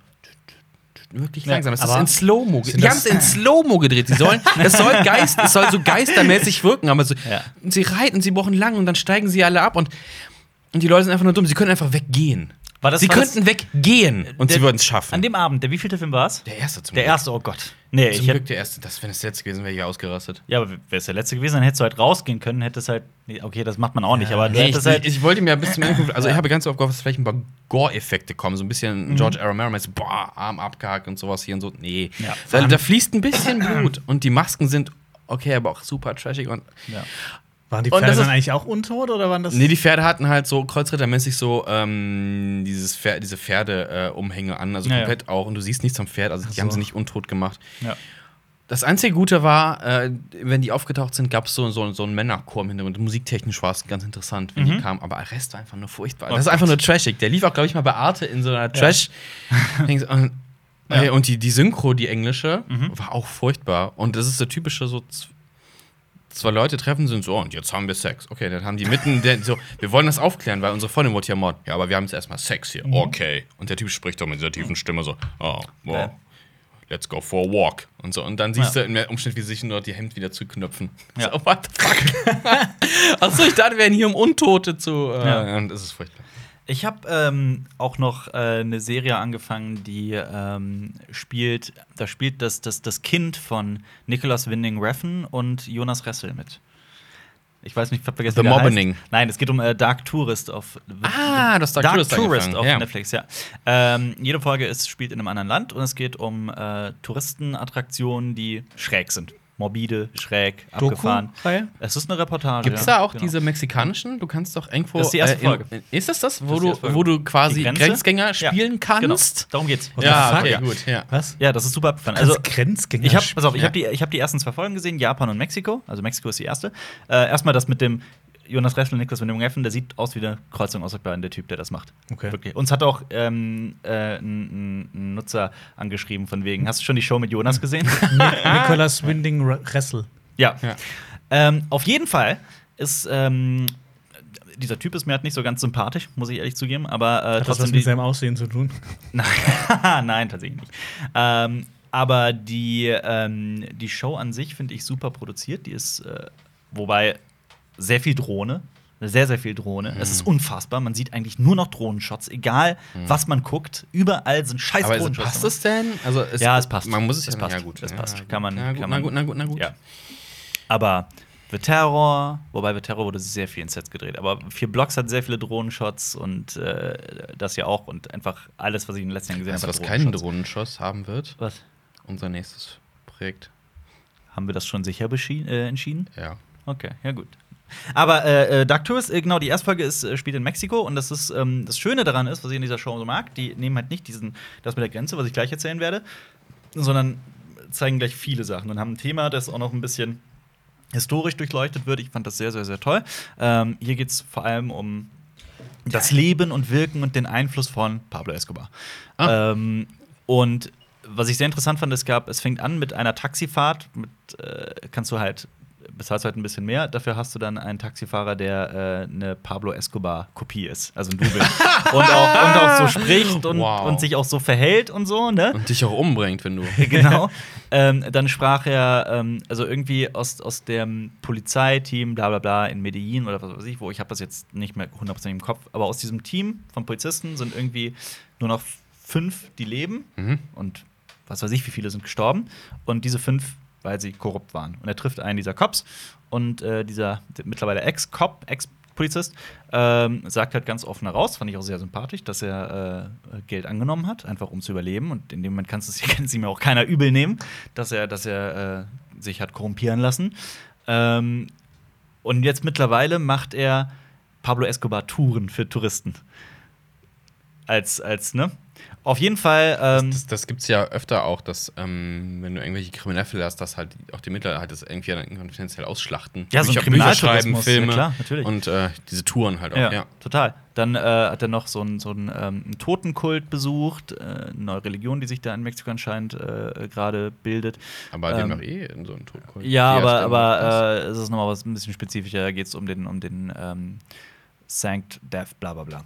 B: Wirklich
A: Ja,
B: langsam. Das ist
A: aber
B: in Slow-Mo. ge-
C: sind
B: Die haben
C: das-
B: es in Slow-Mo gedreht. Sie sollen, es soll Geist, es soll so geistermäßig wirken, aber so,
A: Ja.
B: sie reiten, sie brauchen lang und dann steigen sie alle ab und, und die Leute sind einfach nur dumm. Sie können einfach weggehen.
A: War das-
B: sie
A: war das-
B: könnten weggehen und
A: Der-
B: sie würden es
A: An
B: schaffen.
A: dem Abend, der wievielte Film war es?
B: Der erste zum
A: Der
B: Glück.
A: erste, oh Gott. Nee,
B: Zum
A: ich hätte.
B: Glück der erste. Das, wenn es jetzt gewesen wäre, ich ausgerastet.
A: Ja, aber wäre es der letzte gewesen, dann hättest du halt rausgehen können, hättest halt. Nee, okay, das macht man auch nicht, aber du
B: Nee, ich,
A: hättest halt.
B: ich, ich wollte mir ja bis zum Ende gucken. Also, ich habe ganz oft gehofft, dass vielleicht ein paar Gore-Effekte kommen. So ein bisschen
A: Mhm.
B: George R. R. Romero so, boah, Arm abgehakt und sowas hier und so. Nee.
A: Ja.
B: Da, da fließt ein bisschen Blut und die Masken sind okay, aber auch super trashig. Und,
A: ja.
C: waren die
B: und
C: Pferde
B: das
C: dann
B: ist-
C: eigentlich auch untot oder waren das
B: nee, die Pferde hatten halt so kreuzrittermäßig so ähm, dieses Pfer- diese Pferde-Umhänge an, also
A: Ja, ja.
B: komplett auch. Und du siehst nichts am Pferd, also die
C: so.
B: haben sie nicht untot gemacht.
A: Ja.
B: Das einzige Gute war, äh, wenn die aufgetaucht sind, gab es so, so, so einen Männerchor im Hintergrund. Musiktechnisch war es ganz interessant, wenn die kamen, aber der Rest war einfach nur furchtbar. das ist einfach nur trashig. Der lief auch, glaube ich, mal bei Arte in so einer Trash. Dings. und äh, und die, die Synchro, die englische, war auch furchtbar. Und das ist so typische so. z- Zwei Leute treffen sind so, "Oh, und jetzt haben wir Sex. Okay, dann haben die mitten, der, so, wir wollen das aufklären, weil unsere Freundin wurde ja mord. Ja, aber wir haben jetzt erstmal Sex hier. Okay. Und der Typ spricht doch mit dieser tiefen Stimme so, oh, wow. Let's go for a walk und so. Und dann siehst du in der Umschnitt, wie sie sich nur die Hemd wieder zuknöpfen.
A: Ja.
B: So, what the fuck? Achso, ich dachte, wir wären hier um Untote zu. Äh,
A: Ja.
B: Und das ist furchtbar.
A: Ich habe ähm, auch noch äh, eine Serie angefangen, die ähm, spielt, da spielt das, das, das Kind von Nicholas Winding Refn und Jonas Ressel mit. Ich weiß nicht, ich hab vergessen,
B: The
A: wie der
B: Mobbening.
A: Heißt. Nein, es geht um äh, Dark Tourist auf
B: Ah, das Dark Tourist angefangen,
A: auf
B: ja.
A: Netflix, ja. Ähm, jede Folge ist, spielt in einem anderen Land und es geht um äh, Touristenattraktionen, die schräg sind. Morbide, schräg, abgefahren.
C: Doku-Reihe?
A: Es ist eine Reportage.
B: Gibt es
A: ja,
B: da auch
A: genau.
B: diese mexikanischen? Du kannst doch irgendwo. äh,
A: Das ist die erste
B: in-
A: Folge.
B: in- ist das das,
A: Das
B: wo,
A: ist die erste
B: du,
A: Folge.
B: wo du quasi
A: Die Grenze?
B: Grenzgänger
A: Ja,
B: spielen
A: Genau.
B: kannst?
A: Darum geht's.
C: What the fuck?
B: gut. Ja.
C: Was?
A: Ja, das ist super abgefahren.
C: Also
A: Also,
C: Grenzgänger.
A: ich habe pass auf, ich
B: Ja.
A: hab die, ich hab die ersten zwei Folgen gesehen, Japan und Mexiko. Also Mexiko ist die erste. Äh, erstmal das mit dem Jonas Ressel und Niklas mit dem Reffen, der sieht aus wie eine Kreuzung aus Bayern, der Typ, der das macht.
C: Okay.
A: Wirklich. Uns hat auch ähm, äh, ein, ein- ein Nutzer angeschrieben von wegen, hast du schon die Show mit Jonas gesehen?
C: Nicholas Winding Re- Ressel.
A: ja.
B: Ja.
A: Ähm, auf jeden Fall ist ähm, dieser Typ ist mir halt nicht so ganz sympathisch, muss ich ehrlich zugeben, aber äh,
C: Hat das
A: trotzdem.
C: was mit
A: die-
C: seinem Aussehen zu tun?
A: Nein, nein, tatsächlich nicht. Ähm, aber die, ähm, die Show an sich finde ich super produziert. Die ist, äh, wobei, sehr viel Drohne. Sehr, sehr viel Drohne. Es
B: Mhm.
A: ist unfassbar. Man sieht eigentlich nur noch Drohnenshots, egal was man guckt. Überall sind scheiß
B: Aber
A: Drohnenshots.
B: passt es denn? Also
A: Ja, es passt.
B: Man muss es
A: Es
B: ja
A: passt.
B: Ja, gut.
A: Es
B: ja,
A: passt.
B: gut.
A: Kann man-
B: Na gut,
A: kann
B: na
A: man-
B: gut, na gut, na gut.
A: Ja. Aber The Terror, wobei The Terror wurde sehr viel ins Set gedreht, aber vier Blocks hat sehr viele Drohnenshots und äh, das ja auch und einfach alles, was ich in den letzten Jahren gesehen
B: Weißt du,
A: habe.
B: Also was keinen
A: Drohnenshots.
B: Drohnenschuss haben wird?
A: Was?
B: Unser nächstes Projekt.
A: Haben wir das schon sicher beschi- äh, entschieden?
B: Ja.
A: Okay, ja gut. Aber äh, äh, Darktours, äh, genau, die Erstfolge ist, äh, spielt in Mexiko und das ist ähm, das Schöne daran ist, was ich in dieser Show so mag, die nehmen halt nicht diesen, das mit der Grenze, was ich gleich erzählen werde, sondern zeigen gleich viele Sachen und haben ein Thema, das auch noch ein bisschen historisch durchleuchtet wird. Ich fand das sehr, sehr, sehr toll. Ähm, hier geht es vor allem um das Leben und Wirken und den Einfluss von Pablo Escobar.
B: Ah.
A: Ähm, und was ich sehr interessant fand, es gab, es fängt an mit einer Taxifahrt, mit, äh, kannst du halt, bezahlst halt ein bisschen mehr, dafür hast du dann einen Taxifahrer, der äh, eine Pablo Escobar-Kopie ist, also ein Double. und, auch, und auch so spricht und,
B: Wow.
A: und sich auch so verhält und so, ne?
B: Und dich auch umbringt, wenn du.
A: genau. ähm, dann sprach er, ähm, also irgendwie aus, aus dem Polizeiteam, bla bla bla, in Medellin oder was weiß ich, wo ich habe das jetzt nicht mehr hundertprozentig im Kopf, aber aus diesem Team von Polizisten sind irgendwie nur noch fünf, die leben
B: Mhm.
A: und was weiß ich, wie viele sind gestorben. Und diese fünf, weil sie korrupt waren. Und er trifft einen dieser Cops und äh, dieser der mittlerweile Ex-Cop, Ex-Polizist, ähm, sagt halt ganz offen heraus, fand ich auch sehr sympathisch, dass er äh, Geld angenommen hat, einfach um zu überleben. Und in dem Moment kannst es kann's ihm ja auch keiner übel nehmen, dass er, dass er äh, sich hat korrumpieren lassen. Ähm, und jetzt mittlerweile macht er Pablo Escobar Touren für Touristen. Als, als, ne? Auf jeden Fall. Ähm,
B: Das, das gibt es ja öfter auch, dass, ähm, wenn du irgendwelche Kriminalfälle hast, dass halt auch die Mittler halt das irgendwie dann irgendwann finanziell ausschlachten.
A: Ja, so ein
B: Bücher- Bücher schreiben,
A: Kriminaltourismus,
B: Filme.
A: ja klar, natürlich.
B: Und äh, diese Touren halt auch,
A: Ja,
B: ja.
A: total. Dann äh, hat er noch so einen so einen, ähm, einen Totenkult besucht, äh, eine neue Religion, die sich da in Mexiko anscheinend äh, gerade bildet.
B: Aber
A: Ähm,
B: den noch eh in so einen Totkult.
A: Ja,
B: Die
A: aber,
B: erst irgendwann-
A: aber äh, es ist nochmal was ein bisschen spezifischer. Da geht es um den, um den ähm, Sankt Death, bla bla bla.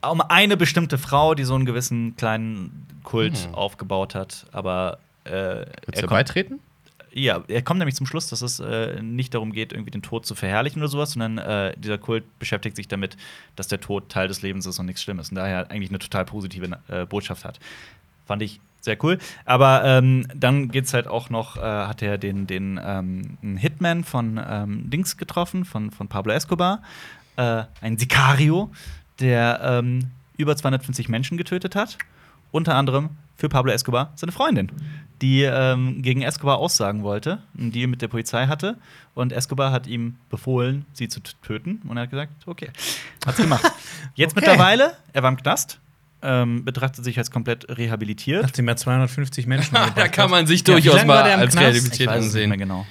A: Um eine bestimmte Frau, die so einen gewissen kleinen Kult
B: Hm.
A: aufgebaut hat, aber äh,
B: Willst du
A: kommt-
B: beitreten?
A: Ja, er kommt nämlich zum Schluss, dass es äh, nicht darum geht, irgendwie den Tod zu verherrlichen oder sowas, sondern äh, dieser Kult beschäftigt sich damit, dass der Tod Teil des Lebens ist und nichts Schlimmes. Und daher eigentlich eine total positive äh, Botschaft hat. Fand ich sehr cool. Aber ähm, dann geht's halt auch noch, äh, hat er den, den ähm, einen Hitman von ähm, Dings getroffen, von, von Pablo Escobar, äh, ein Sicario, der ähm, über 250 Menschen getötet hat. Unter anderem für Pablo Escobar seine Freundin, die ähm, gegen Escobar aussagen wollte, einen Deal mit der Polizei hatte. Und Escobar hat ihm befohlen, sie zu t- töten. Und er hat gesagt, okay, hat's gemacht. Jetzt
C: Okay.
A: mittlerweile, er war im Knast, ähm, betrachtet sich als komplett rehabilitiert.
C: Nachdem er 250 Menschen umgebracht
B: Da kann
C: hat.
B: man sich
C: Ja, wie
B: durchaus
C: lange war
B: mal
C: der im
B: als
C: Knast?
B: Realität
A: es nicht mehr
B: ansehen.
A: genau.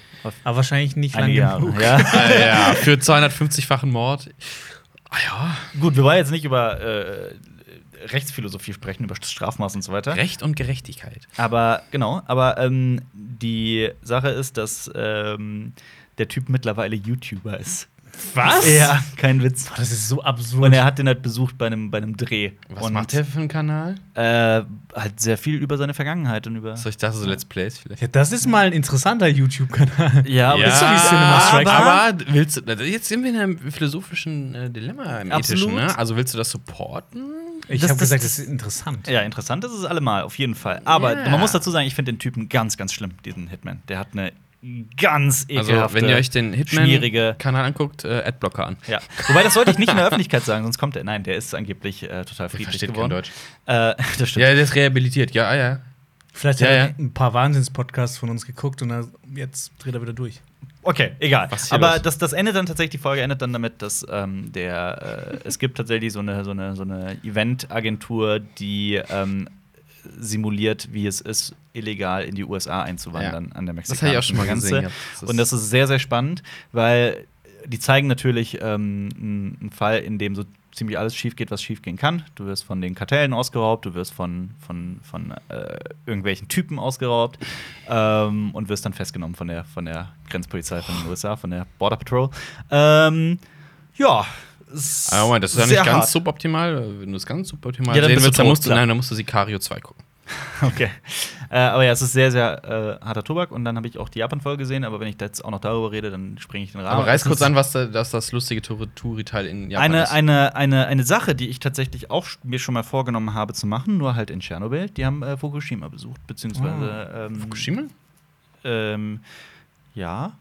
C: Aber wahrscheinlich nicht lange
A: Einige Jahre.
C: genug.
A: Ja.
B: Ah, ja, für 250-fachen Mord. Ah ja.
A: Gut, wir wollen jetzt nicht über äh, Rechtsphilosophie sprechen, über Strafmaß und so weiter.
B: Recht und Gerechtigkeit.
A: Aber genau, aber ähm, die Sache ist, dass ähm, der Typ mittlerweile YouTuber ist.
C: Was? Oh,
A: Ja, kein Witz.
C: Das ist so absurd.
A: Und er hat den halt besucht bei einem, bei einem Dreh.
B: Was
A: und,
B: macht der für einen Kanal?
A: Äh, halt sehr viel über seine Vergangenheit und über.
B: So, ich dachte so Let's Plays vielleicht.
C: ja, das ist mal ein interessanter YouTube-Kanal.
A: Ja,
C: ist so wie Cinema Strikes
A: aber,
B: aber willst du, also jetzt sind wir in einem philosophischen äh, Dilemma im
A: Absolut.
B: ethischen, ne? Also willst du das supporten?
C: Ich
A: Das-
C: habe
A: das-
C: gesagt, das ist interessant.
A: Ja, interessant ist es allemal, auf jeden Fall. Aber
B: Ja.
A: man muss dazu sagen, ich finde den Typen ganz, ganz schlimm, diesen Hitman. Der hat eine ganz ekelhafte.
B: Also, wenn ihr euch den
A: schwierige-
B: Hitman-Kanal anguckt, äh, Adblocker an.
A: Ja. Wobei, das sollte ich nicht in der Öffentlichkeit sagen, sonst kommt er. Nein, der ist angeblich äh, total friedlich
B: Versteht kein
A: geworden.
B: Deutsch.
A: Äh, das stimmt.
B: Ja, der ist rehabilitiert. Ja, ah, ja.
C: Vielleicht
B: Ja,
C: hat er
B: ja.
C: ein paar Wahnsinns-Podcasts von uns geguckt und er- jetzt dreht er wieder durch.
A: Okay, egal.
B: Was ist hier
A: Aber
B: los?
A: das, das endet dann tatsächlich, die Folge endet dann damit, dass ähm, der, äh, es gibt tatsächlich so eine, so eine, so eine Eventagentur, die ähm, simuliert, wie es ist, illegal in die USA einzuwandern an der
B: Das habe ich auch schon
A: mexikanischen
B: mal
A: Grenze.
B: gesehen. ja.
A: Und das ist sehr, sehr spannend, weil die zeigen natürlich ähm, n- einen Fall, in dem so ziemlich alles schief geht, was schief gehen kann. Du wirst von den Kartellen ausgeraubt, du wirst von, von, von äh, irgendwelchen Typen ausgeraubt ähm, und wirst dann festgenommen von der, von der Grenzpolizei von den USA, von der Border Patrol. Ähm, Ja.
B: Aber Ah, Moment, das ist ja nicht ganz suboptimal. Wenn du es ganz suboptimal
A: Ja, dann
B: sehen
A: bist du
B: willst, dann
A: tot,
B: musst du,
A: klar.
B: nein, dann musst du Sicario 2 gucken.
A: Okay. Äh, aber ja, es ist sehr, sehr äh, harter Tobak. Und dann habe ich auch die Japan-Folge gesehen. Aber wenn ich da jetzt auch noch darüber rede, dann springe ich den Rahmen.
B: Aber reiß
A: Das
B: kurz
A: ist
B: an, was da, dass das lustige Touri-Teil in Japan
A: Eine,
B: ist.
A: eine, eine, eine Sache, die ich tatsächlich auch sch- mir schon mal vorgenommen habe zu machen, nur halt in Tschernobyl, die haben äh, Fukushima besucht, beziehungsweise ähm,
B: Ah. Fukushima? Äh,
A: Ähm, ja.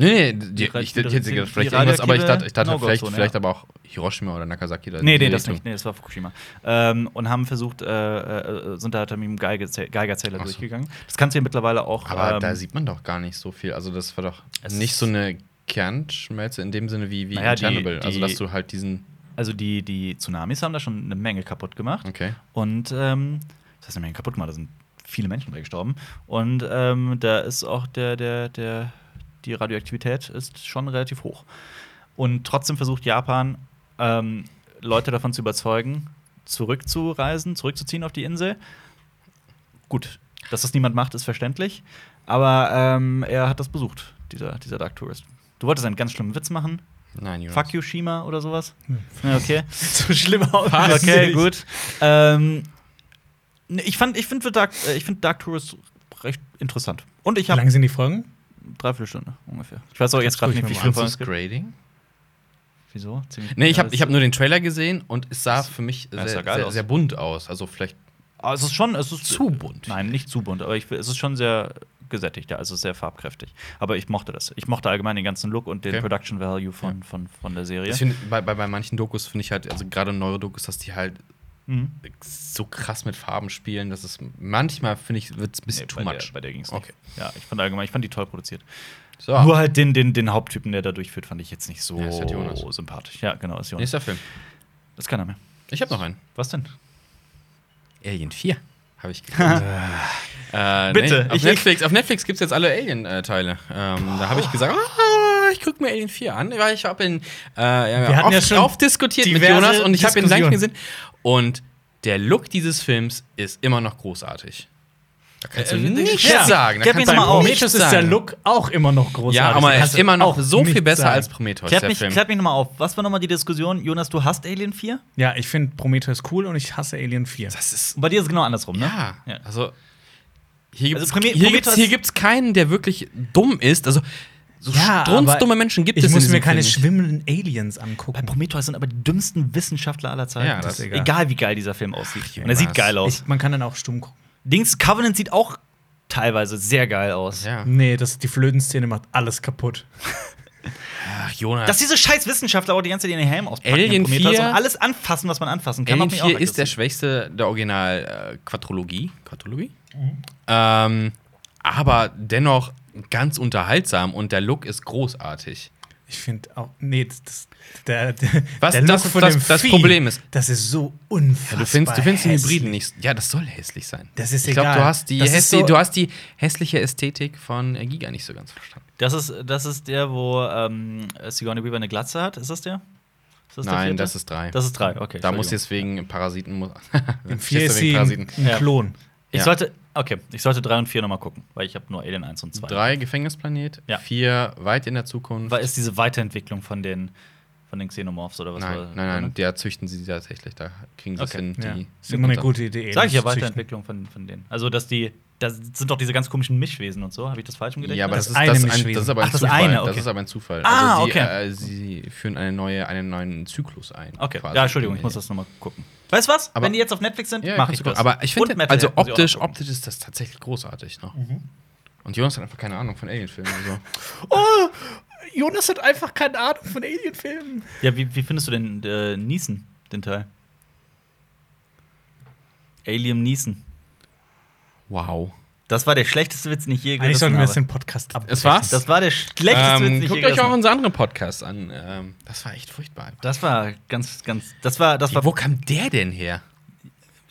B: Nee, nee, die,
A: Die-
B: ich,
A: die-
B: ich hätte
A: die-
B: gedacht,
A: die
B: vielleicht irgendwas, aber ich dachte, ich dachte
A: radioaktive
B: vielleicht,
A: No-Go-Zone,
B: vielleicht aber auch Hiroshima oder Nagasaki. Oder in
A: Nee,
B: die
A: nee, das
B: Richtung.
A: nicht. Nee, das war Fukushima. Ähm, und haben versucht, äh, äh, äh, sind da halt mit dem Geigezäh- Geigerzähler
B: Ach so.
A: durchgegangen. Das kannst du ja mittlerweile auch.
B: Aber
A: ähm,
B: da sieht man doch gar nicht so viel. Also, das war doch
A: Es
B: nicht
A: ist-
B: so eine Kernschmelze in dem Sinne wie, wie
A: Naja,
B: in
A: die-
B: Tschernobyl. Also,
A: die-
B: dass du halt diesen.
A: also die, die Tsunamis haben da schon eine Menge kaputt gemacht.
B: Okay.
A: Und ähm, das heißt eine Menge kaputt gemacht, da sind viele Menschen bei gestorben. Und ähm, da ist auch der, der, der, die Radioaktivität ist schon relativ hoch. Und trotzdem versucht Japan, ähm, Leute davon zu überzeugen, zurückzureisen, zurückzuziehen auf die Insel. Gut, dass das niemand macht, ist verständlich. Aber ähm, er hat das besucht, dieser, dieser Dark Tourist. Du wolltest einen ganz schlimmen Witz machen.
B: Nein, Jonas.
A: Fuck Yoshima oder sowas. Ja, okay.
C: so schlimm aus.
A: Okay, gut. Ähm, ne, ich fand, ich finde Dark, äh, ich find Dark Tourist recht interessant. Und ich
C: Wie
A: habe
C: lang sind die Folgen?
A: dreiviertel Stunde ungefähr. Ich weiß auch jetzt
C: Das
A: gerade
C: guck ich
A: nicht, wie
C: mir
A: viel von
C: mal
B: Francis Grading?
A: Wieso? Ziemlich
B: Nee, ich habe
A: Ja,
B: ich hab nur den Trailer gesehen und es sah für mich
A: Ja,
B: sehr,
A: es sah geil
B: sehr,
A: aus.
B: sehr bunt aus. Also, vielleicht
A: aber Ah, es ist schon, es ist
B: zu bunt.
A: Nein, nicht zu bunt, aber ich, es ist schon sehr gesättigt, ja, also sehr farbkräftig. Aber ich mochte das. Ich mochte allgemein den ganzen Look und den
B: Okay.
A: Production Value von, von, von der Serie.
B: Ich find, bei, bei, bei manchen Dokus finde ich halt, also gerade neuere Dokus, dass die halt
A: Mhm.
B: so krass mit Farben spielen, dass es manchmal, finde ich, wird es ein bisschen too
A: bei
B: much.
A: Der, bei der ging's
B: Okay.
A: nicht. Ja, ich fand allgemein, ich fand die toll produziert.
B: So,
A: Nur halt den, den, den Haupttypen, der da durchführt, fand ich jetzt nicht so
B: Ja, ist halt Jonas.
A: sympathisch. Ja, genau, ist Jonas.
B: nächster Film.
A: Das ist keiner mehr.
B: Ich habe noch einen.
A: Was denn?
B: Alien 4 habe ich geguckt. äh,
A: Bitte,
B: Nee, auf,
A: ich-
B: Netflix, auf Netflix gibt es jetzt alle Alien-Teile. ähm, da habe ich gesagt, ah, ich gucke mir Alien 4 an, weil ich habe ihn äh, ja,
C: Wir hatten
B: oft,
C: ja schon
B: oft diskutiert mit
C: diverse
B: Jonas und ich habe ihn lang gesehen.
C: Diskussionen.
B: Und der Look dieses Films ist immer noch großartig. Da kannst
C: Äh,
B: nichts
C: ja.
B: sagen. Da
A: Gib mir jetzt
B: kannst du
A: mal auf.
B: nichts
C: Prometheus ist der
B: sagen.
C: Look auch immer noch großartig.
B: Ja, aber er
C: Kannst
B: ist
C: du
B: immer noch
C: auch
B: so viel
C: nicht
B: besser
C: sagen.
B: als Prometheus,
A: Klärt
B: der
A: mich,
B: Film.
A: klärt mich nochmal auf. Was war nochmal die Diskussion? Jonas, du hast Alien 4?
C: Ja, ich finde Prometheus cool und ich hasse Alien 4.
B: das ist
A: Und bei dir ist es genau andersrum, ne?
B: Ja, also hier gibt
A: Also
B: es
A: Prome-
B: hier gibt's,
A: Prometheus-
B: hier gibt's keinen, der wirklich dumm ist. Also so
C: Ja,
B: strunzdumme
C: aber
B: Menschen gibt
C: Ich
B: es
C: muss
B: in
C: mir
B: diesem
C: keine
B: Film
C: schwimmenden Aliens
A: Bei
C: angucken.
A: Prometheus sind aber die dümmsten Wissenschaftler aller Zeiten.
B: Ja, das
A: ist
B: ist
A: egal.
C: egal.
A: wie geil dieser Film aussieht.
B: Ach,
A: Und er sieht
B: Jonas.
A: geil aus.
C: Ich, man kann dann auch stumm gucken.
A: Dings Covenant sieht auch teilweise sehr geil aus.
B: nicht. Ja.
C: Nee, das, die Flötenszene macht alles kaputt.
B: Ach, Jonas.
A: Dass diese scheiß Wissenschaftler auch die ganze Zeit ihren Helm auspacken in
B: Alien
A: Prometheus
B: 4
A: und alles anfassen, was man anfassen kann.
B: Alien
A: macht mich auch
B: 4 ist der
A: aggressiv.
B: schwächste der Original-Quadrologie. Quadrologie? Ähm, aber dennoch ganz unterhaltsam und der Look ist großartig.
C: Ich finde auch. Nee, das- das, der, der,
B: Was-
C: der
B: das ist das- das
C: Vieh,
B: Problem ist.
C: Das ist so unfassbar.
B: Du findest, du findest den
C: hässlich.
B: Hybriden nicht. Ja, das soll hässlich sein.
C: Das ist
B: ich glaub,
C: egal.
B: du hast die
C: Das ist
B: hässli-
C: so-
B: du hast die hässliche Ästhetik von äh, Giga nicht so ganz verstanden.
A: Das ist, das ist der, wo ähm, Sigourney Weaver eine Glatze hat. Ist das der? Ist das der
B: Nein,
A: vierte?
B: das ist drei.
A: Das ist drei, okay.
B: da muss
A: Entschuldigung.
B: jetzt wegen Parasiten. muss-
C: Im
B: Stehst du
C: 4 ist sie
B: wegen
C: ein, ein
A: Ja.
C: Klon.
A: Ich
B: Ja.
A: sollte, okay, ich sollte drei und vier nochmal gucken, weil ich habe nur Alien 1 und 2.
B: Drei Gefängnisplanet,
A: Ja.
B: vier weit in der Zukunft.
A: War, ist diese Weiterentwicklung von den, von den Xenomorphs oder was?
B: nein,
A: war,
B: nein, nein, der züchten sie tatsächlich. Da kriegen sie es
A: Okay.
B: hin.
C: Ja.
B: die-
C: Ist immer eine
B: die-
C: gute Idee.
A: Sag ich ja,
C: das zu züchten.
A: Weiterentwicklung von, von denen. Also, dass die, das sind doch diese ganz komischen Mischwesen und so. Habe ich das falsch im Gedächtnis?
B: Ja, aber das,
C: Das
B: ist,
C: eine
B: das, ist ein,
C: Mischwesen.
B: das ist aber ein
A: Ach, das
B: Zufall.
A: eine,
B: Das
A: okay.
B: ist aber ein Zufall.
A: Ah,
B: also die,
A: okay.
B: Äh, sie führen eine neue, einen neuen Zyklus ein.
A: Okay,
B: quasi.
A: ja, Entschuldigung, ich muss das nochmal gucken. Weißt du was?
B: Aber-
A: Wenn die jetzt auf Netflix sind,
B: Ja,
A: mache ich
B: kannst du
A: das.
B: gucken. Aber ich
A: Und
B: finde,
A: Metalhead muss ich
B: also
A: auch noch
B: optisch,
A: gucken.
B: optisch ist das tatsächlich großartig noch. Und Jonas hat einfach keine Ahnung von Alien-Filmen. Also. Oh,
C: Jonas hat einfach keine Ahnung von Alien-Filmen.
A: Ja, wie, wie findest du denn äh, Neeson, den Teil? Alien Neeson.
B: Wow.
A: Das war der schlechteste Witz, den ich je
C: Eigentlich
A: gerissen
C: sollten wir jetzt
A: habe.
C: den Podcast ab.
B: Es war's?
A: Das war der schlechteste Witz, den
B: Ähm,
A: ich je
B: guckt euch
A: gerissen
B: auch
A: habe.
B: unsere anderen Podcasts an. Ähm, das war echt furchtbar.
A: Das war ganz, ganz. Das war, das
B: Die-
A: war.
B: Wo kam der denn her?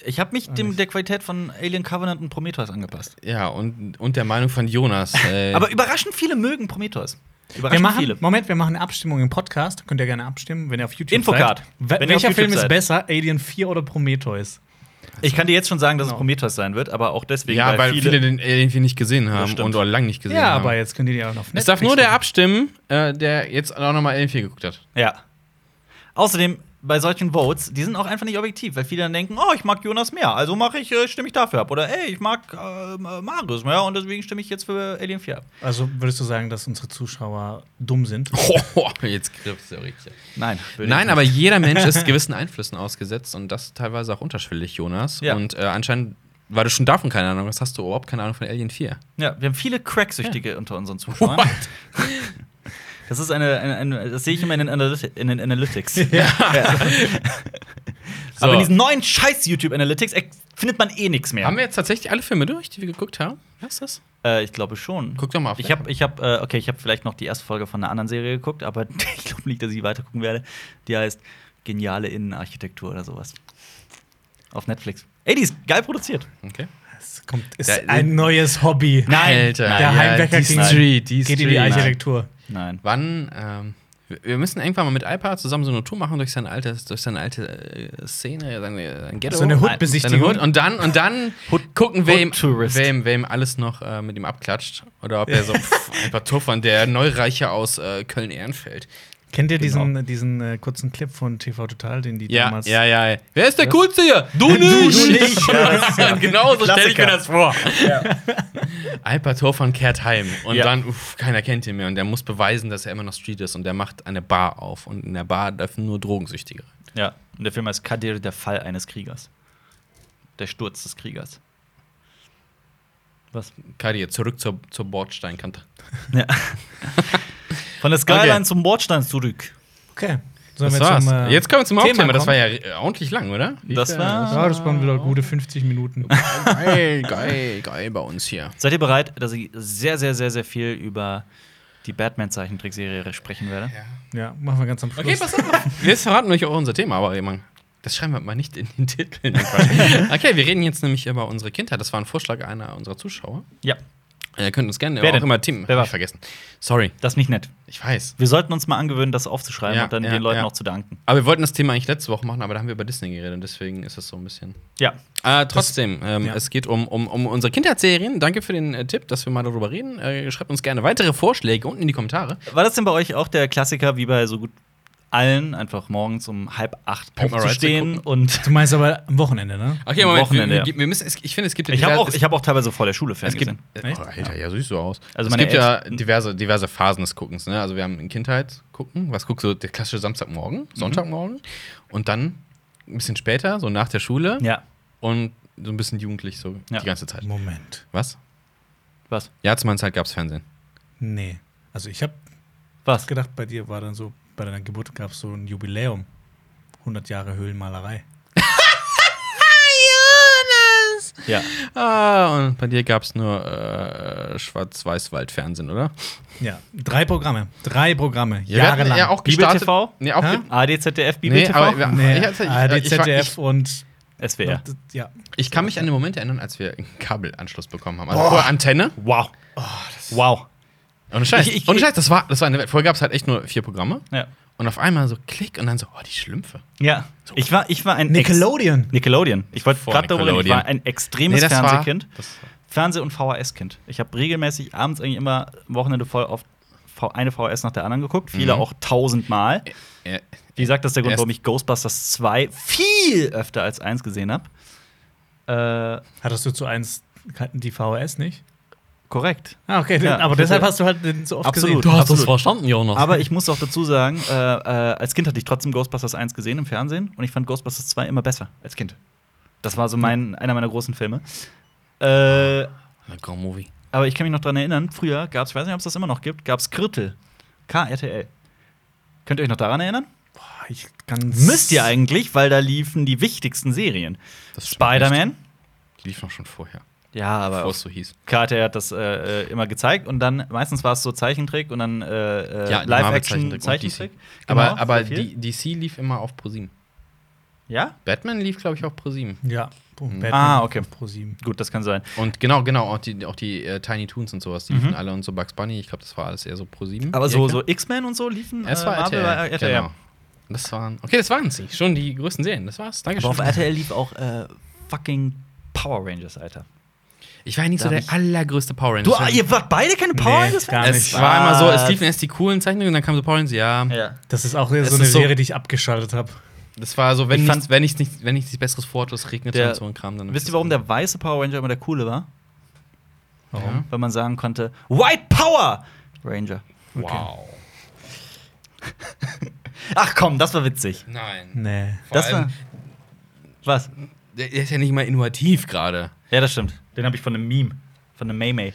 A: Ich habe
C: Ah,
A: mich dem, der Qualität von Alien Covenant und Prometheus angepasst.
B: Ja, und, und der Meinung von Jonas. Äh,
A: Aber überraschend viele mögen Prometheus.
C: Wir
A: Überraschend
C: machen,
A: viele.
C: Moment, wir machen eine Abstimmung im Podcast. Könnt ihr gerne abstimmen, wenn ihr auf YouTube
A: Infocard.
C: seid.
A: Wenn ihr
C: We
A: auf
C: welcher
A: YouTube
C: Film
A: seid.
C: ist besser, Alien 4 oder Prometheus?
A: Ich kann dir jetzt schon sagen, dass es
C: Genau.
A: Prometheus sein wird, aber auch deswegen,
B: ja, weil viele, den Alien viel nicht gesehen haben
A: stimmt.
B: und oder lang nicht gesehen
C: Ja,
B: haben.
C: aber jetzt könnt ihr die auch noch.
B: es darf nur der abstimmen, äh, der jetzt auch nochmal Alien 4 geguckt hat.
A: Ja. Außerdem, bei solchen Votes, die sind auch einfach nicht objektiv, weil viele dann denken, oh, ich mag Jonas mehr, also mache ich, äh, stimme ich dafür ab. Oder ey, ich mag äh, Marius mehr und deswegen stimme ich jetzt für Alien 4 ab.
C: Also würdest du sagen, dass unsere Zuschauer dumm sind?
B: Hoho, jetzt griffst du richtig.
A: Nein. würde
B: Nein,
A: ich
B: aber jeder Mensch ist gewissen Einflüssen ausgesetzt und das teilweise auch unterschwellig, Jonas.
A: Ja.
B: Und äh, anscheinend, weil du schon davon keine Ahnung hast, hast du überhaupt keine Ahnung von Alien 4.
A: nicht. Ja, wir haben viele Cracksüchtige unter unseren Zuschauern. Das ist eine, eine, eine das sehe ich immer in den, Analyt in den Analytics.
B: So.
A: Aber in diesen neuen Scheiß YouTube Analytics äh, findet man eh nichts mehr.
B: Haben wir jetzt tatsächlich alle Filme durch, die wir geguckt haben? Was ist das?
A: Äh, ich glaube schon.
B: Guck doch mal auf
A: Ich
B: der-
A: habe, ich hab, äh, okay, ich habe vielleicht noch die erste Folge von einer anderen Serie geguckt, aber ich glaube nicht, dass ich weiter gucken werde. Die heißt Geniale Innenarchitektur oder sowas. Auf Netflix. Ey, die ist geil produziert.
B: Okay.
C: Es kommt, ist
B: Da-
C: ein neues Hobby.
A: Nein,
B: Alter,
C: der Heimwecker
B: die
C: King
B: Street, die
C: Geht in
B: Street.
C: die Architektur.
A: Nein.
B: Wann, ähm, wir- wir müssen irgendwann mal mit iPad zusammen so eine Tour machen durch seine alte, durch seine alte äh, Szene, seine, sein Ghetto.
C: So eine
B: Seine Hood.
C: Hood-Besichtigung.
B: Und dann, und dann gucken, wem,
A: Hood-Tourist.
B: wem, wem alles noch äh, mit ihm abklatscht. Oder ob er so pff, ein paar Tuffern, der Neureiche aus äh, Köln-Ehrenfeld.
C: Kennt ihr
A: Genau.
C: diesen, diesen äh, kurzen Clip von TV Total, den die
B: Ja,
C: damals.
B: ja, ja, ja. Wer ist der Coolste hier? Du nicht!
A: nicht. Ja, das ist ja ein
B: genau so stelle ich
A: Klassiker.
B: mir das vor. Alpert Hofmann kehrt heim und
A: Ja.
B: dann, uff, keiner kennt ihn mehr und der muss beweisen, dass er immer noch Street ist und der macht eine Bar auf und in der Bar dürfen nur Drogensüchtige. rein.
A: Ja, und der Film heißt Kadir, der Fall eines Kriegers. Der Sturz des Kriegers. Was?
B: Kadi, jetzt zurück zur, zur Bordsteinkante.
A: Ja. Von der Skyline zum Bordstein zurück.
C: Okay. Sollen
B: Das
C: wir
B: war's.
C: zum, äh,
B: jetzt kommen wir zum Hauptthema. Das war
C: kommen?
B: ja äh, ordentlich lang, oder?
A: Das war.
C: Ja, das waren wieder gute 50 Minuten.
B: geil, geil, geil bei uns hier.
A: Seid ihr bereit, dass ich sehr, sehr, sehr, sehr viel über die Batman-Zeichentrickserie sprechen werde?
C: ja, machen wir ganz am Schluss.
B: Okay, pass auf. Jetzt verraten wir euch auch unser Thema, aber Rehmann, das schreiben wir mal nicht in den Titel. okay, wir reden jetzt nämlich über unsere Kindheit. Das war ein Vorschlag einer unserer Zuschauer. Äh,
A: Ja,
B: Ihr könnt uns gerne
A: Wer
B: auch
A: denn?
B: immer Team.
A: Wer war?
B: ich vergessen. Sorry,
A: das ist nicht nett.
B: ich weiß.
A: Wir sollten uns mal angewöhnen, das aufzuschreiben
B: Ja,
A: und dann
B: ja,
A: den Leuten
B: ja.
A: auch zu danken.
B: Aber wir wollten das Thema eigentlich letzte Woche machen, aber da haben wir über Disney geredet und deswegen ist das so ein bisschen.
A: Ja,
B: Äh, trotzdem, ähm,
C: ja.
B: es geht um, um, um unsere Kindheitsserien. Danke für den äh, Tipp, dass wir mal darüber reden. Äh, schreibt uns gerne weitere Vorschläge unten in die Kommentare.
A: war das denn bei euch auch der Klassiker, wie bei so gut allen, einfach morgens um halb acht
B: Pimp My Ride zu
A: aufzustehen und
C: Du meinst aber am Wochenende, ne?
B: Okay,
A: Am
B: Moment, wir,
A: Wochenende,
B: wir, wir müssen, es, ich finde, es gibt ja
A: ich habe
B: diverse-
A: auch, ich hab auch teilweise vor der Schule
B: es gibt,
A: ferngesehen.
B: äh,
C: Echt?
B: oh, Alter, ja, so siehst du aus.
A: Also
B: es
A: meine
B: gibt ja diverse, diverse Phasen des Guckens. Ne? Also wir haben in Kindheit gucken, was guckst du, der klassische
A: Mhm.
B: Samstagmorgen, Sonntagmorgen und dann ein bisschen später, so nach der Schule
A: Ja,
B: und so ein bisschen jugendlich so
A: Ja.
B: die ganze Zeit.
C: Moment.
B: Was?
A: was?
B: Ja, zu meiner Zeit gab es Fernsehen.
C: Nee. Also ich habe
A: Was?
C: gedacht, bei dir war dann so, bei deiner Geburt gab es so ein Jubiläum. 100 Jahre Höhlenmalerei.
B: Jonas!
A: Ja.
B: Ah, und bei dir gab es nur äh, Schwarz-Weiß-Wald-Fernsehen, oder?
C: Ja, drei Programme. Drei Programme.
B: Ja, wir hatten
C: Jahrelang.
B: Ja, auch
A: Bibel
B: gestartet.
A: TV?
B: Nee, auch
C: Hä?
B: ge-
A: ADZDF, Bibel
B: Nee,
A: TV,
B: aber wir-
C: Nee, äh,
B: Ich
C: ich,
B: hatte- ich-
C: ARD,
B: ich war-
C: ZDF
B: ich-
C: und
A: SWR.
C: ja.
B: Ich kann mich an den Moment erinnern, als wir einen Kabelanschluss bekommen haben. Also vorher Antenne.
A: Wow. Oh, wow.
B: Ohne Scheiß.
A: Ich- ich-
B: Ohne Scheiß, das war, das war eine Welt. Vorher gab es halt echt nur vier Programme.
A: Ja.
B: Und auf einmal so Klick und dann so, oh, die Schlümpfe.
A: ja. Ich war, ich war ein Ex-
C: Nickelodeon.
A: Nickelodeon. Ich wollte
B: Vor
A: gerade darüber reden. Ich
B: Nickelodeon.
A: war ein extremes
B: das war,
A: Fernsehkind.
B: das,
A: Fernseh- und VHS-Kind. Ich habe regelmäßig abends eigentlich immer am Wochenende voll auf V- eine VHS nach der anderen geguckt, viele
B: Mhm.
A: auch tausendmal.
B: äh,
A: Wie gesagt, das ist der Grund,
B: erst-
A: warum ich Ghostbusters 2 viel öfter als 1 gesehen habe. Äh,
C: Hattest du zu eins kannten die VHS nicht?
A: korrekt.
C: Ah, okay,
A: Ja,
C: aber
A: bitte.
C: deshalb hast du halt den so oft
A: Absolut.
C: gesehen.
A: hast das
B: verstanden, Jonas.
A: Aber ich muss auch dazu sagen, äh, äh, als Kind hatte ich trotzdem Ghostbusters 1 gesehen im Fernsehen und ich fand Ghostbusters 2 immer besser als Kind. Das war so mein, einer meiner großen Filme. Äh,
B: Grand Movie.
A: aber ich kann mich noch daran erinnern, früher gab es, ich weiß nicht, ob es das immer noch gibt, gab es Krittel. KRTL. Könnt ihr euch noch daran erinnern?
C: Boah, ich kann
A: Müsst ihr eigentlich, weil da liefen die wichtigsten Serien.
B: Das stimmt
A: Spider-Man.
B: nicht. Die lief noch schon vorher,
A: Ja,
B: bevor
A: aber
B: es so hieß.
A: Karte hat das äh, äh, immer gezeigt und dann meistens war es so Zeichentrick und dann äh, äh,
B: Ja, die
A: Live-Action
B: Marvel-Zeichentrick und
A: Zeichentrick.
B: Aber,
A: Genau,
B: aber
A: sehr viel.
B: die, DC lief immer auf ProSieben.
A: ja,
B: Batman lief, glaube ich, auf ProSieben.
C: Ja. Boom, Batman
A: Ah, okay.
C: Pro 7.
A: gut, das kann sein.
B: Und genau, genau, auch die, auch die äh, Tiny Toons und sowas, die liefen alle und so Bugs Bunny, ich glaube, das war alles eher so ProSieben.
A: Mhm. Aber so, so X-Men und so liefen äh,
B: Es war
A: Marvel
B: RTL.
A: war RTL.
B: Genau. Das waren. Okay, das waren sie. Schon die größten Serien. Das war's.
A: Aber
B: Dankeschön.
A: auf RTL lief auch äh, fucking Power Rangers, Alter.
B: Ich war ja nicht so
A: Da
B: der
A: hab ich-
B: allergrößte Power Ranger.
A: Du, ihr wart beide keine Power
C: Nee,
A: Rangers?
C: gar
B: es
C: nicht.
B: war immer so, es
A: Was?
B: liefen erst die coolen Zeichnungen und dann kam so Power Rangers, ja.
A: Ja.
C: Das ist auch so
B: Es
C: eine
B: ist so-
C: Serie, die ich abgeschaltet habe.
B: Das war so, wenn
A: Ich
B: ich
A: fand-
B: wenn ich nicht, wenn ich nichts besseres vorhatte, es regnet
A: Der-
B: und so ein Kram, dann.
A: Wisst ihr, warum der weiße Power Ranger immer der coole war?
B: Warum?
A: Weil man sagen konnte, White Power Ranger.
B: Wow.
A: Ach komm, das war witzig.
B: Nein.
C: Nee.
B: Vor
A: Hm. das
B: allem,
A: war. Was?
B: der, der ist ja nicht mal innovativ gerade.
A: Ja, das stimmt. Den habe ich von einem Meme. Von einem Maymay.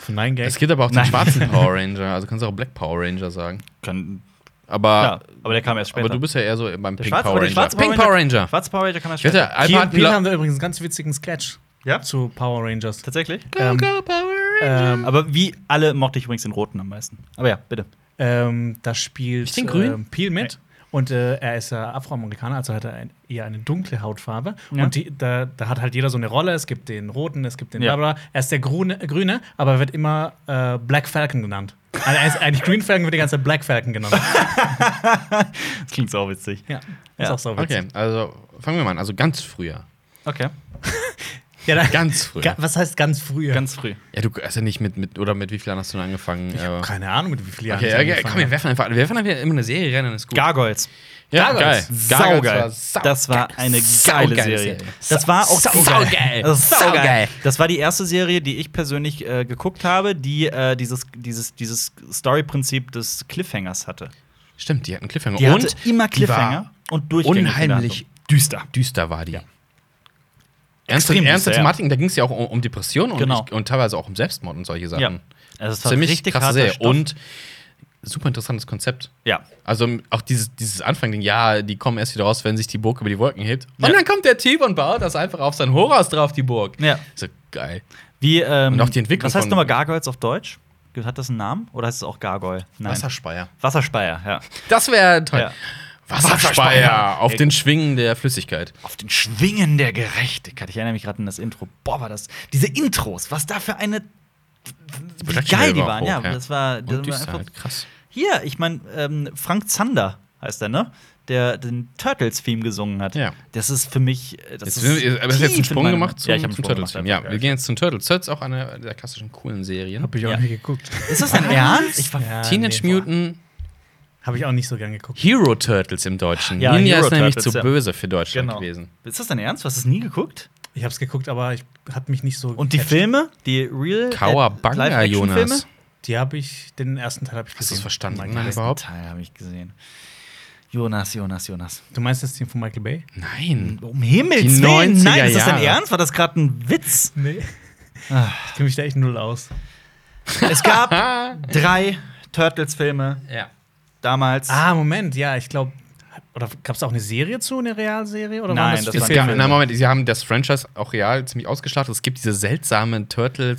C: Von Nein Gag.
B: Es gibt aber auch den
A: Nein.
B: schwarzen Power Ranger, also kannst du auch Black Power Ranger sagen.
A: Können,
B: Aber,
A: ja, aber der kam erst später.
B: Ah. aber du bist ja eher so beim
A: der
B: Pink
A: schwarze,
B: Power
A: aber der
B: Ranger.
A: schwarze Power
B: Pink
A: Ranger.
B: Power Ranger.
A: Schwarze Power Ranger kam erst
B: Ich hatte
A: später.
C: Hier,
B: iPad
C: hier
B: Pla-
C: haben wir übrigens einen ganz witzigen Sketch
A: Ja?
C: zu Power Rangers.
A: Tatsächlich?
C: Ähm, ähm,
A: Aber wie alle mochte ich übrigens den roten am meisten. Aber ja, bitte.
C: Ähm, da spielt
B: Ist den grün?
C: ähm, Peel mit. Und äh, er ist ja Afroamerikaner, also hat er ein, eher eine dunkle Hautfarbe.
A: Ja.
C: Und die, da, da hat halt jeder so eine Rolle. Es gibt den Roten, es gibt den
A: Ja.
C: ja. Blabla. Er ist der Grüne, Grüne aber er wird immer äh, Black Falcon genannt. Also er ist eigentlich Green Falcon, wird die ganze Zeit Black Falcon genannt.
A: Das klingt so witzig.
C: ja, ist
A: Ja.
C: auch so witzig.
B: Okay, also fangen wir mal an. Also ganz früher.
A: Okay.
C: Ja, da,
B: Ganz früher.
C: ga, was heißt ganz früher?
A: Ganz früh.
B: Ja, du hast ja nicht mit, mit oder mit wie vielen hast du denn angefangen?
C: ich
B: äh,
C: habe keine Ahnung, mit wie vielen
B: Okay,
C: ich
B: ja, ja,
C: angefangen
B: komm, wir
C: habe.
B: werfen einfach, wir werfen einfach immer eine Serie rein, dann ist gut.
A: Gargoyles.
B: ja, Gargoyles
C: Gargoyles.
A: Saugeil.
B: Äh, war sau-
A: das war eine geile
B: saugeile
A: Serie.
B: Serie.
A: Das war auch
B: Sau-
A: saugeil.
B: saugeil.
A: Das, ist saugeil.
B: Saugeil.
A: das war die erste Serie, die ich persönlich äh, geguckt habe, die äh, dieses, dieses, dieses Story-Prinzip des Cliffhangers hatte.
B: Stimmt, die hatten Cliffhanger.
A: Die
B: und
A: hatte immer
B: die
A: Cliffhanger und
B: war
A: durchgängig. in der
B: unheimlich
A: Handlung.
B: düster. Düster war die. Ernste,
A: Extrem
B: ernste
A: düster, ja.
B: Thematiken, da ging es ja auch um, um Depressionen und,
A: Genau.
B: und teilweise auch um Selbstmord und solche Sachen.
A: Ja. Also, es war
B: Ziemlich
A: richtig
B: krasse
A: harter
B: Serie.
A: Stoff.
B: Und super interessantes Konzept.
A: ja.
B: Also m- auch dieses, dieses Anfang-Ding, ja, die kommen erst wieder raus, wenn sich die Burg über die Wolken hebt. Und
A: Ja.
B: dann kommt der Typ und baut das einfach auf sein Horas drauf, die Burg.
A: Ja.
B: So geil.
A: Wie, ähm,
B: Und auch die Entwicklung
A: Was heißt
B: von-
A: nochmal Gargoyles auf Deutsch? Hat das einen Namen? Oder heißt es auch Gargoyle? Nein.
B: Wasserspeier.
A: Wasserspeier, ja.
B: Das wäre toll.
A: Ja.
B: Wasserspeier auf den Schwingen der Flüssigkeit.
A: Auf den Schwingen der Gerechtigkeit. Ich erinnere mich gerade an das Intro. Boah, war das. Diese Intros, was da für eine. Wie
B: Production
A: geil die
B: Value war
A: waren,
B: hoch,
A: ja.
B: ja.
A: Das war. Das
B: Und
A: war
B: düster
A: einfach,
B: halt. Krass.
A: hier, ich meine, ähm, Frank Zander heißt er, ne? Der den Turtles-Theme gesungen hat.
B: Ja.
A: Das ist für mich. äh, Das
B: Jetzt,
A: ist
B: sind wir- aber hast du jetzt einen
A: tief in
B: Sprung
A: meinem-
B: gemacht zum,
A: ja, ich hab einen
B: zum
A: Sprung
B: Turtles Team.
A: gemacht,
B: Ja,
A: einfach
B: wir gehen jetzt zum Turtles. Turtles auch eine der klassischen coolen Serien.
C: Hab ich auch
A: Ja.
C: nie geguckt.
A: geil. Ist das
B: Genau.
A: dein Ernst? Ich Ah, war,
C: Ja,
B: Teenage
C: nee,
B: Mutant
C: Habe ich auch nicht so gern geguckt.
B: Hero Turtles im Deutschen.
A: Ja,
B: Ninja
A: Hero
B: ist nämlich
A: Turtles,
B: zu
A: ja.
B: böse für Deutschland
A: Genau.
B: gewesen.
A: Ist das dein Ernst? Du hast es nie geguckt?
C: Ich habe es geguckt, aber ich hat mich nicht so.
A: Und die
C: gecatcht.
A: Filme? Die Real. äh,
B: Kawabanga, Jonas.
C: Die habe ich, den ersten Teil habe ich
B: Hast du
C: gesehen.
B: es verstanden
C: Michael
B: Nein,
C: Bay.
A: Überhaupt?
B: überhaupt?
A: Teil habe ich gesehen. Jonas, Jonas, Jonas.
C: Du meinst das Team von Michael Bay?
B: Nein.
A: Um Himmels
B: Die
A: Willen, nein,
B: 90er
A: ist das dein
B: Jahre.
A: Ernst? War das gerade ein Witz?
C: Nee.
A: Ah.
C: Ich kenne mich da echt null aus.
A: Es gab drei Turtles-Filme
B: Ja.
A: damals.
C: Ah, Moment, ja, ich glaube. Oder gab es auch eine Serie zu, eine Realserie? Oder
A: Nein,
C: waren
A: das
C: die
A: waren-
B: Ja,
C: Filme?
B: na, Moment, sie haben das Franchise auch real ziemlich ausgeschlachtet. Es gibt diese seltsamen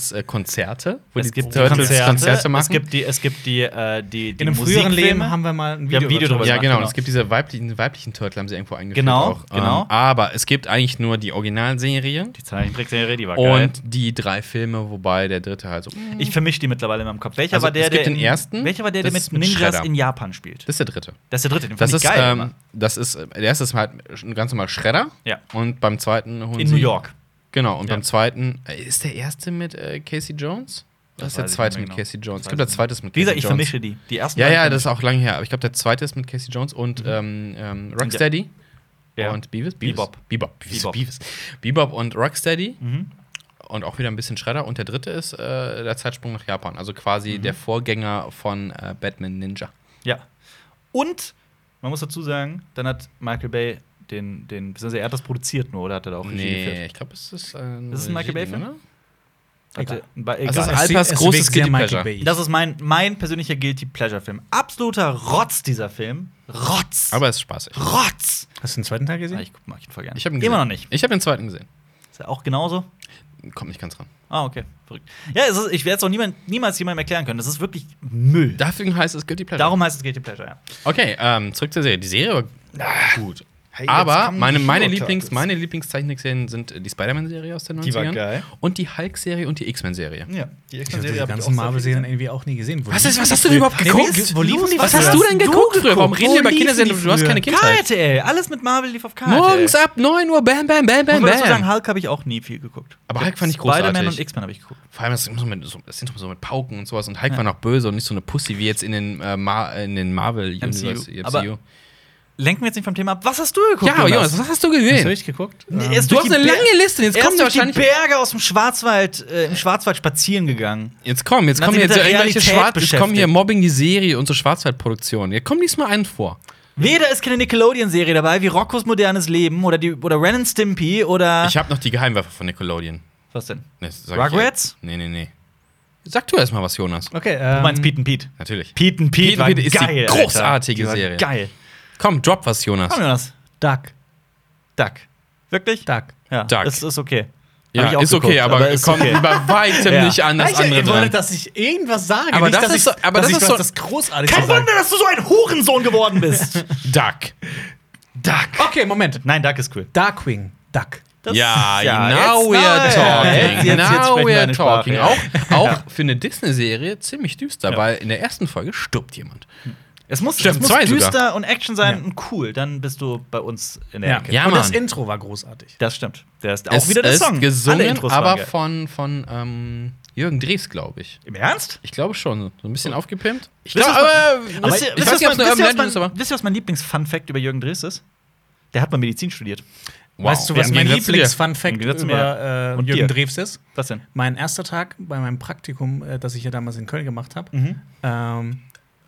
B: Turtles-Konzerte, wo die Turtles Konzerte, machen.
A: Es gibt die, es gibt die, äh, die, die
C: In einem früheren Leben haben wir mal ein
A: Wir
C: Video,
A: haben Video drüber
B: ja,
A: gemacht,
B: genau.
A: genau.
B: Es gibt diese weiblichen, weiblichen Turtle, haben sie irgendwo eingeführt.
A: Genau,
B: auch.
A: genau.
B: Ähm, aber es gibt eigentlich nur die Originalserie
A: die Zeichentrickserie, die war geil.
B: und die drei Filme, wobei der dritte halt so.
A: Ich vermische die mittlerweile in meinem Kopf. Welcher
B: Also,
A: war der,
B: es gibt
A: der in-
B: den ersten,
A: Welcher war der, der
B: das
A: mit
B: mit
A: Ninjas
B: Shredder.
A: in Japan spielt?
B: Das ist der dritte.
A: Das ist der dritte, den
B: Das
A: fand ich
B: ist,
A: geil.
B: ähm,
A: immer.
B: das ist, äh, der erste ist halt ein ganz normal Shredder.
A: Ja.
B: Und beim zweiten holen
A: in
B: sie-
A: New York.
B: Genau. Und beim
A: Ja.
B: zweiten äh, ist der erste mit äh, Casey Jones. Oder
A: Das
B: ist der
A: weiß ich
B: zweite
A: nicht
B: mit
A: mehr
B: Casey
A: genau.
B: Jones? Es
A: Das
B: gibt
A: weiß
B: der
A: ich
B: zweite ist mit
A: Wie gesagt,
B: Casey
A: ich
B: Jones.
A: vermische die. Die ersten
B: Ja,
A: beiden
B: ja,
A: vermische
B: das ist auch lange her. Aber ich glaube, der zweite ist mit Casey Jones und ähm, ähm, Rocksteady.
A: ich. Mhm. Ja.
B: und Beavis?
A: Bebop.
B: Bebop. Beavis.
A: Bebop.
B: Bebop. Beavis. Bebop und Rocksteady.
A: Mhm.
B: Und auch wieder ein bisschen Shredder. Und der dritte ist äh, der Zeitsprung nach Japan. Also quasi der Vorgänger von äh, Batman Ninja.
A: Ja. Und man muss dazu sagen, dann hat Michael Bay den, den beziehungsweise er hat das produziert nur, oder hat er da auch Regie
B: Nee,
A: geführt?
B: ich glaube, es ist ein.
A: Das ist ein Michael Bay-Film?
B: oder?
A: Hat er-
C: Egal.
A: Bei, egal.
B: Also
A: Das, ist,
B: es ist Alpers
C: wirkt
B: großes
C: sehr
B: Guilty
C: Michael
B: Pleasure.
C: Bay.
A: mein, mein persönlicher Guilty Pleasure-Film. Absoluter Rotz, dieser Film. Rotz.
B: Aber es ist spaßig.
A: Rotz!
C: Hast du den zweiten Teil
A: Ah,
C: gesehen?
A: ich guck- mag ihn voll gerne.
B: Ich habe ihn gesehen.
A: Immer noch nicht.
B: Ich habe den zweiten gesehen.
A: Ist er auch genauso?
B: Kommt nicht ganz ran.
A: Ah, okay. Verrückt. Ja, es ist, ich werde es auch niemand, niemals jemandem erklären können. Das ist wirklich Müll.
B: Dafür heißt es Guilty Pleasure.
A: Darum heißt es Guilty Pleasure, ja.
B: Okay, ähm, zurück zur Serie. Die Serie war gut.
A: Hey, jetzt
B: Aber
A: kommen
B: meine,
A: die
B: meine,
A: Hero
B: Lieblings,
A: Turtles.
B: meine Lieblingszeichentrickserien sind äh, die Spider-Man-Serie aus den 90ern.
A: Die war geil.
B: Und die Hulk-Serie und die
A: Ja,
B: X-Men-Serie.
A: die
C: Ich habe
A: X-Men-Serie
C: die
A: hab ich auch
C: ganzen
A: sehr
C: Marvel-Serien
A: viel
C: irgendwie auch nie gesehen. Wo
B: Was,
C: die-
B: ist, was hast du denn überhaupt
A: Nee,
B: geguckt?
A: Mist,
B: Wo liefen die? Was
A: was
B: hast
A: hast
B: du denn geguckt früher? Warum reden wir über
A: liefen
B: Kindersendungen?
A: die
B: Du hast keine
A: gesehen.
B: Kindheit.
A: KRTL, alles mit Marvel lief auf KRTL.
B: Morgens ab 9 Uhr, bam, bam, bam,
A: Ah, Muss
B: bam,
A: man dazu sagen,
B: bam.
A: Hulk habe ich auch nie viel geguckt.
B: Aber Hulk fand ich
A: Spider-Man
B: großartig.
A: und X-Men habe ich geguckt.
B: Vor allem, das sind so mit, so, das sind so mit Pauken und sowas. Und Hulk war noch böse und nicht so eine Pussy wie jetzt in den, äh, Ma in den Marvel-Universe.
A: MCU. Aber- Lenken wir jetzt nicht vom Thema ab. Was hast du geguckt?
B: Ja, aber Jonas, was hast du
C: Hast du
B: gesehen?
C: wirklich geguckt?
A: Nee,
C: Ähm,
A: erst
B: Du
A: durch
B: hast
A: die
B: eine
A: Ber-
B: lange Liste. Jetzt
A: Er
B: kommen
A: ist durch die
B: wahrscheinlich.
A: Berge aus dem Schwarzwald, äh, im Schwarzwald spazieren gegangen.
B: Jetzt kommen, jetzt
A: Man
B: kommen
A: hat
B: hier
A: sich mit
B: so
A: der
B: irgendwelche
A: Realität
B: Schwarz. Jetzt kommen hier
A: beschäftigt.
B: Mobbing die Serie und so Schwarzwaldproduktionen. Jetzt kommen diesmal einen vor.
A: Weder ist keine Nickelodeon-Serie dabei, wie Roccos modernes Leben oder, die, oder Ren and Stimpy oder.
B: Ich habe noch die Geheimwaffe von Nickelodeon.
A: was denn?
B: Nee, das sag ich jetzt.
A: Rugrats?
B: Nee, nee, nee. Sag du erst mal was, Jonas.
C: Okay, ähm,
A: Du meinst Pete and Pete.
B: Natürlich.
A: Pete and Pete,
B: Pete and
A: war
B: Pete ist die
A: geil,
B: großartige
A: Alter. Die war
B: Serie.
A: Geil.
B: Komm, drop was, Jonas.
A: Komm, Jonas.
C: Duck.
A: Duck. Wirklich?
C: Duck.
A: Ja,
B: Duck.
A: das ist okay.
B: Ja,
A: Hab ich auch
B: ist okay,
A: geguckt,
B: aber,
A: aber
B: es
A: ist
B: kommt
A: okay.
B: über weitem
A: Ja.
B: nicht an das
C: ich
B: andere
C: ich wollte,
B: dran.
C: dass ich irgendwas sage.
B: Aber
C: nicht,
B: das
C: dass
B: ist
C: ich,
B: so- aber
C: dass
B: das
C: ich
B: ist
C: was-
B: so-
C: das großartig
A: Kein
C: zu sagen.
A: Wunder, dass du so ein Hurensohn geworden bist.
B: Duck.
A: Duck.
C: Okay, Moment.
A: Nein, Duck ist cool.
C: Darkwing. Duck.
A: Das
B: ja,
A: ist-
B: now
A: jetzt-
B: we're
A: nein.
B: talking.
A: Jetzt- jetzt- jetzt
B: now
A: sprechen wir
B: we're
A: eine
B: talking.
A: Sprache, ja.
B: Auch, auch für eine Disney-Serie ziemlich düster, weil in der ersten Folge stirbt jemand.
A: Es muss,
B: Stimmt,
A: es muss
B: zwei sogar.
A: düster und Action sein
C: Ja.
A: und cool, dann bist du bei uns in der
C: Ja,
A: Ecke.
B: Ja,
C: Und das
B: Mann.
C: Intro war großartig.
A: Das stimmt. Der ist auch wieder der Song.
B: Ist
A: Alle
B: gesungen,
A: Intros waren
B: aber
A: geil.
B: von, von ähm, Jürgen Drees, glaube ich.
A: Im Ernst?
B: Ich glaube schon. So ein bisschen aufgepimpt. Ich
A: Oh. Wisst ihr,
B: glaube, aber.
A: Aber wisst
B: ich
A: ihr,
B: weiß
A: wisst
B: nicht,
A: ihr,
B: ob
A: was
B: es eine
A: mein- wisst
B: Urban
A: ihr, was
B: Legend ist, aber.
A: mein- wisst ihr, was mein Lieblings-Fun-Fact über Jürgen Drees ist? Der hat mal Medizin studiert.
C: Weißt du, was
B: Im
C: mein
B: Gegensatz zu dir.
A: Im
C: Lieblings-Fun-Fact
A: Gegensatz zu mir,
C: über äh,
A: Und
C: Jürgen
A: dir.
C: Drews ist?
A: Was denn?
C: Mein erster Tag bei meinem Praktikum, äh, das ich ja damals in Köln gemacht habe, ähm,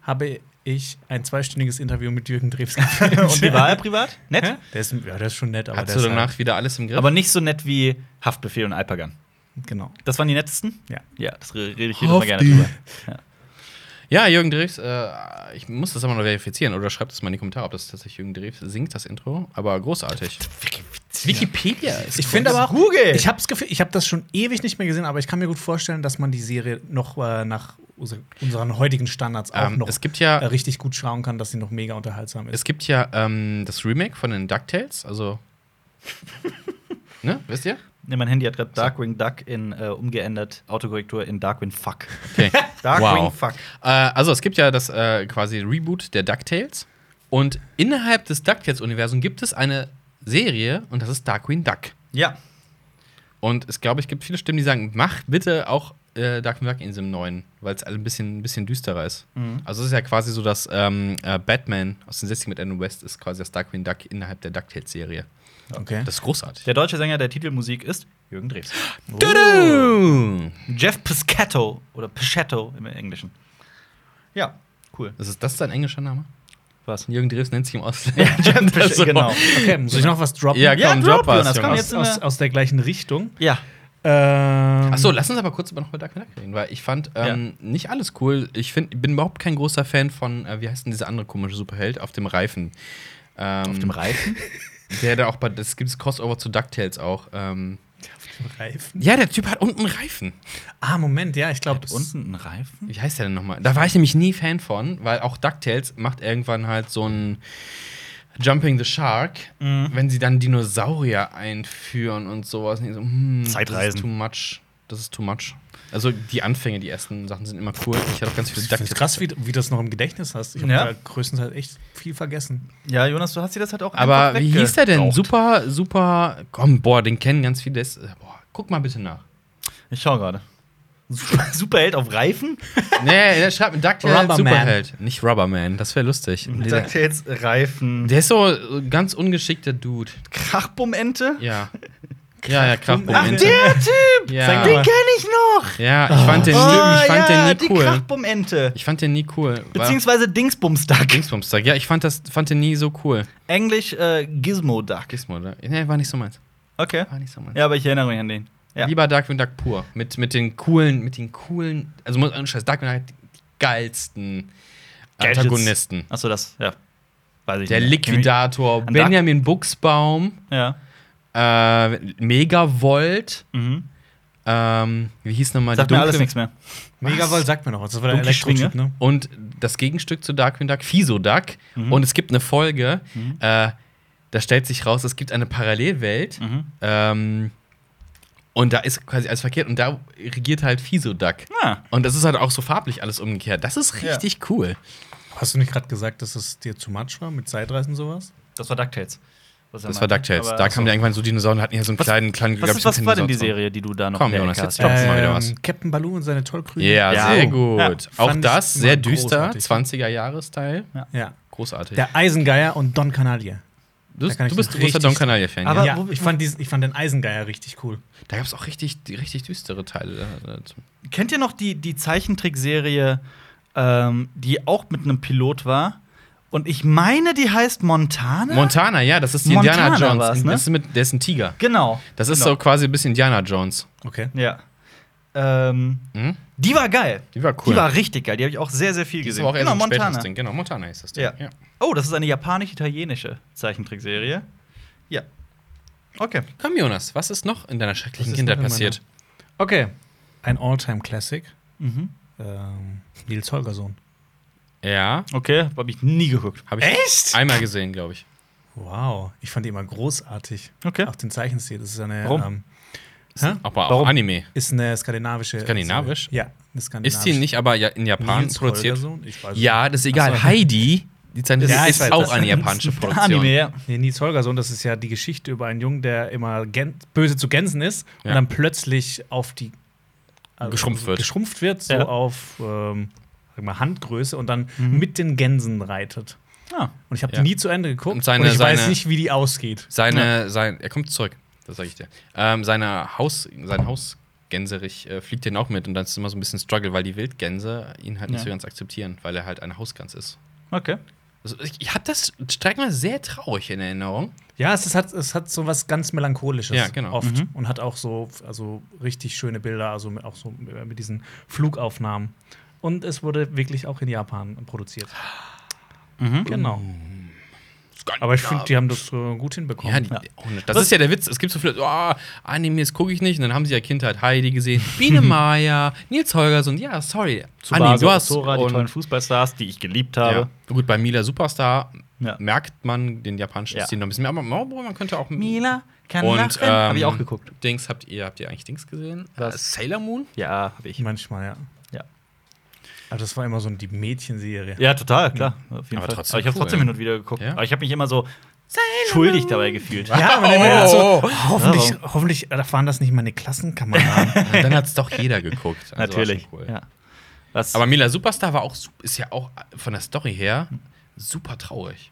C: habe ich ein zweistündiges Interview mit Jürgen Drews geführt.
A: Und wie war er privat? Nett?
C: Hä? Der ist, ja, der ist schon nett, aber
B: Hast
C: der
B: du
C: ist
B: danach wieder alles im Griff?
A: Aber nicht so nett wie Haftbefehl und Alpagan.
C: Halt, genau.
A: Das waren die nettesten?
C: Ja.
A: Ja, das re- rede ich jedes Mal gerne
B: Hafti.
A: drüber.
B: Ja, Jürgen Drews, äh, ich muss das aber noch verifizieren oder schreibt es mal in die Kommentare, ob das tatsächlich Jürgen Drews singt, das Intro, aber großartig. Wikipedia ist
C: Ich finde aber auch,
A: Google.
C: ich habe das Gefühl, ich habe das schon ewig nicht mehr gesehen, aber ich kann mir gut vorstellen, dass man die Serie noch äh, nach us- unseren heutigen Standards auch
B: Ähm,
C: noch
B: es gibt ja-
C: äh, richtig gut schauen kann, dass sie noch mega unterhaltsam ist.
B: Es gibt ja ähm, das Remake von den DuckTales, also. ne, wisst ihr?
A: Nee, mein Handy hat gerade Darkwing Duck in äh, umgeändert, Autokorrektur in Darkwing Fuck.
B: Okay.
A: Darkwing
B: Wow.
A: Fuck.
B: äh, also, es gibt ja das äh, quasi Reboot der DuckTales und innerhalb des DuckTales-Universums gibt es eine Serie und das ist Darkwing Duck.
A: Ja.
B: Und es glaube ich gibt viele Stimmen, die sagen, mach bitte auch äh, Darkwing Duck in diesem neuen, weil es ein bisschen, ein bisschen düsterer ist.
A: Mhm.
B: Also es ist ja quasi so, dass ähm, äh, Batman aus den 60 mit Adam West ist quasi das Darkwing Duck innerhalb der DuckTales-Serie.
C: okay.
B: Das ist großartig.
A: Der deutsche Sänger der Titelmusik ist Jürgen Drews.
B: Tudu!
A: Jeff Piscatto oder Piscetto im Englischen. Ja, cool.
B: Das ist das ist dein englischer Name?
A: Was?
B: Jürgen Drews nennt sich im Ausland. Ja,
A: Pisch- genau.
C: okay, muss ich noch was droppen?
B: Ja,
A: Ja,
B: komm,
A: drop,
B: drop was.
A: Jonas, komm,
B: Jonas.
A: jetzt-
C: aus, aus der gleichen Richtung.
A: Ja.
C: Ähm,
B: Achso, lass uns aber kurz über noch über Darkwing Duck reden, weil ich fand ähm, nicht alles cool. Ich find, bin überhaupt kein großer Fan von, äh, wie heißt denn dieser andere komische Superheld? Auf dem Reifen. Ähm,
A: Auf dem Reifen?
B: Der da auch bei. Das gibt es Crossover zu DuckTales auch. Ähm,
C: Reifen.
B: ja, der Typ hat unten einen Reifen.
C: Ah, Moment, ja, ich glaube.
A: Unten ein Reifen?
B: Wie heißt der denn nochmal? Da war ich nämlich nie Fan von, weil auch DuckTales macht irgendwann halt so ein Jumping the Shark, wenn sie dann Dinosaurier einführen und sowas. Und ich so, hm, Das
A: Zeitreisen.
B: ist too much. Das ist too much. Also die Anfänge, die ersten Sachen sind immer cool. Ich hatte auch ganz viele
C: Ich find's
B: DuckTales.
C: krass, wie, wie du das noch im Gedächtnis hast. Ich habe
A: Ja.
C: da größtenteils echt viel vergessen.
A: Ja, Jonas, du hast dir das halt auch
B: Aber
A: einfach
B: wie hieß der denn?
A: weggeraucht.
B: Super, super. Komm, boah, den kennen ganz viele. Der ist- Boah, guck mal bitte nach.
A: Ich schau gerade. Super- Superheld auf Reifen?
B: Nee, der schreibt DuckTales
C: Rubberman.
B: Superheld. Nicht Rubberman, das wäre lustig. Der,
A: jetzt Reifen.
B: der ist so ein ganz ungeschickter Dude.
A: Krachbummente?
B: Ja. Ja, ja,
A: Ach,
B: Krachbumente.
A: der Typ!
B: Ja.
A: Den kenne ich noch! Oh,
B: Ja, ich fand den nie, ich fand den nie
A: die
B: cool.
A: Krachbummente.
B: Ich fand den nie cool.
A: Beziehungsweise Dingsbumsduck.
B: Dingsbumstag. Ja, ich fand, das, fand den nie so cool.
A: Englisch äh, Gizmo-Duck.
B: Gizmo, oder? Nee, war nicht so meins.
A: Okay.
B: War nicht so meins.
A: Ja, aber ich erinnere mich an den. Ja.
B: Lieber Darkwing Duck pur. Mit, mit den coolen, mit den coolen, also muss ohne Scheiß, Darkwing Duck hat die geilsten
A: Gadgets.
B: Antagonisten.
A: Achso, das, ja. Weiß ich
B: Der
A: nicht.
B: Liquidator,
A: Dark-
B: Benjamin Buchsbaum.
A: Ja.
B: äh, Megavolt.
A: Mhm.
B: Ähm, wie hieß nochmal
A: Sagt mir alles nichts mehr.
C: Megavolt sagt mir noch was. Das war der
A: Dunkle
C: Elektrotyp,
A: Schwinge?
C: ne?
A: Mhm.
B: Und das Gegenstück zu Darkwing Duck, Fiso Duck. Und es gibt eine Folge. Äh, da stellt sich raus, es gibt eine Parallelwelt.
A: Mhm.
B: Ähm, und da ist quasi alles verkehrt und da regiert halt Fisodak.
A: Ah.
B: Und das ist halt auch so farblich alles umgekehrt. Das ist richtig cool.
C: Hast du nicht gerade gesagt, dass es dir zu much war mit Zeitreisen und sowas?
A: Das war DuckTales. Was er
B: Das war
A: meinte.
B: DuckTales.
A: Aber-
B: Da kamen ja irgendwann so Dinosaurier und hatten ja so einen
A: Was-
B: kleinen, kleinen,
A: Was,
B: glaub
A: ist,
B: so
A: was war denn die
B: Dinosaurier.
A: Serie, die du da noch
B: Komm,
A: in der
B: Jonas,
A: Ecke hast?
B: jetzt Klopfen mal wieder was.
C: Ähm, Captain Baloo und seine tollgrünen.
B: Ja,
A: Ja.
B: sehr
A: Oh.
B: gut.
A: Ja.
B: Auch
C: Fand ich
B: das, sehr
C: immer
B: düster,
C: großartig.
B: 20er-Jahresteil.
C: Ja.
B: Großartig.
C: Der Eisengeier und Don Canalia.
B: Du,
C: da kann
B: du
C: ich
B: bist
C: noch
B: großer
C: richtig-
B: Don Canalia-Fan, ja.
A: Aber
C: ja,
A: wo-
C: ich fand, diesen, ich fand den Eisengeier richtig cool.
B: Da gab es auch richtig, die- richtig düstere Teile da- dazu.
A: Ähm, Kennt ihr noch die, die Zeichentrickserie, ähm, die auch mit einem Pilot war? Und ich meine, die heißt Montana?
B: Montana, ja, das ist die
A: Montana
B: Indiana Jones.
A: war's, ne?
B: das ist mit, der ist ein Tiger.
A: genau.
B: Das ist
A: genau.
B: so quasi ein bisschen Indiana Jones.
C: Okay.
A: Ja. Ähm,
B: Hm?
A: die war geil.
B: Die war cool.
A: Die war richtig geil. Die habe ich auch sehr, sehr viel
B: Die ist
A: gesehen.
B: aber auch eher
A: genau,
B: so ein spätes
A: Montana.
B: Ding. Genau, Montana ist das Ding.
A: Ja. Oh, das ist eine japanisch-italienische Zeichentrickserie. Ja. Okay.
B: Komm, Jonas, was ist noch in deiner schrecklichen
C: Was ist
B: Kindheit
C: noch in meiner-
B: passiert?
C: Okay. Ein All-Time-Classic.
A: Mhm.
C: Ähm, Nils Holgersson.
B: Ja,
A: Okay, habe ich nie geguckt.
B: habe ich
C: Echt?
B: einmal gesehen, glaube ich.
C: Wow. Ich fand die immer großartig.
A: Okay.
C: Auch den Zeichenstil. Das ist eine.
A: Warum?
C: Ähm, hä?
B: Aber auch
A: Warum?
B: Anime.
C: Ist eine skandinavische.
B: Skandinavisch?
C: Ja, eine skandinavische.
B: Ist die nicht aber ja in Japan
C: Nils
B: produziert?
C: Holgersson? Ich weiß
B: Ja, das ist egal.
C: Also- Ach so.
B: Heidi, die Zeichnung
C: Ja, ich
B: ist
C: weiß,
B: auch
C: das
B: eine
C: ist-
B: japanische Produktion.
A: Anime, ja.
C: Nee, Nils Holgersson, das ist ja die Geschichte über einen Jungen, der immer gän- böse zu Gänsen ist
B: Ja.
C: und dann plötzlich auf die also
B: Geschrumpft wird.
C: Geschrumpft wird, so
A: Ja.
C: auf ähm, sag mal Handgröße und dann mit den Gänsen reitet.
A: Ah.
C: Und ich habe
B: Mhm. Ja.
C: die nie zu Ende geguckt
B: Und
C: und,
B: seine-
C: ich weiß
B: seine-
C: nicht, wie die ausgeht.
B: Seine, sein, er kommt zurück, das sage ich dir. Ähm, seine Haus, sein Hausgänserich äh, fliegt den auch mit und dann ist es immer so ein bisschen Struggle, weil die Wildgänse ihn halt nicht
A: Ja.
B: so ganz akzeptieren, weil er halt eine Hausgans ist.
A: Okay.
B: Also ich ich habe das streckenweise sehr traurig in Erinnerung.
C: Ja, es, ist, hat, es hat so was ganz Melancholisches
B: Ja, genau.
C: oft und hat auch so also richtig schöne Bilder, also mit- auch so mit diesen Flugaufnahmen. Und es wurde wirklich auch in Japan produziert. Genau. Aber ich finde, die haben das äh, gut hinbekommen.
B: Ja, die, Oh, das ist ja der Witz. Es gibt so viele, oh, Animes gucke ich nicht. Und dann haben sie ja Kindheit Heidi gesehen, Biene Maya, Nils Holgersson. Ja, sorry.
A: Tsubasa,
B: du hast-
A: Sora, die
B: und-
A: tollen Fußballstars, die ich geliebt
B: ja.
A: habe.
B: Gut, bei Mila Superstar
A: Ja.
B: merkt man den japanischen
A: Ja.
B: Stil noch ein bisschen mehr. Aber man könnte auch
A: kann
B: Und, ähm,
A: Habe ich auch geguckt.
B: Dings, habt ihr, habt ihr eigentlich Dings gesehen?
A: Was?
B: Äh, Sailor Moon?
A: Ja, habe ich.
C: Manchmal, ja.
A: Ja.
C: Aber das war immer so die Mädchenserie.
A: Ja, total, klar. Auf jeden
B: Aber
A: Fall.
B: trotzdem
A: aber ich habe
B: cool.
A: trotzdem hin und wieder geguckt.
B: Ja.
A: Aber ich habe mich immer so schuldig dabei gefühlt.
C: Ja, aber
B: Oh.
C: dann so,
A: Ja,
C: hoffentlich, hoffentlich waren das nicht meine Klassenkameraden.
B: Und dann hat es doch jeder geguckt. Also war
A: Natürlich.
B: schon Cool.
A: Ja. Was,
B: Aber Mila Superstar war auch, su- ist ja auch äh, von der Story her super traurig.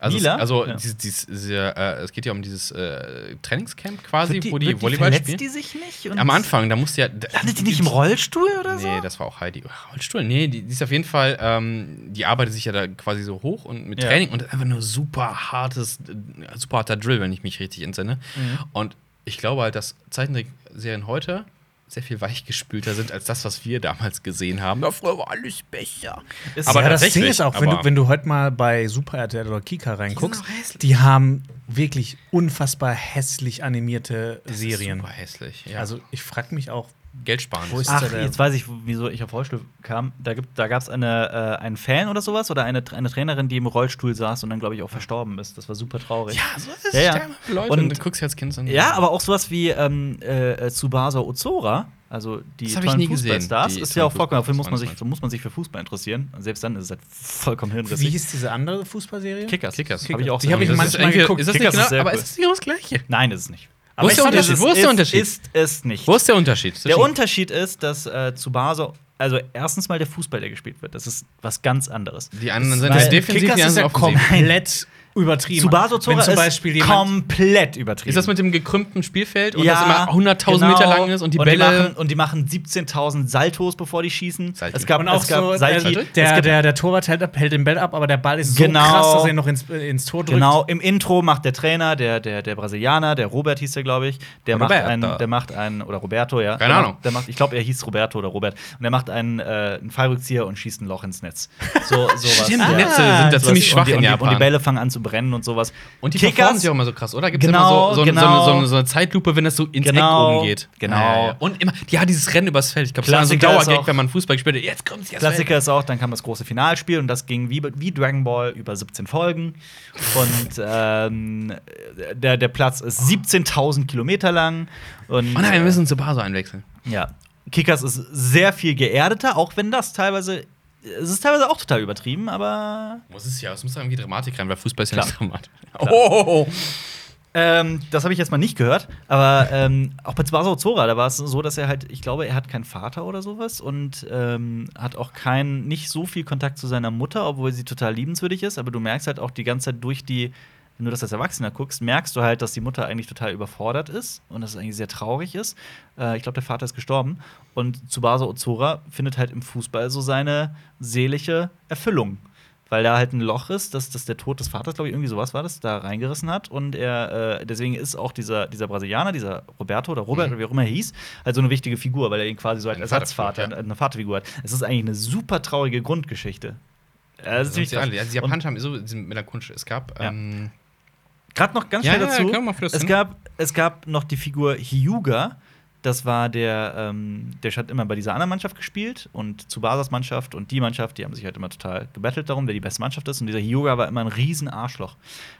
B: Also,
A: Mila?
B: Es, also
A: Ja.
B: dieses, dieses, diese, äh, es geht ja um dieses äh, Trainingscamp quasi,
A: wird
B: wo die
A: wird
B: Volleyball
A: verletzt
B: spielen.
A: die sich nicht? Und
B: Am Anfang, da musste ja.
A: Landet die nicht im Rollstuhl oder so?
B: Nee, das war auch Heidi. Oh, Rollstuhl? Nee, die, die ist auf jeden Fall, ähm, die arbeitet sich ja da quasi so hoch und mit
A: Ja.
B: Training und einfach nur super hartes, äh, super harter Drill, wenn ich mich richtig entsinne. Und ich glaube halt, dass Zeichentrickserien heute sehr viel weichgespülter sind als das, was wir damals gesehen haben. Ja, früher war alles besser.
A: Ist-
B: aber
C: ja, das
B: tatsächlich,
C: Ding ist auch, wenn
B: aber-
C: du, wenn du heute mal bei Super RTL oder Kika reinguckst,
B: auch hässlich.
C: die, haben wirklich unfassbar hässlich animierte Serien.
B: Super hässlich. Ja.
C: Also ich frage mich auch,
B: Geld sparen.
C: Wo
B: ist-
C: ist-
A: Ach,
C: der-
A: jetzt weiß ich, wieso ich auf Rollstuhl kam. Da, gibt, da gab es eine, äh, einen Fan oder sowas oder eine, eine Trainerin, die im Rollstuhl saß und dann, glaube ich, auch verstorben ist. Das war super traurig.
B: ja, so ist es.
A: Ja, ja.
B: sterben Leute,
A: Und-
B: und, du guckst jetzt Kind an.
A: Ja, aber auch sowas wie ähm, äh, äh, Tsubasa Ozora, also die
B: Das hab ich nie gesehen,
A: Fußballstars,
B: die halt
A: ist ja
B: tollen
A: auch vollkommen, dafür muss man, sich,
B: Fußballstars,
A: muss man sich für Fußball interessieren. Selbst dann ist es halt vollkommen
C: wie
A: hirnrissig.
C: hieß diese andere Fußballserie?
A: Kickers.
B: Kickers.
A: Habe ich auch
C: Die hab ich
A: gesehen.
B: das
C: manchmal
B: ist
C: geguckt.
B: Ist das nicht
A: Kickers ist
B: genau,
A: sehr
B: aber
A: cool.
B: es ist genau das Gleiche.
A: Nein, ist es nicht.
B: Wo ist
A: ich
B: der
A: fand,
B: Unterschied?
A: es
B: Wo ist der
A: ist-
B: Unterschied?
A: Ist es nicht.
B: Wo ist der Unterschied?
A: der
B: zwischen-
A: Unterschied ist, dass äh, Tsubasa, also erstens mal der Fußball, der gespielt wird, das ist was ganz anderes.
B: Die anderen sind
A: Weil
B: das defensiv,
C: Kickers
B: die anderen
C: ist
B: sind
C: ja
B: offensiv.
C: komplett übertrieben.
A: Tsubasa
C: Wenn
A: Ozora
C: zum Beispiel
A: ist
C: jemand
A: komplett übertrieben.
B: Ist das mit dem gekrümmten Spielfeld und das immer 100.000 Meter
A: genau.
B: lang ist und die
A: Und die
B: Bälle.
A: machen, und die machen 17.000 Saltos, bevor die schießen.
B: Salti.
A: Es gab
C: Und auch
A: es gab
C: so, äh,
A: Salti.
C: der,
A: es
C: der,
A: gibt,
C: der, der Torwart hält, ab- hält den Ball ab, aber der Ball ist so
A: Genau.
C: krass, dass er ihn noch ins, äh, ins Tor drückt.
A: genau, im Intro macht der Trainer, der, der, der Brasilianer, der Robert hieß der, glaube ich, der
B: Roberto.
A: macht einen, der macht einen, oder Roberto, ja.
B: Keine
A: der
B: Ahnung.
A: Macht, der macht, ich glaube, er hieß Roberto oder Robert. Und der macht einen, äh, einen Fallrückzieher und schießt ein Loch ins Netz. So, sowas.
B: Stimmt, die
A: ja.
B: Netze sind da
A: Sowas.
B: ziemlich schwach
A: und die,
B: in
A: und die, Und die
B: Japan.
A: Bälle fangen an zu zu brennen und sowas.
B: Und die
A: Kickers-
B: performen sich auch immer so krass, oder? Gibt's
A: Genau,
B: immer so, so,
A: genau.
B: so, eine, so, eine, so eine Zeitlupe, wenn das so ins
A: Genau,
B: Eck oben geht?
A: genau.
B: Ja, ja, ja. Und immer, ja, dieses Rennen übers Feld. Ich glaube, das ist immer so
A: Klassiker
B: ein
A: ist
B: Dauergag,
A: auch-
B: wenn man Fußball gespielt hat. Jetzt kommt's, jetzt
A: Klassiker ist auch, dann kam das große Finalspiel und das ging wie, wie Dragon Ball über 17 Folgen. Und ähm, der, der Platz ist 17.000 Kilometer lang. Und,
B: Oh nein,
A: äh,
B: wir müssen zu Baso einwechseln.
A: Ja. Kickers ist sehr viel geerdeter, auch wenn das teilweise. Es ist teilweise auch total übertrieben, aber
B: Muss es ja, es muss da irgendwie Dramatik rein, weil Fußball ist ja
A: Klar.
B: nicht Dramatik. Oh,
A: ähm, das habe ich jetzt mal nicht gehört. Aber ähm, auch bei Tsubasa Ozora, da war es so, dass er halt, ich glaube, er hat keinen Vater oder sowas und ähm, hat auch keinen, nicht so viel Kontakt zu seiner Mutter, obwohl sie total liebenswürdig ist. Aber du merkst halt auch die ganze Zeit durch die, wenn du das als Erwachsener guckst, merkst du halt, dass die Mutter eigentlich total überfordert ist und dass es eigentlich sehr traurig ist. Äh, ich glaube, der Vater ist gestorben. Und Tsubasa Ozora findet halt im Fußball so seine seelische Erfüllung. Weil da halt ein Loch ist, dass, dass der Tod des Vaters, glaube ich, irgendwie sowas war, das da reingerissen hat. Und er, äh, deswegen ist auch dieser, dieser Brasilianer, dieser Roberto oder Robert,
B: Mhm.
A: oder wie auch immer er hieß, halt so eine wichtige Figur, weil er ihn quasi so als
B: Eine
A: Ersatzvater,
B: Vaterfigur, ja.
A: eine Vaterfigur hat. Es ist eigentlich eine super traurige Grundgeschichte. Äh, Das ist
B: Also,
A: ziemlich
B: die, alle,
A: krass.
B: also die Japaner haben so diesen melancholischen. Es gab.
A: Ja.
B: Ähm,
A: Gerade noch ganz
B: Ja,
A: schnell
B: ja,
A: dazu.
B: können wir mal für das
A: es,
B: hin.
A: gab, es gab noch die Figur Hyuga. Das war der, ähm, der hat immer bei dieser anderen Mannschaft gespielt und zu Basas Mannschaft und die Mannschaft, die haben sich halt immer total gebettelt darum, wer die beste Mannschaft ist. Und dieser Hyuga war immer ein riesen Arschloch.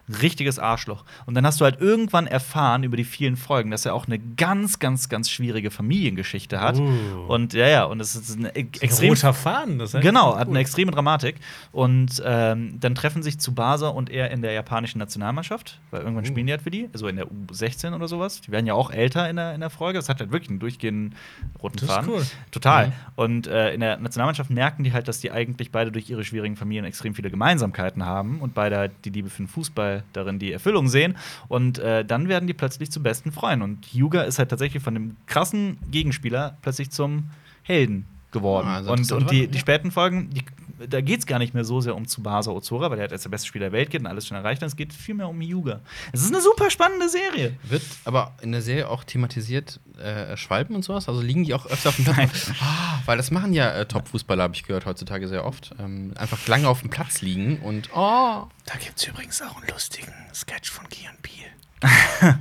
A: Ein richtiges Arschloch. Und dann hast du halt irgendwann erfahren über die vielen Folgen, dass er auch eine ganz, ganz, ganz schwierige Familiengeschichte hat.
C: Uh.
B: Oh.
A: Und ja, ja, und es ist eine e-
C: Extrem
A: extrem
C: roter Faden, das heißt-
A: Genau, hat eine extreme Dramatik. Und ähm, dann treffen sich Tsubasa und er in der japanischen Nationalmannschaft, weil
C: Oh.
A: irgendwann spielen die halt für die, also in der U16 oder sowas. Die werden ja auch älter in der, in der Folge. Das hat halt wirklich einen durchgehenden roten
C: Das ist
A: Faden.
C: cool.
A: Total.
B: Mhm.
A: Und äh, in der Nationalmannschaft merken die halt, dass die eigentlich beide durch ihre schwierigen Familien extrem viele Gemeinsamkeiten haben und beide halt die Liebe für den Fußball darin die Erfüllung sehen. Und äh, dann werden die plötzlich zu besten Freunden. Und Hyuga ist halt tatsächlich von dem krassen Gegenspieler plötzlich zum Helden geworden.
B: Ah, also
A: und
B: interessant,
A: und die,
B: ja.
A: die späten Folgen, die, da geht es gar nicht mehr so sehr um Tsubasa Ozora, weil er halt als der beste Spieler der Welt geht und alles schon erreicht hat. Es geht vielmehr um Hyuga. Es ist eine super spannende Serie.
B: Wird aber in der Serie auch thematisiert äh, Schwalben und sowas? Also liegen die auch öfter auf dem Platz? Ah, weil das machen ja äh, Top-Fußballer, habe ich gehört, heutzutage sehr oft. Ähm, einfach lange auf dem Platz liegen und oh.
C: Da gibt's übrigens auch einen lustigen Sketch von Kian Peel.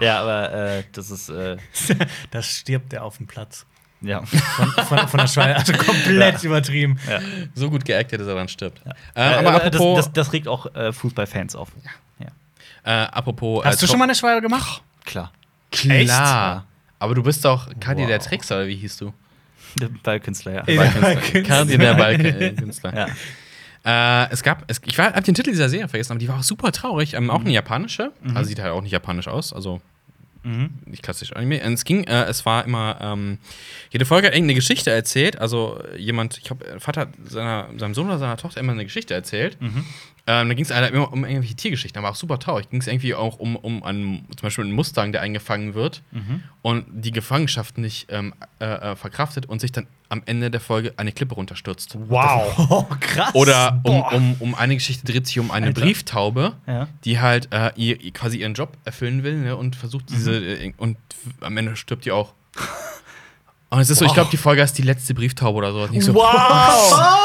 A: Ja, aber äh, das ist, äh,
C: das stirbt er auf dem Platz.
A: ja.
C: Von, von, von der Schweine. Also komplett übertrieben.
A: ja.
B: So gut geactet, dass er dann stirbt. Äh,
A: Äh,
B: aber apropos,
A: das, das, das regt auch äh, Fußballfans auf. Ja.
B: äh, apropos
C: Hast du schon mal eine Schwalbe gemacht?
A: Klar.
B: Klar. Aber du bist doch Kadi
A: Wow.
B: der Trickser, oder wie hieß du?
A: Der Ballkünstler,
C: Ey,
A: ja.
C: Ballkünstler.
B: Kadi der Ballkünstler.
A: ja.
B: Äh, es gab, es, ich war- hab den Titel dieser Serie vergessen, aber die war auch super traurig. Ähm, auch eine japanische. Also sieht halt auch nicht japanisch aus. Also
A: Mhm.
B: nicht klassisch Anime. Und es ging, äh, es war immer, ähm, jede Folge hat irgendeine Geschichte erzählt. Also äh, jemand, ich glaube, Vater hat seiner, seinem Sohn oder seiner Tochter immer eine Geschichte erzählt. Ähm, da ging es immer um irgendwelche Tiergeschichten, aber auch super traurig. Ging es irgendwie auch um, um einen, zum Beispiel einen Mustang, der eingefangen wird und die Gefangenschaft nicht ähm, äh, äh, verkraftet und sich dann am Ende der Folge eine Klippe runterstürzt.
C: Wow.
A: Oh, krass.
B: Oder um,
A: Boah.
B: um, um eine Geschichte dreht sich um eine
A: Alter.
B: Brieftaube,
A: Ja.
B: die halt äh, ihr, ihr- quasi ihren Job erfüllen will ne, und versucht diese äh, und f- am Ende stirbt die auch. Und es ist so, ich
A: Wow.
B: glaube, die Folge ist die letzte Brieftaube oder so. Nicht so
A: Wow!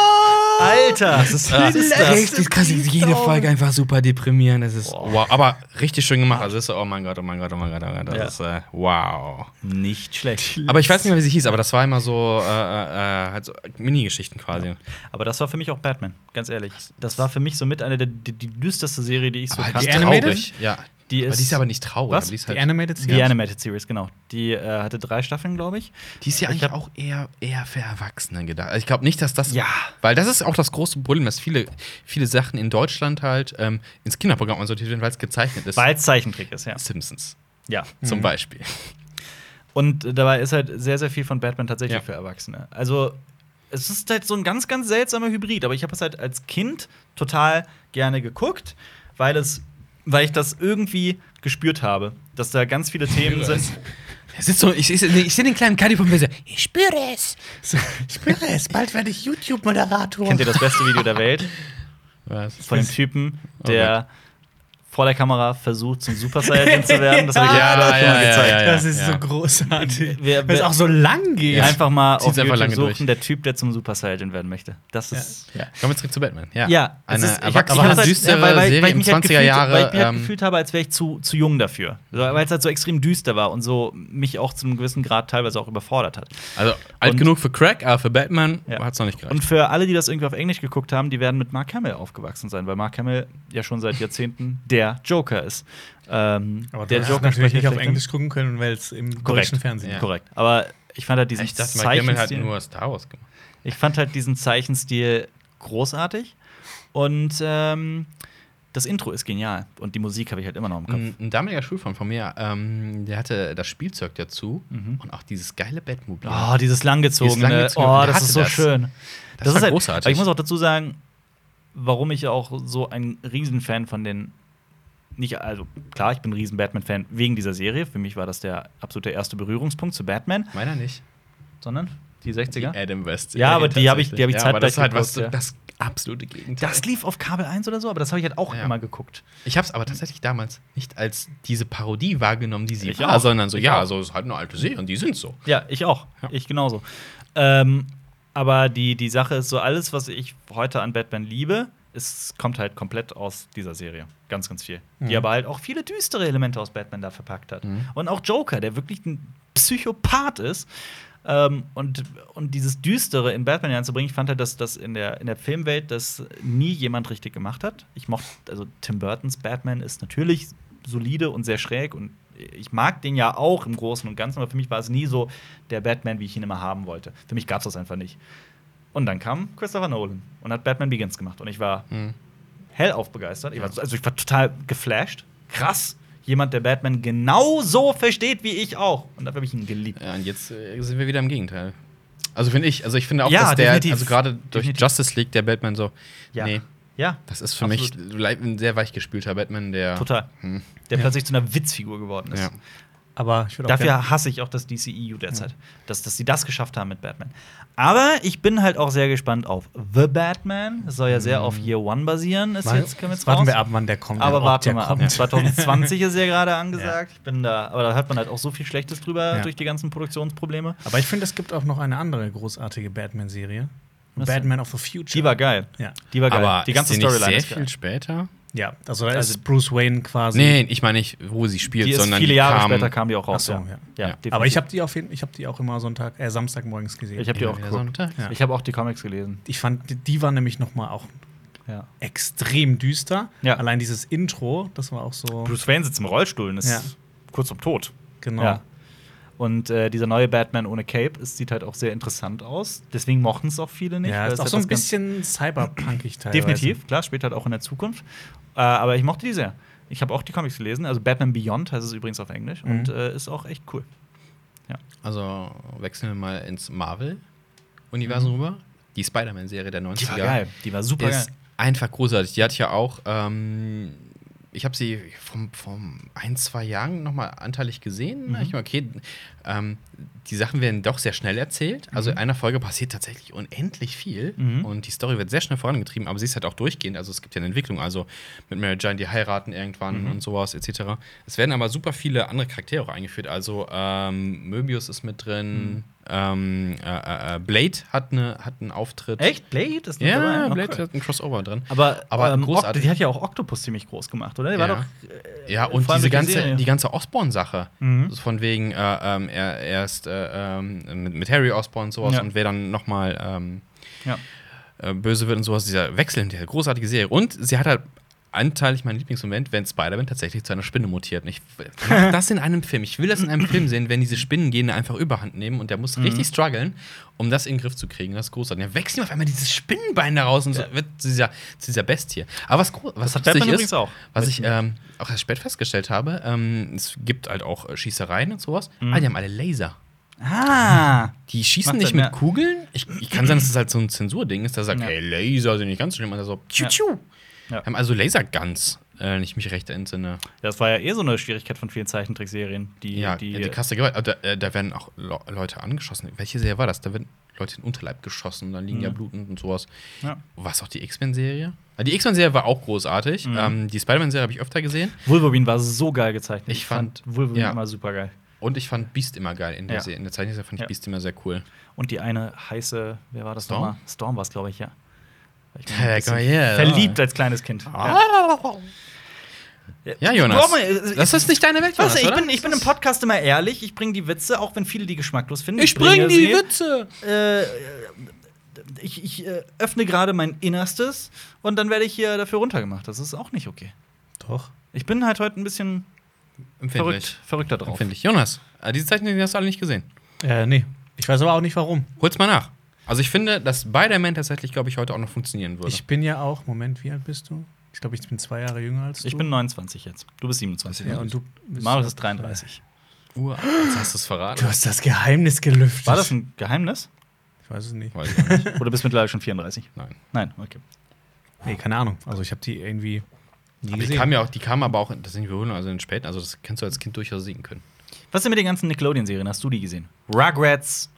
A: Alter! Das ist,
B: äh,
A: das ist das.
B: richtig krass, jede Folge einfach super deprimierend. Das ist
A: Wow.
B: wow. Aber richtig schön gemacht. Also, das ist, so, oh mein Gott, oh mein Gott, oh mein Gott, oh mein Gott. Das ist, äh, wow.
A: Nicht schlecht.
B: Aber ich weiß nicht mehr, wie sie hieß, aber das war immer so, äh, äh, äh, halt so Mini-Geschichten quasi.
A: Aber das war für mich auch Batman, ganz ehrlich. Das war für mich somit eine der die, die düsterste Serie, die ich so
B: Aber
A: kannte.
B: Ah, die
C: Die Animated?
B: traurig. Ja.
A: Die
B: aber die ist
A: ist-
B: aber nicht traurig.
A: Was?
B: aber Die ist
C: Die
B: halt
C: Animated
A: Die Animated Series, genau. Die äh, hatte drei Staffeln, glaube ich.
B: Die ist ja
A: Ich
B: eigentlich auch eher, eher für Erwachsene gedacht. Also ich glaube nicht, dass das.
A: Ja.
B: Weil das ist auch das große Problem, dass viele, viele Sachen in Deutschland halt ähm, ins Kinderprogramm sortiert werden, weil es gezeichnet ist.
A: Weil Mhm. es Zeichentrick ist, ja.
B: Simpsons
A: Ja.
B: zum Beispiel.
A: Und äh, dabei ist halt sehr, sehr viel von Batman tatsächlich
B: Ja.
A: für Erwachsene. Also, es ist halt so ein ganz, ganz seltsamer Hybrid, aber ich habe es halt als Kind total gerne geguckt, weil es, weil ich das irgendwie gespürt habe, dass da ganz viele Themen sind.
B: Er sitzt so, ich, ich, ich sehe den kleinen Kadi vom Fernseher.
D: Ich spüre es. Ich spüre es. Bald werde ich YouTube-Moderator.
A: Kennt ihr das beste Video der Welt
B: Was?
A: von dem Typen, der vor der Kamera versucht, zum Super Saiyajin zu werden. Das habe ich
B: Ja,
A: ja, schon mal
B: ja,
A: gezeigt.
B: ja, ja.
C: das ist so großartig. Weil es auch so lang geht.
A: Einfach mal auf
B: Zieht's einfach
A: YouTube
B: lange
A: suchen,
B: durch.
A: der Typ, der zum Super Saiyajin werden möchte. Das ist.
B: Ja. Kommen wir zurück zu Batman. Ja,
A: Ja, es ist-
B: eine
A: ich hab- ich
B: erwachsene,
A: hab's halt-
B: düstere
A: ja, weil- weil-
B: Serie
A: weil ich
B: im
A: mich
B: 20er
A: halt gefühlt-
B: Jahre.
A: Weil ich mich halt
B: ähm,
A: gefühlt habe, als wäre ich zu, zu jung dafür. So, Weil es halt so extrem düster war und so mich auch zu einem gewissen Grad teilweise auch überfordert hat.
B: also alt
A: Und-
B: genug für Crack, aber für Batman
A: Ja.
B: hat es noch nicht gereicht.
A: Und für alle, die das irgendwie auf Englisch geguckt haben, die werden mit Mark Hamill aufgewachsen sein, weil Mark Hamill ja schon seit Jahrzehnten der Joker ist. Ähm,
C: Aber
A: der
C: du hast natürlich
A: spricht
C: nicht auf
A: schlecht
C: Englisch gucken können, weil es im
A: Korrekt.
C: deutschen Fernsehen
A: an.
B: Ja.
A: Korrekt. Aber ich fand halt diesen
B: ich dachte, Mark Hamill hat
A: Zeichenstil.
B: nur Star Wars gemacht.
A: ich fand halt diesen Zeichenstil großartig und ähm, das Intro ist genial und die Musik habe ich halt immer noch im Kopf.
B: Ein, ein damaliger Schulfreund von mir, ähm, der hatte das Spielzeug dazu
A: Mhm.
B: und auch dieses geile Bettmobil.
A: Oh, dieses langgezogene.
B: Dieses langgezogene,
A: oh,
B: wer
A: das
B: hatte
A: ist so
B: das?
A: schön.
B: Das war
A: halt,
B: großartig.
A: Aber ich muss auch dazu sagen, warum ich auch so ein Riesenfan von den nicht, also klar, ich bin ein riesen Batman-Fan wegen dieser Serie. Für mich war das der absolute erste Berührungspunkt zu Batman,
B: Meiner nicht.
A: sondern die
B: Die äh,
A: 60er.
B: Adam West.
A: Ja, aber die hab ich- die hab ich
B: ja, aber das ist halt
A: zeitgleich
B: was,
A: geguckt, ja.
B: das absolute Gegenteil.
A: Das lief auf Kabel 1 oder so, aber das habe ich halt auch
B: Ja.
A: immer geguckt.
B: ich habe es aber tatsächlich damals nicht als diese Parodie wahrgenommen, die sie
A: Ich
B: war,
A: auch.
B: sondern so,
A: Ich
B: ja,
A: auch.
B: so ist halt eine alte Serie und die sind so.
A: Ja, ich auch.
B: Ja.
A: Ich genauso. Ähm, aber die, die Sache ist so, alles, was ich heute an Batman liebe, es kommt halt komplett aus dieser Serie. Ganz, ganz viel. Die aber halt auch viele düstere Elemente aus Batman da verpackt hat. Und auch Joker, der wirklich ein Psychopath ist. Ähm, und, und dieses Düstere in Batman reinzubringen, ich fand halt, dass das in der, in der Filmwelt das nie jemand richtig gemacht hat. Ich mochte, also Tim Burtons Batman ist natürlich solide und sehr schräg und ich mag den ja auch im Großen und Ganzen, aber für mich war es nie so der Batman, wie ich ihn immer haben wollte. Für mich gab es das einfach nicht. Und dann kam Christopher Nolan und hat Batman Begins gemacht und ich war
B: Mhm.
A: hellauf begeistert. Ich war, also ich war total geflasht. Krass. Jemand, der Batman genau so versteht wie ich auch. Und dafür habe ich ihn geliebt.
B: Ja, und jetzt äh, sind wir wieder im Gegenteil. Also finde ich, also ich finde auch,
A: Ja,
B: dass der,
A: definitiv.
B: also gerade durch
A: Definitiv.
B: Justice League, der Batman so,
A: Ja.
B: nee,
A: Ja.
B: das ist für
A: Absolut.
B: mich le- ein sehr weichgespülter Batman, der
A: Total. Der plötzlich zu einer Witzfigur geworden ist.
B: Hm. Ja.
C: Aber ich würd auch gerne-
A: Dafür hasse ich auch das DCEU derzeit, dass, dass sie das geschafft haben mit Batman. Aber ich bin halt auch sehr gespannt auf The Batman. Das soll ja
B: Hm.
A: sehr auf Year One basieren. Ist
C: Mal-
A: jetzt, können wir jetzt
C: warten
A: raus.
C: wir ab, wann der kommt.
A: Aber
C: ob
A: warte
C: oh, der
A: mal ab.
C: kommt.
A: 2020 ist ja gerade angesagt. Ich bin da, aber da hört man halt auch so viel Schlechtes drüber
C: Ja.
A: durch die ganzen Produktionsprobleme.
C: Aber ich finde, es gibt auch noch eine andere großartige Batman-Serie.
A: Was denn?
C: Batman of the Future.
A: Die war geil.
C: Ja.
A: Die war geil.
B: aber
A: die ganze
B: ist die nicht
A: Storyline
B: sehr viel später.
C: ja, also da
A: Also-
C: ist Bruce Wayne quasi.
B: Nee, ich meine nicht, wo sie spielt,
A: Die ist
B: sondern
A: viele
B: die
A: Jahre
B: kam,
A: später kam die auch raus.
C: Ach so, ja.
A: definitiv.
C: Aber ich habe die auf jeden ich habe die auch immer Sonntag, äh, Samstagmorgens gesehen.
A: ich hab die
B: Immer
A: auch
B: wieder
A: geguckt.
B: Sonntag.
C: Ja.
A: Ich habe auch die Comics gelesen.
C: ich fand, die, die war nämlich noch mal auch
A: Ja.
C: extrem düster.
A: Ja.
C: Allein dieses Intro, das war auch so.
A: Bruce Wayne sitzt im Rollstuhl und ist
C: Ja.
A: kurz um Tod.
C: Genau.
A: Ja. Und äh, dieser neue Batman ohne Cape, es sieht halt auch sehr interessant aus. Deswegen mochten es auch viele nicht.
C: ja
A: weil
C: ist
A: es
C: auch
A: halt
C: so ein
A: was ganz-
C: bisschen cyberpunkig teilweise.
A: Definitiv, klar, spielt halt auch in der Zukunft. Äh, aber ich mochte die sehr. Ich habe auch die Comics gelesen. Also Batman Beyond heißt es übrigens auf Englisch und
C: Mhm.
A: äh, ist auch echt cool.
B: Also wechseln wir mal ins Marvel-Universum rüber. Mhm. Die Spider-Man-Serie der 90er.
A: Die war super
B: ist einfach großartig. Die hatte ich ja auch, ähm, ich habe sie vom, vom ein, zwei Jahren nochmal anteilig gesehen. Ich
A: Mhm.
B: meine, okay, ähm, die Sachen werden doch sehr schnell erzählt. Also in einer Folge passiert tatsächlich unendlich viel
A: Mhm.
B: und die Story wird sehr schnell vorangetrieben, aber sie ist halt auch durchgehend. Also es gibt ja eine Entwicklung, also mit Mary Jane, die heiraten
A: Mhm.
B: irgendwann und sowas, etc. Es werden aber super viele andere Charaktere auch eingeführt. Also ähm, Möbius ist mit drin.
A: Mhm.
B: Ähm, äh, äh, Blade hat, eine, hat einen Auftritt.
A: Echt? Blade ist nicht dabei?
B: Ja,
A: Na,
B: Blade
A: cool.
B: hat ein Crossover drin.
A: Aber,
B: Aber
A: ähm,
B: großartig.
A: Oct- die hat ja auch Octopus ziemlich groß gemacht, oder? Die war
B: Ja.
A: doch
B: Ja, und
A: Äh, vor allem durch die
B: diese ganze,
A: Serie.
B: die ganze Osborn-Sache.
A: Mhm.
B: Also Von wegen, äh, ähm, er, er ist äh, ähm, mit, mit Harry Osborn und sowas
A: Ja.
B: und wer dann nochmal ähm,
A: Ja.
B: äh, böse wird und sowas. Dieser Wechsel in der großartige Serie. Und sie hat halt anteilig meinen Lieblingsmoment, wenn Spider-Man tatsächlich zu einer Spinne mutiert. Und ich mach das in einem Film. Ich will das in einem Film sehen, wenn diese Spinnengene einfach überhand nehmen und der muss
A: Mhm.
B: richtig strugglen, um das in den Griff zu kriegen. Das ist großartig. Dann wächst ihm auf einmal dieses Spinnenbein da raus und so wird zu dieser, zu dieser Bestie. Aber was, gro- was
A: Das hat
B: lustig
A: Batman übrigens auch.
B: was ich ähm, auch erst spät festgestellt habe, ähm, es gibt halt auch äh, Schießereien und sowas. Ah, die haben alle Laser.
A: Ah!
B: Die schießen
A: Mhm. Macht
B: nicht
A: Sinn,
B: mit
A: ja.
B: Kugeln. Ich, ich kann sein, dass das halt so ein Zensurding ist, dass er sagt,
A: Ja.
B: hey, Laser sind nicht ganz so schlimm. Und er so, tschu,
A: Ja.
B: tschu.
A: Ja.
B: Haben also Laserguns. äh, wenn ich mich recht entsinne.
A: Das war ja eh so eine Schwierigkeit von vielen Zeichentrickserien, die,
B: ja,
A: die,
B: die, die krasse Gewalt. Aber Da, äh, da werden auch Le Leute angeschossen. Welche Serie war das? Da werden Leute in den Unterleib geschossen, dann liegen ja blutend und sowas.
A: Mhm. Ja.
B: War es auch die X-Men-Serie? Ah, Die X-Men-Serie war auch großartig.
A: Mhm.
B: Ähm, die Spider-Man-Serie habe ich öfter gesehen.
A: Wolverine war so geil gezeichnet.
B: Ich fand-
A: Wolverine
B: ja.
A: immer super geil.
B: Und ich fand Beast immer geil in der
A: Ja.
B: Serie. In der Zeichenserie fand ich
A: Ja.
B: Beast immer sehr cool.
A: Und die eine heiße, wer war das
B: Storm?
A: nochmal? Storm war es, glaube ich, ja. Ich bin
B: Ja,
A: ein bisschen
B: komm her,
A: verliebt als kleines
B: Ah.
A: Kind.
B: Ja, Jonas.
A: Brauch mal, äh,
B: Das ist nicht deine Welt, Jonas,
A: Weißt du, ich
B: oder?
A: bin, ich bin im Podcast immer ehrlich, ich bringe die Witze, auch wenn viele die geschmacklos finden.
B: Ich bring die
A: sie.
B: Witze!
A: Äh, ich ich äh, öffne gerade mein Innerstes und dann werde ich hier dafür runtergemacht. Das ist auch nicht okay.
C: Doch.
A: Ich bin halt heute ein bisschen verrückt,
B: Empfindlich.
A: verrückter drauf.
B: Empfindlich. Jonas, äh, diese Zeichenserie hast du alle nicht gesehen.
C: Äh, nee. Ich weiß aber auch nicht warum.
B: Hol's mal nach. Also ich finde, dass Spider-Man tatsächlich, glaube ich, heute auch noch funktionieren würde.
C: Ich bin ja auch, Moment, wie alt bist du? Ich glaube, ich bin zwei Jahre jünger als du.
A: Ich bin 29 jetzt. Du bist 27.
C: ja, und du bist
A: Marius ist 33.
B: Uhr, jetzt hast du es
C: Du
B: verraten.
C: hast das Geheimnis gelüftet.
A: War das ein Geheimnis?
C: Ich weiß es nicht.
B: Weiß ich nicht.
A: Oder bist du mittlerweile schon 34?
B: Nein.
A: Nein, okay.
C: Nee, keine Ahnung. Also ich habe die irgendwie nie
B: Die
C: gesehen.
B: kamen ja auch, die kamen aber auch, in- das sind wir also in den späten, also das kannst du als Kind durchaus sehen können.
A: Was ist denn mit den ganzen Nickelodeon-Serien? Hast du die gesehen? Rugrats,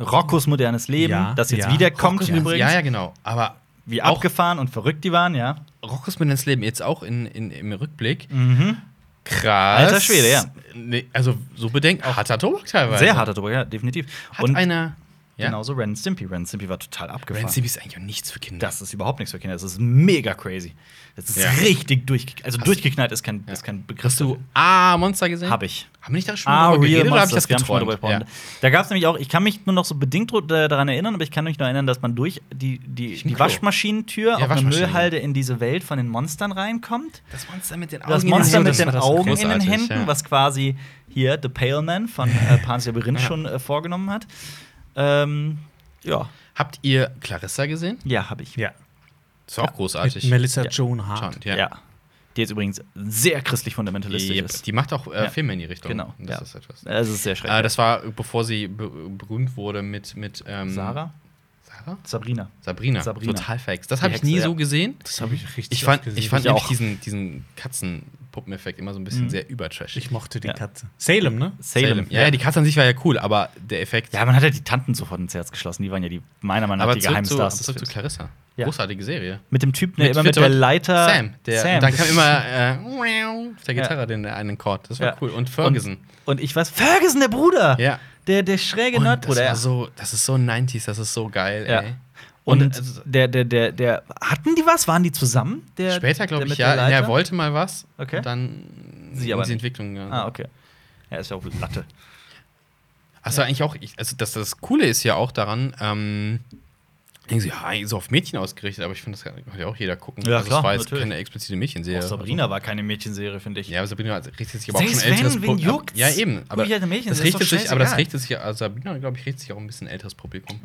A: Roccos modernes Leben,
C: Ja,
A: das jetzt
C: ja.
A: wiederkommt
B: Rockos
A: übrigens.
B: Ja, ja, genau. Aber
A: Wie
B: Auch-
A: abgefahren und verrückt die waren, ja.
B: Rockos mit ins Leben, jetzt auch in, in, im Rückblick.
A: Mhm.
B: Krass.
A: Alter Schwede, ja.
B: Nee, also so bedenkt, auch harter Tobak teilweise.
A: Sehr harter Druck, ja, definitiv.
B: Hat
A: und
B: einer. Ja?
A: genauso Ren and Stimpy. Ren and Stimpy war total abgefahren.
B: Ren Stimpy ist eigentlich auch nichts für Kinder.
A: das ist überhaupt nichts für Kinder. Das ist mega crazy. Das ist
B: Ja.
A: richtig durchgeknallt. Also
B: Hast-
A: durchgeknallt ist kein, ist kein Begriff.
B: Hast du Ah, Monster gesehen?
A: Hab ich.
B: Haben wir nicht da schon
A: Ah,
B: mal drüber
A: Real
B: geredet, oder hab ich
A: Monsters,
B: das
A: wir haben schon
B: geträumt?
A: darüber
B: Ja.
A: gesprochen. Da gab es nämlich auch, ich kann mich nur noch so bedingt dr- äh, daran erinnern, aber ich kann mich noch erinnern, dass man durch die, die, die
B: Klo.
A: Waschmaschinentür auf eine
B: Waschmaschine.
A: Müllhalde in diese Welt von den Monstern reinkommt.
B: Das Monster mit den Augen.
A: Das
B: in
A: Monster
B: den-
A: mit
B: das
A: den
B: war das
A: Augen in den
B: großartig,
A: Händen,
B: ja.
A: was quasi hier The Pale Man von äh, Pan's Labyrinth
B: Ja.
A: schon äh, vorgenommen hat. Ähm, ja,
B: Habt ihr Clarissa gesehen?
A: ja, habe ich.
C: ja.
B: Das war auch großartig.
C: Mit Melissa
A: Ja.
C: Joan Hart.
B: Schand, ja.
A: Die jetzt übrigens sehr christlich fundamentalistisch
B: Die,
A: ist.
B: die macht auch äh,
A: Ja.
B: Filme in die Richtung.
A: Genau,
B: Das
A: ja.
B: ist etwas.
A: Das ist sehr
B: Äh,
A: schrecklich.
B: das war, bevor sie be berühmt wurde mit. mit ähm,
A: Sarah?
B: Sarah?
A: Sabrina.
B: Sabrina.
A: Sabrina.
B: Total fakes. Das
A: Die
B: habe ich
A: Hexe,
B: nie
A: ja.
B: so gesehen.
C: Das habe ich richtig
B: Ich fand,
C: oft gesehen.
B: ich fand
A: Ich auch.
B: nämlich diesen, diesen Katzenpuppeneffekt immer so ein bisschen sehr übertrashig.
C: Ich mochte die
A: Ja.
C: Katze. Salem, ne?
A: Salem.
B: Ja, ja, die Katze an sich war ja cool, aber der Effekt.
A: Ja, man hat ja die Tanten sofort ins Herz geschlossen. Die waren ja die, meiner Meinung nach,
B: aber
A: die
B: zurück zu,
A: Geheimstars. des
B: zurück zu
A: Films.
B: Clarissa.
A: Ja.
B: Großartige Serie.
A: mit dem Typen, der immer mit
B: Fitter-
A: der Leiter.
B: Sam. Der,
A: Sam.
B: Und dann kam immer äh, miau auf der
A: Ja.
B: Gitarre den einen Chord. Das war
A: Ja.
B: cool. Und Ferguson.
A: Und ich weiß, Ferguson, der Bruder.
B: Ja.
A: Der, der schräge
B: Und
A: Nerdbruder.
B: Das,
A: ja.
B: war so, das ist so 90s, das ist so geil,
A: Ja.
B: ey.
A: Und,
B: Und, also-
A: der, der, der, der, hatten die was? Waren die zusammen? Der,
B: Später, glaube
A: der
B: ich,
A: mit
B: ja.
A: der Leiter?
B: Er wollte mal was.
A: Okay.
B: Und dann
A: Sie
B: in
A: aber
B: die
A: nicht.
B: Entwicklung. Ja.
A: Ah, okay. Ja, ist ja auch Latte.
B: Also eigentlich auch, ich- also das, das Coole ist ja auch daran, ähm, denken sie, ja, eigentlich so auf Mädchen ausgerichtet, aber ich finde, das kann kann ja auch jeder gucken.
A: Ja,
B: also
A: klar,
B: das war jetzt
A: natürlich.
B: keine explizite Mädchenserie.
A: Auch Sabrina war keine Mädchenserie, finde ich.
B: Also, ja, aber Sabrina richtet sich aber auch
A: Selbst
B: schon älteres
A: wenn, wen
B: Publikum.
A: juckt's?
B: Ja, eben. Aber
A: Guck ich halt eine Mädchen, das
B: das
A: ist
B: richtet
A: doch
B: sich, aber das
A: scheißegal. Mhm.
B: richtet sich, also Sabrina, glaube ich, richtet sich auch ein bisschen älteres Publikum.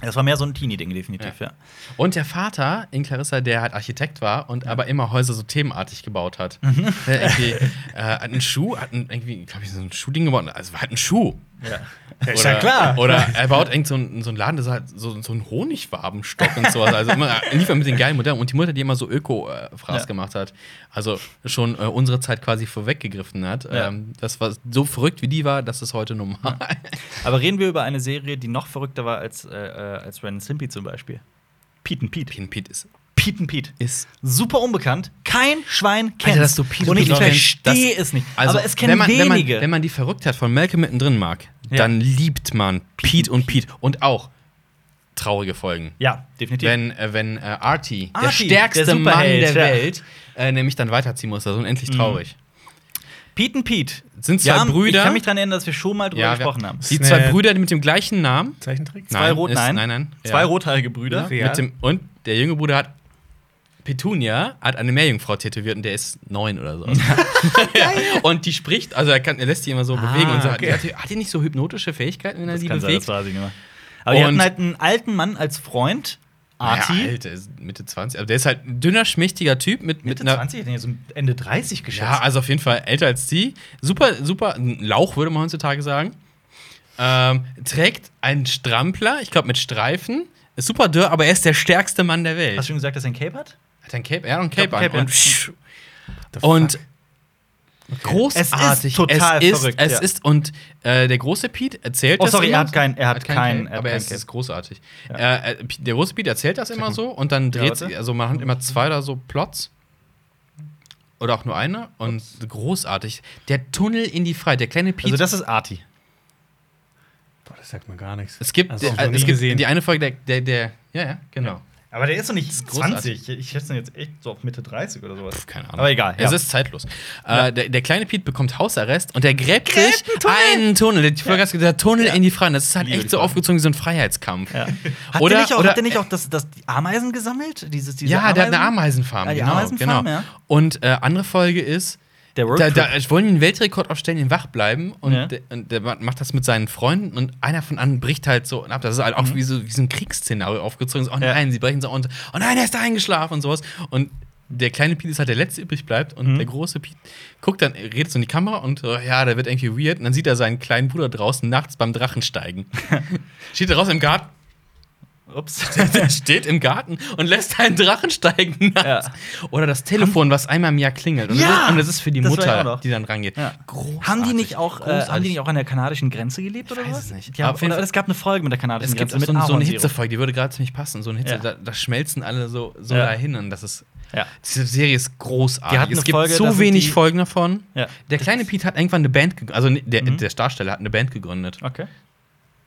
A: Das war mehr so ein Teenie-Ding, definitiv, ja.
B: Und der Vater in Clarissa, der halt Architekt war und aber immer Häuser so themenartig gebaut hat.
A: Mhm.
B: Der irgendwie, äh, hat einen Schuh, hat einen, irgendwie, glaube ich, so ein Schuhding gebaut. Also hat einen Schuh.
C: ist ja klar.
B: Oder er baut irgend so einen, so einen Laden, das hat so, so einen Honigwabenstock und sowas. Also immer liefert mit den geilen Modellen. Und die Mutter, die immer so Öko-Fraß
A: Ja.
B: gemacht hat. Also schon äh, unsere Zeit quasi vorweggegriffen hat.
A: Ja.
B: Ähm, das war so verrückt, wie die war, das ist heute normal.
A: Aber reden wir über eine Serie, die noch verrückter war als, äh, äh, als Ren and Stimpy zum Beispiel. Pete and Pete.
B: Pin Pete ist.
A: Pete and Pete.
B: ist
A: Super unbekannt. Kein Schwein kennt
B: Also, dass du Pete
A: Und
B: and
A: ich
B: Pete noch
A: verstehe
B: kennst,
A: es nicht.
B: Also,
A: Aber es kennen
B: wenn man, wenn man,
A: wenige.
B: wenn man die Verrücktheit von Malcolm mittendrin mag,
A: Ja.
B: dann liebt man Pete und Pete und auch traurige Folgen.
A: ja, definitiv.
B: Wenn, äh, wenn äh, Artie, der
A: Artie,
B: stärkste
A: der
B: Mann
A: Superheld,
B: der
A: ja.
B: Welt, äh, nämlich dann weiterziehen muss, also unendlich traurig.
A: Pete and Pete.
B: Sind zwei
A: Ja,
B: Brüder.
A: Ich kann mich daran erinnern, dass wir schon mal drüber
B: Ja, wir-
A: gesprochen haben.
B: Die zwei
C: Schnell.
B: Brüder die mit dem gleichen Namen.
C: Zeichentrick?
A: Zwei rot,
B: ist-
A: nein.
B: nein, nein.
A: Zwei
B: Ja.
A: rothaarige Brüder.
C: Ja.
B: Mit dem, und der jüngere Bruder hat Petunia, hat eine Meerjungfrau tätowiert und der ist neun oder so. und die spricht, also er, kann, er lässt die immer so bewegen und so.
C: okay.
B: Die Hat, die, hat die nicht so hypnotische Fähigkeiten, wenn er
A: Ah, Das
B: die
A: kann sein,
B: bewegt?
A: das weiß ich nicht mehr. Aber die
B: Und-
A: hatten halt einen alten Mann als Freund,
B: Ja,
A: Arti.
B: alt, der ist Mitte 20. Aber der ist halt ein dünner, schmächtiger Typ mit, mit
A: Mitte
B: einer.
A: 20, ich denke, so Ende 30 geschätzt.
B: Ja, also auf jeden Fall älter als die. Super, super, ein Lauch würde man heutzutage sagen. Ähm, trägt einen Strampler, ich glaube mit Streifen. Ist super dürr, aber er ist der stärkste Mann der Welt.
A: Hast du schon gesagt, dass er ein Cape hat?
B: Hat er ein Cape? Er hat ein Cape
A: glaub,
B: an.
A: Cape,
B: und
A: ja.
B: psch, und
A: Es
B: großartig.
A: ist total
B: es ist,
A: verrückt,
B: es
A: ja.
B: ist und äh, der große Pete erzählt
A: Oh,
B: das
A: sorry,
B: immer
A: er hat keinen- er hat keinen-
B: Cape,
A: er hat
B: aber
A: keinen
B: es
A: Cape.
B: ist großartig. Äh, äh, P- der große Pete erzählt das immer so und dann dreht
A: warte.
B: also man hat immer zwei oder so Plots oder auch nur eine und großartig. Der Tunnel in die Freiheit, der kleine Pete.
A: Also, das ist Arti.
D: Boah, das sagt mir gar nichts.
B: es gibt,
D: Also,
B: äh,
D: hab ich noch
B: es
D: nie
B: gibt
D: gesehen.
B: die eine Folge, der, der, der ja, ja, genau.
A: Aber der ist doch nicht
B: großartig.
A: 20. Ich schätze ihn jetzt echt so auf Mitte 30 oder sowas.
B: Pff, Keine Ahnung.
A: Aber egal, ja.
B: Es ist zeitlos. Äh, der, der kleine Pete bekommt Hausarrest und der gräbt
A: Gräbt
B: sich
A: einen Tunnel.
B: einen Tunnel. Die Folge heißt, Der Tunnel in die Freiheit. Das ist halt
A: Liebe
B: echt
A: die
B: so
A: Folge.
B: aufgezogen wie so ein Freiheitskampf.
A: Ja. Hat
B: Oder-
A: der nicht auch,
B: oder-
A: hat der nicht auch das, das die Ameisen gesammelt? Dieses, diese
B: Ja, der hat eine
A: Ameisen?
B: Ameisenfarm.
A: Ah, die
B: genau,
A: Ameisenfarm,
B: genau.
A: ja.
B: Und äh, andere Folge ist,
A: Der
B: da,
A: Roadtrip.
B: da wollen die einen Weltrekord aufstellen, den wach bleiben und,
A: Ja.
B: der, und der macht das mit seinen Freunden und einer von anderen bricht halt so ab. Das ist halt auch wie, so, wie so ein Kriegsszenario aufgezogen. So, oh
A: Mhm. Ja.
B: nein, sie brechen so und oh nein, er ist da eingeschlafen und sowas. Und der kleine Pete ist halt der letzte übrig bleibt
A: Mhm.
B: und der große Pete guckt dann, redet so in die Kamera und so, ja, der wird irgendwie weird. Und dann sieht er seinen kleinen Bruder draußen nachts beim Drachensteigen. Steht er raus im Garten
A: Ups.
B: der steht im Garten und lässt einen Drachen steigen. nachts. Oder das Telefon, was einmal im Jahr klingelt. Und,
A: Ja!
B: das, ist, und das ist für die
A: Das war ich auch
B: Mutter,
A: noch.
B: die dann rangeht.
A: Ja.
B: Großartig.
A: Haben die nicht auch, äh,
B: Großartig.
A: haben die nicht auch an der kanadischen Grenze gelebt oder
B: weiß
A: was?
B: es nicht.
A: Ja,
B: Aber auf jeden
A: oder,
B: Fall-
A: es gab eine Folge mit der kanadischen
B: Es gibt
A: Grenze
B: auch
A: Also mit
B: so, ein- so eine
A: Ahornsirup.
B: Hitzefolge, die würde gerade ziemlich passen. So eine Hitze,
A: Ja.
B: da, da schmelzen alle so, so
A: Ja.
B: dahin. Und das ist,
A: Ja.
B: diese Serie ist großartig.
A: Die hat eine
B: es gibt
A: Folge, da
B: so
A: sind
B: wenig
A: die-
B: Folgen davon.
A: Ja. Mhm.
B: Der kleine Pete hat irgendwann eine Band gegründet. Also nee, der, der Darsteller hat eine Band gegründet.
A: Okay.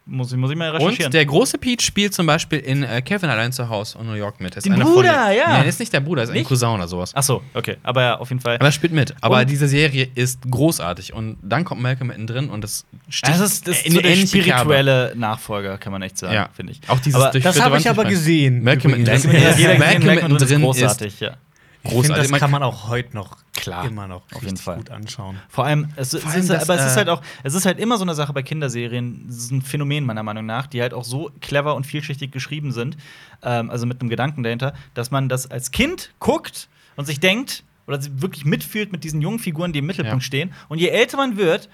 A: Muss ich, muss ich mal recherchieren.
B: Und der große Pete spielt zum Beispiel in äh, Kevin allein zu Hause in New York mit. Das ist
A: Den
B: einer
A: Bruder,
B: von,
A: ja.
B: Nein, ist nicht der Bruder, ist ein
A: Nicht?
B: Cousin oder sowas.
A: Ach so, okay. Aber ja, auf jeden Fall.
B: Aber er spielt mit. Aber
A: Und-
B: diese Serie ist großartig. Und dann kommt Malcolm mittendrin und das sticht
A: Das ist, das ist
B: in
A: so
B: eine
A: der
B: ähnliche Kerbe.
A: spirituelle Nachfolger, kann man echt sagen,
B: Ja.
A: finde ich.
B: Auch dieses
A: aber
B: durch-
D: Das
B: Dritte
D: habe ich
B: Wand
D: aber
B: nicht
D: gesehen.
B: Malcolm
D: übrigens.
B: in
A: das hat jeder gesehen,
B: Malcolm
A: Malcolm
B: mittendrin
A: ist
B: ist-
A: großartig, ja.
D: Ich finde,
B: großartig.
D: das
B: Man-
D: kann man auch heute noch
B: Klar.
D: immer noch
A: jeden
D: richtig
A: Fall.
D: gut anschauen.
A: Vor allem, es, es
B: allem
A: ist,
B: das,
A: aber es ist
B: äh,
A: halt auch, es ist halt immer so eine Sache bei Kinderserien, es ist ein Phänomen meiner Meinung nach, die halt auch so clever und vielschichtig geschrieben sind, ähm, also mit einem Gedanken dahinter, dass man das als Kind guckt und sich denkt oder sie wirklich mitfühlt mit diesen jungen Figuren, die im Mittelpunkt
B: Ja.
A: stehen. Und je älter man wird,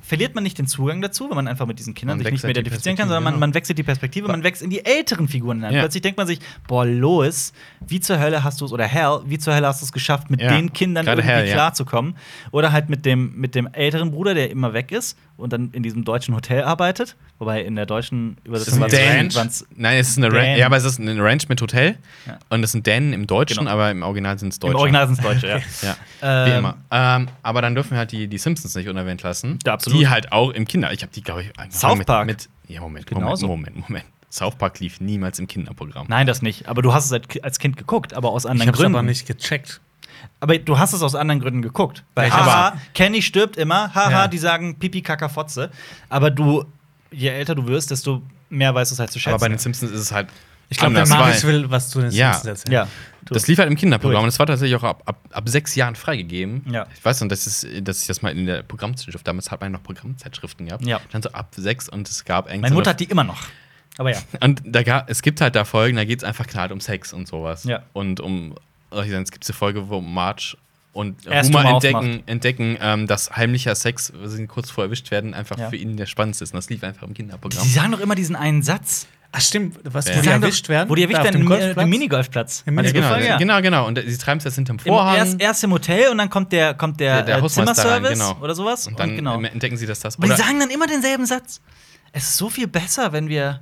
A: verliert man nicht den Zugang dazu, wenn man einfach mit diesen Kindern
B: Man
A: sich nicht mehr
B: wechselt die
A: identifizieren kann,
B: Perspektive,
A: sondern man,
B: genau.
A: man wechselt die Perspektive, man wächst in die älteren Figuren hinein.
B: Ja.
A: Plötzlich denkt man sich, boah, Lois, wie zur Hölle hast du es, oder Hal, wie zur Hölle hast du es geschafft, mit
B: Ja.
A: den Kindern
B: Gerade
A: irgendwie
B: Hal, ja.
A: klar zu kommen. Oder halt mit dem, mit dem älteren Bruder, der immer weg ist und dann in diesem deutschen Hotel arbeitet. Wobei in der deutschen
B: Das ist
A: Übersetzung
B: ein
A: war's-
B: Ranch.
A: waren's-
B: Nein, es ist eine
A: Dan.
B: Ranch. Ja, aber es ist eine Ranch mit Hotel.
A: Ja.
B: Und es sind Dänen im Deutschen,
A: Genau.
B: aber im Original sind es Deutsche.
A: Im Original sind es Deutsche, ja.
B: Ja. Wie
A: Ähm,
B: immer. Ähm, aber dann dürfen wir halt die, die Simpsons nicht unerwähnt lassen.
A: Ja, absolut.
B: Die halt auch im Kinder. Ich habe die, glaube ich, angefangen
A: South
B: mit,
A: Park.
B: Mit, ja, Moment,
A: Genauso.
B: Moment, Moment, Moment. South Park lief niemals im Kinderprogramm.
A: Nein, das nicht. Aber du hast es als- als Kind geguckt, aber aus
D: Ich
A: anderen
D: habe es
A: Gründen.
D: aber nicht gecheckt.
A: Aber du hast es aus anderen Gründen geguckt. Weil
B: Ja, ich
A: haha,
B: hab's-
A: Kenny stirbt immer, haha,
D: Ja.
A: die sagen Pipi Kaka Fotze. Aber du, je älter du wirst, desto mehr weißt du es halt zu schätzen.
B: Aber bei den Simpsons ist es halt.
D: Ich glaube, der
B: anders,
D: Marius
B: weil-
D: will was zu den
B: Ja.
D: Simpsons erzählen.
A: ja. Du-
B: Das lief halt im Kinderprogramm
A: Durch.
B: und es war tatsächlich auch ab, ab, ab sechs Jahren freigegeben.
A: Ja.
B: Ich weiß noch, das ist, dass ich das mal in der Programmzeitschrift, damals hat man noch Programmzeitschriften gehabt.
A: Ja.
B: Dann so ab sechs und es gab irgendwie.
A: Meine Mutter
B: so
A: hat die immer noch. Aber ja.
B: und da gab, es gibt halt da Folgen, da geht es einfach knallt um Sex und sowas.
A: Ja.
B: Und um, soll ich sagen, es gibt diese Folge, wo Marge und
A: Erst
B: Homer
A: Homer
B: entdecken,
A: aufmacht.
B: entdecken ähm, dass heimlicher Sex, weil sie kurz vor erwischt werden, einfach
A: Ja.
B: für ihn der spannendste ist. Und das lief einfach im Kinderprogramm.
A: Die sagen doch immer diesen einen Satz.
D: Ach stimmt, was
B: Ja.
D: wo die
A: sagen doch,
D: erwischt werden?
A: Wo die erwischt
D: Da auf
A: werden,
D: dem
A: im, äh,
D: Golfplatz?
A: dem Minigolfplatz.
D: Im
B: ja,
D: Minigolf-
B: genau,
A: Folge, ja.
B: genau, genau. Und sie treiben es jetzt hinterm
A: Im,
B: Vorhang.
A: erst, erst im Hotel und dann kommt der, kommt der,
B: Ja, der
A: äh,
B: Hausmeister
A: Zimmerservice
B: rein, genau.
A: oder sowas.
B: Und dann
A: genau.
B: ähm, entdecken sie, dass das.
A: Aber die
B: oder-
A: sagen dann immer denselben Satz. Es ist so viel besser, wenn wir,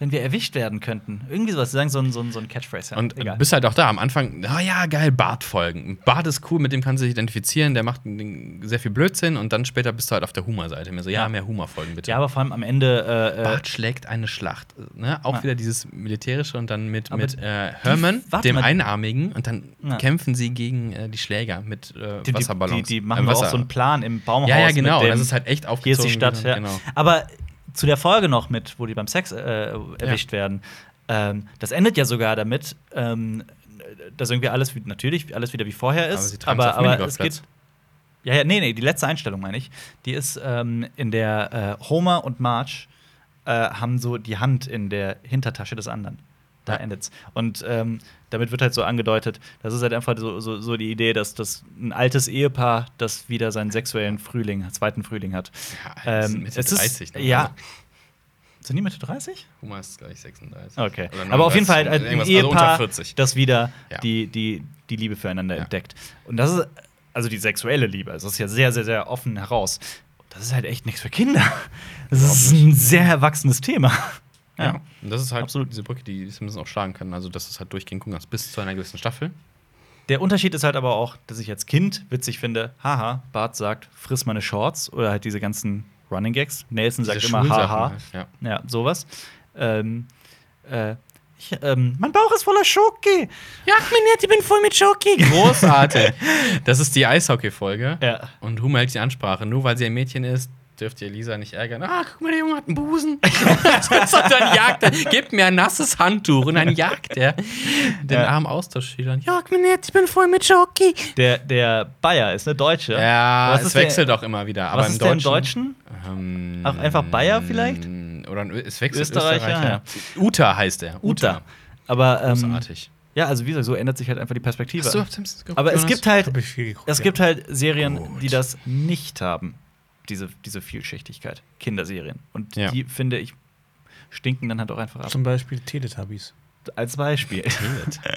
A: wenn wir erwischt werden könnten. Irgendwie sowas. Sie sagen so ein, so ein, so ein Catchphrase. Ja.
B: und
A: Egal.
B: bist halt auch da am Anfang, ah ja, geil, Bart folgen. Bart ist cool, mit dem kannst du dich identifizieren, der macht n- sehr viel Blödsinn und dann später bist du halt auf der Humor-Seite. Mir so, ja,
A: Ja.
B: mehr Humor folgen bitte.
A: ja, aber vor allem am Ende. Äh, äh,
B: Bart schlägt eine Schlacht. Ne? Auch
A: Ja.
B: wieder dieses militärische und dann mit,
A: Aber
B: mit äh, Herman,
A: warte
B: dem
A: mal.
B: Einarmigen, und dann
A: Ja.
B: kämpfen sie gegen äh, die Schläger mit
A: die,
B: äh,
A: die, die,
B: Wasserballons.
A: die machen
B: Äh,
A: doch auch
B: Wasser-
A: so einen Plan im Baumhaus.
B: Ja, ja, genau.
A: Mit dem,
B: Das ist halt echt
A: hier ist
B: aufgezogen.
A: die Stadt. Ja.
B: Genau.
A: Aber zu der Folge noch mit, wo die beim Sex äh, erwischt werden. Ähm, das endet ja sogar damit, ähm, dass irgendwie alles wie, natürlich alles wieder wie vorher
B: Aber sie
A: ist.
B: treiben's
A: Aber,
B: auf
A: aber, es
B: Minigolfplatz.
A: geht. Ja, ja, nee, nee, die letzte Einstellung meine ich. Die ist ähm, in der äh, Homer und Marge äh, haben so die Hand in der Hintertasche des anderen. Da
B: Ja.
A: endet's. Und ähm, damit wird halt so angedeutet, das ist halt einfach so, so, so die Idee, dass das ein altes Ehepaar, das wieder seinen sexuellen Frühling, zweiten Frühling hat.
B: Ja, die sind
A: Ähm,
B: Mitte
A: es ist,
B: 30, ne?
A: Ja.
B: Also,
A: Sind die Mitte 30?
B: Huma ist, glaube ich, 36.
A: Okay.
B: Oder
A: Aber auf jeden Fall
B: 39,
A: ein
B: irgendwas,
A: Ehepaar,
B: also unter 40.
A: das wieder
B: Ja.
A: die, die, die Liebe füreinander
B: Ja.
A: entdeckt. Und das ist, also die sexuelle Liebe, also das ist ja sehr, sehr, sehr offen heraus. Das ist halt echt nichts für Kinder. Das ist ein sehr erwachsenes Thema.
B: Ja. Und das ist halt
A: Absolut.
B: diese Brücke, die Simpsons auch schlagen kann. Also, dass es halt durchgehend gucken kannst, bis zu einer gewissen Staffel.
A: Der Unterschied ist halt aber auch, dass ich als Kind witzig finde, haha, Bart sagt, friss meine Shorts oder halt diese ganzen Running Gags. Nelson sagt
B: Diese
A: immer,
B: Schwulsachen
A: haha.
B: halt, Ja.
A: Ja, sowas. Ähm, äh, ich, ähm, mein Bauch ist voller Schoki.
B: Ja, mein Herz, ich bin voll mit Schoki. Großartig. Das ist die Eishockey-Folge.
A: Ja.
B: Und Huma hält die Ansprache. Nur weil sie ein Mädchen ist, dürft ihr Lisa nicht ärgern. Ah, guck mal, der Junge hat einen Busen. Sondern jagt er. Gib mir ein nasses Handtuch und dann jagt er den
A: Ja.
B: armen Austauschschülern. Ja, mein Herz, ich bin voll mit Schoki.
A: Der, der Bayer ist eine Deutsche.
B: Ja,
A: Was
B: es
A: ist der-
B: wechselt auch immer wieder. Aber
A: was
B: im
A: ist der
B: Deutschen,
A: im Deutschen?
B: Ähm,
A: Auch einfach Bayer vielleicht?
B: Oder ein Ö- es wechselt
A: Österreicher,
B: Österreicher. Uta heißt er.
A: Uta. Aber ähm,
B: Großartig.
A: ja, also wie gesagt, so ändert sich halt einfach die Perspektive.
B: Hast du auf Simpsons geguckt,
A: Aber es
B: Jonas?
A: gibt halt,
C: Hab ich viel geguckt,
A: es
C: ja.
A: gibt halt Serien, die das nicht haben, diese, diese Vielschichtigkeit. Kinderserien. Und
B: Ja.
A: die, finde ich, stinken dann halt auch einfach ab.
C: Zum Beispiel Teletubbies.
A: Als Beispiel.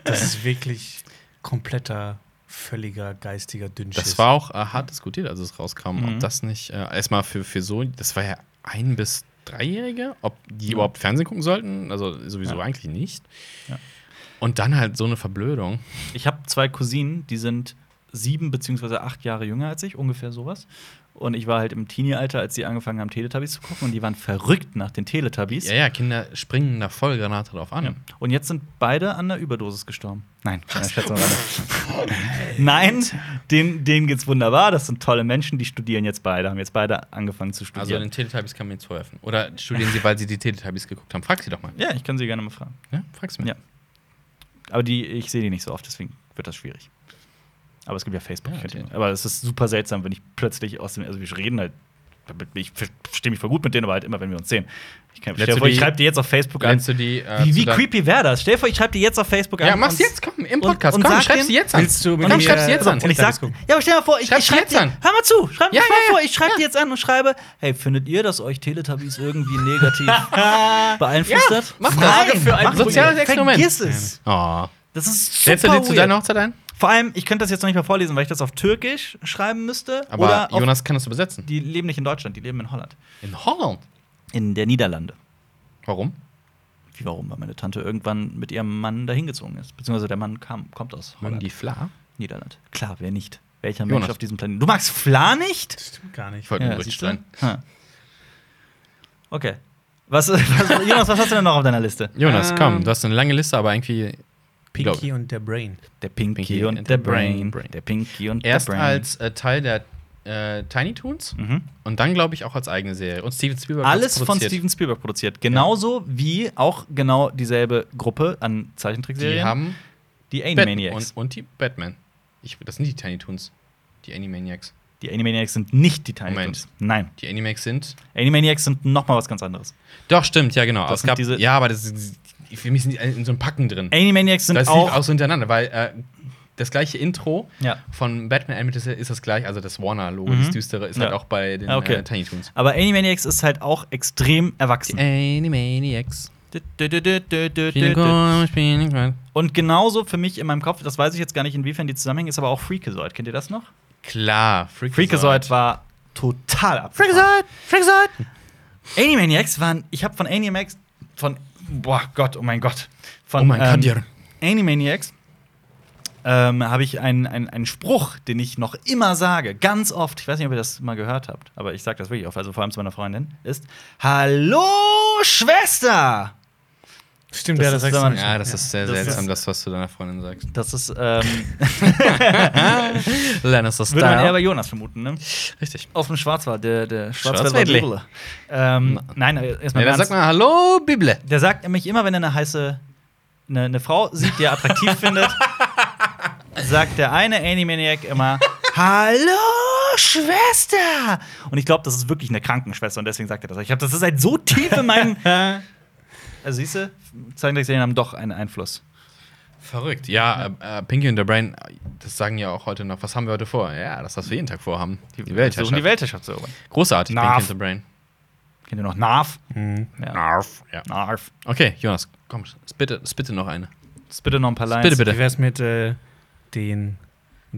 C: Das ist wirklich kompletter, völliger, geistiger Dünnschiss.
B: Das war auch äh, hart diskutiert, als es rauskam,
A: Mhm.
B: ob das nicht äh, erstmal für, für so, das war ja ein bis dreijährige, ob die überhaupt Fernsehen gucken sollten, also sowieso eigentlich nicht.
A: Ja.
B: Und dann halt so eine Verblödung.
A: Ich habe zwei Cousinen, die sind sieben beziehungsweise acht Jahre jünger als ich, ungefähr sowas. Und ich war halt im Teenie-Alter, als sie angefangen haben, Teletubbies zu gucken. Und die waren verrückt nach den Teletubbies.
B: Ja, ja, Kinder springen da voll Granate drauf an.
A: Ja. Und jetzt sind beide an der Überdosis gestorben. Nein, keine Schätzung. Nein, denen, denen geht's wunderbar. Das sind tolle Menschen, die studieren jetzt beide, haben jetzt beide angefangen zu
B: Also
A: studieren.
B: den Teletubbies kann man jetzt vorwerfen. Oder studieren sie, weil sie die Teletubbies geguckt haben. Frag sie doch mal. ne?
A: ja, ich kann sie gerne mal fragen.
B: Ja, frag sie mir.
A: Ja. Aber die, ich sehe die nicht so oft, deswegen wird das schwierig. Aber es gibt ja Facebook.
B: Ja,
A: ich könnte-
B: natürlich.
A: aber es ist super seltsam, wenn ich plötzlich aus dem, also wir reden halt, damit- ich verstehe mich voll gut mit denen, aber halt immer, wenn wir uns sehen. Ich, kann-
B: Lädst
A: stell dir
B: du
A: vor, ich
B: die-
A: schreibe dir jetzt auf Facebook an.
B: Lernst du die. Äh,
A: Wie,
B: zu
A: wie
B: deinem-
A: creepy wäre das? Stell dir vor, ich schreibe dir jetzt auf Facebook an.
B: Ja, mach's
A: und-
B: jetzt, komm, im Podcast.
A: und
B: komm,
A: sag
B: schreib's
A: denen-
B: dir jetzt an.
C: Willst du mit
B: komm,
C: mir-
B: schreib's dir jetzt
C: Also,
B: an.
A: Und ich sag, ja,
C: Teletubbies
A: aber stell dir mal vor, ich,
B: Schreib
A: ich schreib
B: jetzt
A: dir,
B: an.
A: hör mal zu, schreib
B: Ja,
A: mir voll
B: ja, ja.
A: vor, ich schreib
B: Ja.
A: dir jetzt an und schreibe, hey, findet ihr, dass euch Teletubbies irgendwie negativ beeinflusst
B: Ja,
A: hat?
B: mach das.
A: Nein,
B: Frage für ein
A: mach das.
B: soziales Experiment.
A: Vergiss es.
B: Oh.
A: Das ist super
B: Setzt du die zu
A: weird.
B: deiner Hochzeit ein?
A: Vor allem, ich könnte das jetzt noch nicht mal vorlesen, weil ich das auf Türkisch schreiben müsste.
B: Aber
A: auf,
B: Jonas kann das übersetzen.
A: die leben nicht in Deutschland, die leben in Holland.
B: In Holland.
A: In der Niederlande.
B: Warum?
A: Wie warum? Weil meine Tante irgendwann mit ihrem Mann dahingezogen ist. Beziehungsweise der Mann kam, kommt aus Holland.
B: Fla?
A: Niederland. Klar, wer nicht? Welcher
B: Jonas.
A: Mensch auf diesem Planeten? Du magst Fla nicht?
C: Das stimmt gar nicht.
B: Ich wollte
A: Ja,
B: nur richtig
A: siehst du?
B: sein.
A: Ha. Okay. Was, was, Jonas, was hast du denn noch auf deiner Liste?
B: Jonas, komm,
C: Ähm.
B: du hast eine lange Liste, aber irgendwie.
C: Pinky und der Brain.
A: Der Pinky,
B: Pinky
A: und
B: and
A: der
B: the
A: Brain.
B: Brain.
A: Der Pinky und
B: Erst
A: der Brain.
B: als äh, Teil der äh, Tiny Toons
A: mhm.
B: und dann, glaube ich, auch als eigene Serie. Und Steven Spielberg hat's
A: Alles von
B: produziert.
A: Steven Spielberg produziert. Genauso wie auch genau dieselbe Gruppe an Zeichentrickserien.
B: Die haben
A: die
B: Batman
A: Animaniacs.
B: und, und die Batman. Ich, das sind die Tiny Toons. Die Animaniacs.
A: Die Animaniacs sind nicht die Tiny
B: Moment.
A: Toons. Nein.
B: Die Animaniacs sind.
A: Animaniacs sind noch mal was ganz anderes.
B: Doch, stimmt, ja, genau. Aber
A: sind diese-
B: ja, aber das ist, für mich sind die in so einem Packen drin.
A: Animaniacs sind
B: das lief
A: auch.
B: auch so hintereinander, weil äh, das gleiche Intro
A: Ja.
B: von Batman Animated ist das gleich, also das Warner-Logo,
A: Mhm.
B: das düstere, ist halt
A: Ja.
B: auch bei den
A: Ah, okay.
B: äh, Tiny Toons.
A: Aber Animaniacs ist halt auch extrem erwachsen.
B: Animaniacs.
A: Du, du, du, du, du, du, du.
B: Klar,
A: Und genauso für mich in meinem Kopf, das weiß ich jetzt gar nicht, inwiefern die zusammenhängen, ist aber auch Freakazoid. Kennt ihr das noch? Freakazoid war total ab.
B: Freakazoid! Freakazoid!
A: Animaniacs waren, ich habe von Animaniacs, von, boah Gott, oh mein Gott. Von,
B: Oh mein Gott,
A: ähm,
B: Jörn.
A: Animaniacs ähm, habe ich einen, einen, einen Spruch, den ich noch immer sage, ganz oft. Ich weiß nicht, ob ihr das mal gehört habt, aber ich sage das wirklich oft, also vor allem zu meiner Freundin, ist Hallo Schwester!
C: Stimmt,
A: Das
C: ja,
A: ist
C: das sagst
A: aber-
C: du nicht.
B: Ja, das ist sehr
A: Das ist-
B: seltsam, das, was du deiner Freundin sagst.
A: Das ist, ähm,
B: Lannister
A: würde man eher bei Jonas vermuten, ne?
B: Richtig.
A: Aus dem Schwarzwald, der, der
B: Schwarzwäldli.
A: Schwarzwälder Bibel. Ähm, nein, erstmal
B: Ja,
A: ja,
B: dann sagt man Hallo, Bible.
A: Der sagt nämlich immer, wenn er eine heiße eine, eine Frau sieht, die er attraktiv findet, sagt der eine Animaniac immer Hallo Schwester. Und ich glaube, das ist wirklich eine Krankenschwester und deswegen sagt er das. Ich habe das ist halt so tief in meinem Also siehst du, Zeichentrickserien haben doch einen Einfluss.
B: Verrückt. Ja, äh, äh, Pinky und the Brain, äh, das sagen ja auch heute noch. Was haben wir heute vor? Ja, das, was wir jeden Tag vorhaben. Die,
A: versuchen, um die
B: Weltherrschaft.
A: Weltherrschaft zu erobern.
B: Großartig,
A: Na,
B: Pinky and the Brain.
A: Kennt ihr noch Narf?
D: Mhm.
A: Ja.
B: Narf. Ja.
A: Narf.
B: Okay, Jonas, komm, spitte, spitte noch eine.
A: Bitte noch ein paar Lines.
B: Bitte, bitte.
C: Wie wär's mit äh, den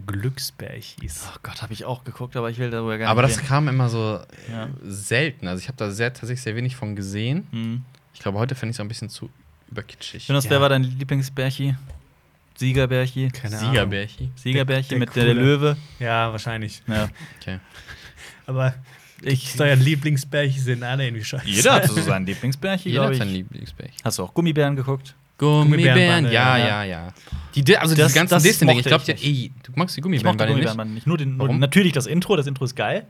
C: Glücksbärchis?
A: Oh Gott, habe ich auch geguckt, aber ich will darüber gar
B: Aber
A: nicht
B: das kam immer so äh,
A: Ja.
B: selten. Also ich habe da sehr, tatsächlich sehr wenig von gesehen.
A: Mhm.
B: Ich glaube, heute fände ich es ein bisschen zu überkitschig.
A: Jonas, wer
C: Ja.
A: war dein Lieblingsbärchi? Siegerbärchi?
C: Keine
B: Siegerbärchi.
A: Siegerbärchi
C: Der- der
A: mit der, der
C: coole.
A: Löwe.
C: Ja, wahrscheinlich.
A: Ja.
B: Okay.
C: Aber
A: Ich,
C: euer Lieblingsbärchi sind alle irgendwie scheiße.
A: jeder hat so seinen Lieblingsbärchi,
B: Jeder
A: glaube
B: hat sein
A: ich.
B: Lieblingsbärchi.
A: Hast du auch Gummibären geguckt?
B: Gummibären,
C: Gummibärenbande,
B: ja,
A: ja,
B: ja, ja. Die, Di- also
A: Das-
B: diese ganzen
A: das
B: Disney-Dinge. Ich
A: mochte
B: glaube,
A: ich
B: du magst die
A: Ich mochte
B: Gummibärenbande nicht.
A: Gummibärenmann nicht. Nur den, nur
B: Warum?
A: natürlich das Intro, das Intro ist geil.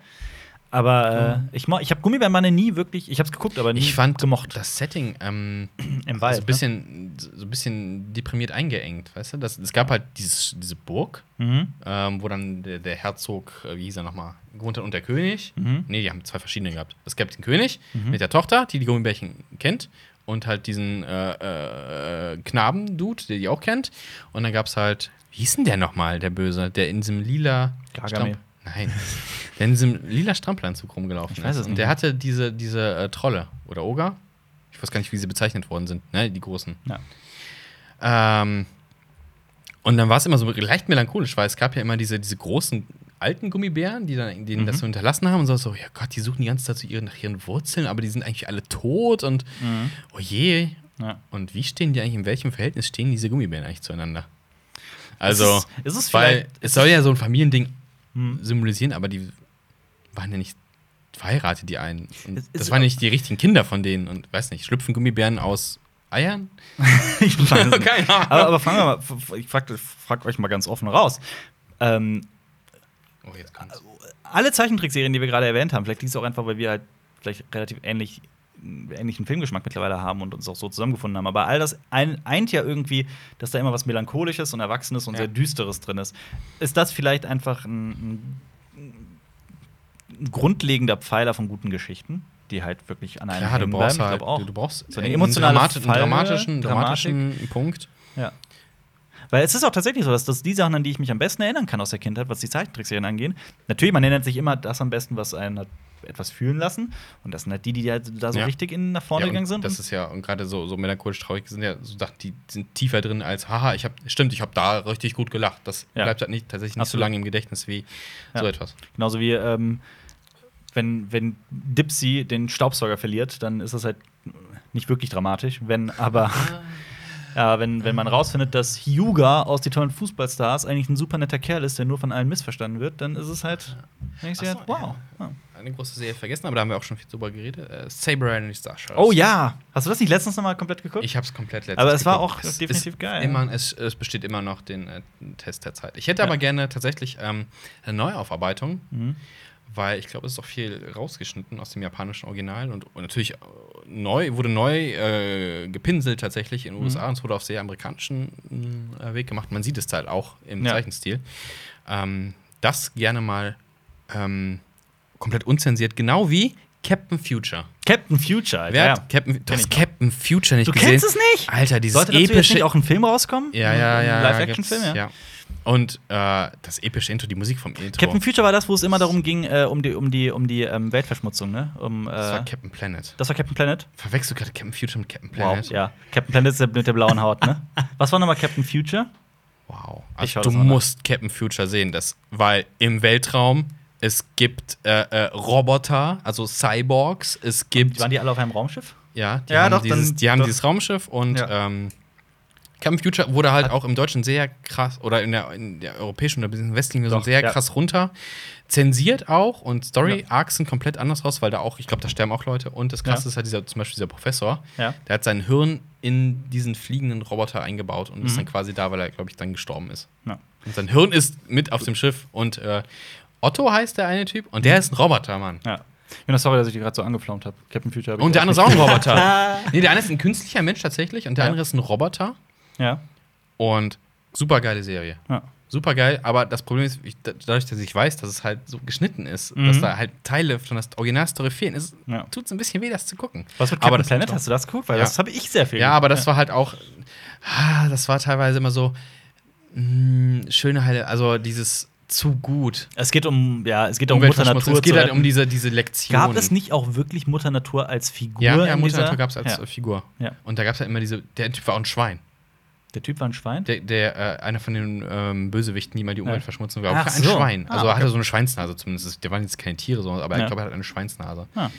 A: Aber äh, ich, mo- ich habe Gummibärenmann nie wirklich, ich habe es geguckt, aber nie
B: Ich fand
A: gemocht. ne?
B: das Setting ähm,
A: Im
B: so ein bisschen, so ein bisschen deprimiert eingeengt, weißt du? Das, es gab halt dieses, diese Burg,
A: Ne? Mhm.
B: ähm, wo dann der, der Herzog, äh, wie hieß er nochmal, gewohnt hat und der König.
A: Mhm.
B: Nee, die haben zwei verschiedene gehabt. Es gab den König
A: Mhm.
B: mit der Tochter, die die Gummibärchen kennt. Und halt diesen äh, äh, Knaben-Dude, der die auch kennt. Und dann gab es halt, wie hieß denn der nochmal, der Böse? Der in diesem lila
A: Gargamel.
B: Stramp- Nein. der in diesem lila Strampelanzug rumgelaufen
A: Ich weiß
B: ist.
A: es
B: Und
A: nicht
B: der
A: mehr.
B: hatte diese, diese äh, Trolle oder Oger. Ich weiß gar nicht, wie sie bezeichnet worden sind, ne? Die großen.
A: Ja.
B: Ähm, und dann war es immer so leicht melancholisch, weil es gab ja immer diese, diese großen alten Gummibären, die dann denen
A: Mhm.
B: das so hinterlassen haben und so, so, ja Gott, die suchen die ganze Zeit so ihren, nach ihren Wurzeln, aber die sind eigentlich alle tot und
A: Mhm.
B: oh je.
A: Ja.
B: Und wie stehen die eigentlich, in welchem Verhältnis stehen diese Gummibären eigentlich zueinander?
A: Ist
B: Also,
A: es, ist es
B: weil
A: vielleicht,
B: es soll ja so ein Familiending
A: Hm.
B: symbolisieren, aber die waren ja nicht verheiratet, die einen. Und
A: Es ist-
B: das waren ja nicht die richtigen Kinder von denen und weiß nicht, schlüpfen Gummibären aus Eiern?
A: ich weiß nicht.
B: Keine Ahnung.
A: Aber, aber fangen wir mal, f- f- ich frag, frag euch mal ganz offen raus. Ähm,
B: oh, jetzt kommt's.
A: Also, alle Zeichentrickserien, die wir gerade erwähnt haben, vielleicht liegt es auch einfach, weil wir halt vielleicht relativ ähnlich einen ähnlichen Filmgeschmack mittlerweile haben und uns auch so zusammengefunden haben. Aber all das ein, eint ja irgendwie, dass da immer was Melancholisches und Erwachsenes und
B: Ja.
A: sehr Düsteres drin ist. Ist das vielleicht einfach ein, ein, ein grundlegender Pfeiler von guten Geschichten, die halt wirklich an einem
B: Ja, du
A: hängen
B: brauchst
A: bleiben?
B: halt,
A: ich glaube auch.
B: du, du brauchst
A: So eine emotionale
B: einen, dramati-
A: Falle,
B: einen dramatischen,
A: Dramatik.
B: dramatischen Punkt.
A: Ja. Weil es ist auch tatsächlich so, dass das die Sachen, an die ich mich am besten erinnern kann aus der Kindheit, was die Zeichentrickserien angehen. Natürlich, man erinnert sich immer das am besten, was einen hat etwas fühlen lassen. Und das sind halt die, die da da so
B: Ja.
A: richtig in, nach vorne
B: ja, und
A: gegangen sind.
B: Das ist ja und gerade so, so melancholisch traurig sind ja so Sachen, die sind tiefer drin als haha, ich habe stimmt, ich habe da richtig gut gelacht. Das
A: Ja.
B: bleibt halt nicht tatsächlich nicht so
A: Absolut.
B: lange im Gedächtnis wie
A: Ja.
B: so etwas.
A: Genauso wie ähm, wenn, wenn Dipsy den Staubsauger verliert, dann ist das halt nicht wirklich dramatisch. Wenn aber äh, wenn, wenn man rausfindet, dass Hyuga aus die tollen Fußballstars eigentlich ein super netter Kerl ist, der nur von allen missverstanden wird, dann ist es halt, denkst du ja,
B: Ach so,
A: wow. Ja.
B: Eine große Serie vergessen, aber da haben wir auch schon viel drüber geredet. Äh, Saber and the Star Show.
A: Oh ja! Hast du das nicht letztens nochmal komplett geguckt?
B: Ich habe es komplett letztens
A: Aber es war
B: geguckt.
A: auch definitiv
B: ist
A: geil.
B: Immer, es, es besteht immer noch den äh, Test der Zeit. Ich hätte aber gerne tatsächlich ähm, eine Neuaufarbeitung,
A: Mhm.
B: weil ich glaube, es ist auch viel rausgeschnitten aus dem japanischen Original und, und natürlich äh, neu wurde neu äh, gepinselt tatsächlich
A: Mhm.
B: in den USA und es wurde auf sehr amerikanischen mh, äh, Weg gemacht. Man sieht es halt auch im
A: Ja.
B: Zeichenstil. Ähm, das gerne mal ähm, komplett unzensiert, genau wie Captain Future.
A: Captain Future, Alter.
B: Wer
A: Ja.
B: hat Captain, du
A: Kenn ich
B: hast
A: noch.
B: Captain Future nicht
A: Du
B: gesehen?
A: kennst es nicht?
B: Alter, dieses
A: Sollte dazu jetzt
B: epische.
A: nicht auch ein Film rauskommen?
B: ja, ja,
A: Ein
B: ja.
A: Live-Action-Film, ja.
B: gibt's, Und äh, das epische Intro, die Musik vom Intro.
A: Captain Future war das, wo es immer darum ging, äh, um die, um die, um die ähm, Weltverschmutzung, ne? Um, äh,
B: das war Captain Planet.
A: das war Captain Planet?
B: Verwechselst du gerade Captain Future mit Captain Planet?
A: Ja. Captain Planet ist der mit der blauen Haut, ne? Was war nochmal Captain Future?
B: Wow.
A: Ich schau
B: Also,
A: das
B: du
A: mal nach.
B: musst Captain Future sehen, das, weil im Weltraum es gibt äh, äh, Roboter, also Cyborgs, es gibt.
A: Waren die alle auf einem Raumschiff?
B: Ja, die
A: Ja,
B: haben,
A: doch,
B: dieses,
A: dann-
B: die haben
A: doch.
B: dieses Raumschiff und
A: Ja.
B: ähm, Captain Future wurde halt auch im Deutschen sehr krass oder in der, in der europäischen oder bisschen westlichen Version
A: Doch,
B: sehr
A: ja.
B: krass runter. Zensiert auch und Story-Arcs sind komplett anders raus, weil da auch, ich glaube, da sterben auch Leute. Und das Krasse
A: Ja.
B: ist halt dieser, zum Beispiel dieser Professor,
A: Ja.
B: der hat sein Hirn in diesen fliegenden Roboter eingebaut und
A: Mhm.
B: ist dann quasi da, weil er, glaube ich, dann gestorben ist.
A: Ja.
B: Und sein Hirn ist mit auf dem Schiff und äh, Otto heißt der eine Typ
A: Mhm.
B: und der ist ein Roboter, Mann.
A: Ja. Jonas, sorry, dass ich die gerade so angeflaumt habe. Captain Future hab ich
B: Und der andere ist
A: nicht-
B: auch ein Roboter. nee, der eine ist ein künstlicher Mensch tatsächlich und der
A: Ja.
B: andere ist ein Roboter.
A: Ja.
B: Und super geile Serie.
A: ja.
B: Super geil, aber das Problem ist, ich, da- dadurch, dass ich weiß, dass es halt so geschnitten ist,
A: Mhm.
B: dass da halt Teile von der Originalstory fehlen, ist,
A: Ja.
B: tut es ein bisschen weh, das zu gucken.
A: Was mit Captain
B: Aber das
A: Planet?
B: Intro-
A: Hast du das geguckt? Weil
B: Ja.
A: das habe ich sehr viel
B: Ja, aber das
A: war.
B: war halt auch, ah, das war teilweise immer so mh, schöne hm, Heile, also dieses zu gut.
A: Es geht um, ja, es geht um Mutter Natur.
B: Es geht
A: zu
B: halt
A: retten.
B: um diese, diese Lektion.
A: Gab es nicht auch wirklich Mutter Natur als Figur?
B: Ja, ja
A: in
B: Mutter
A: dieser-
B: Natur gab es als
A: Ja.
B: äh, Figur.
A: Ja.
B: Und da gab es halt immer diese. Der Typ war auch ein Schwein.
A: Der Typ war ein Schwein?
B: Der, der äh, einer von den ähm, Bösewichten, die mal die Umwelt
A: Ja.
B: verschmutzen, war auch
A: Ach
B: ein
A: so.
B: Schwein.
A: Ah,
B: Also er hatte so eine Schweinsnase zumindest. Der waren jetzt keine Tiere, sondern, aber
A: Ja.
B: ich glaube, er hat eine Schweinsnase.
A: Ah.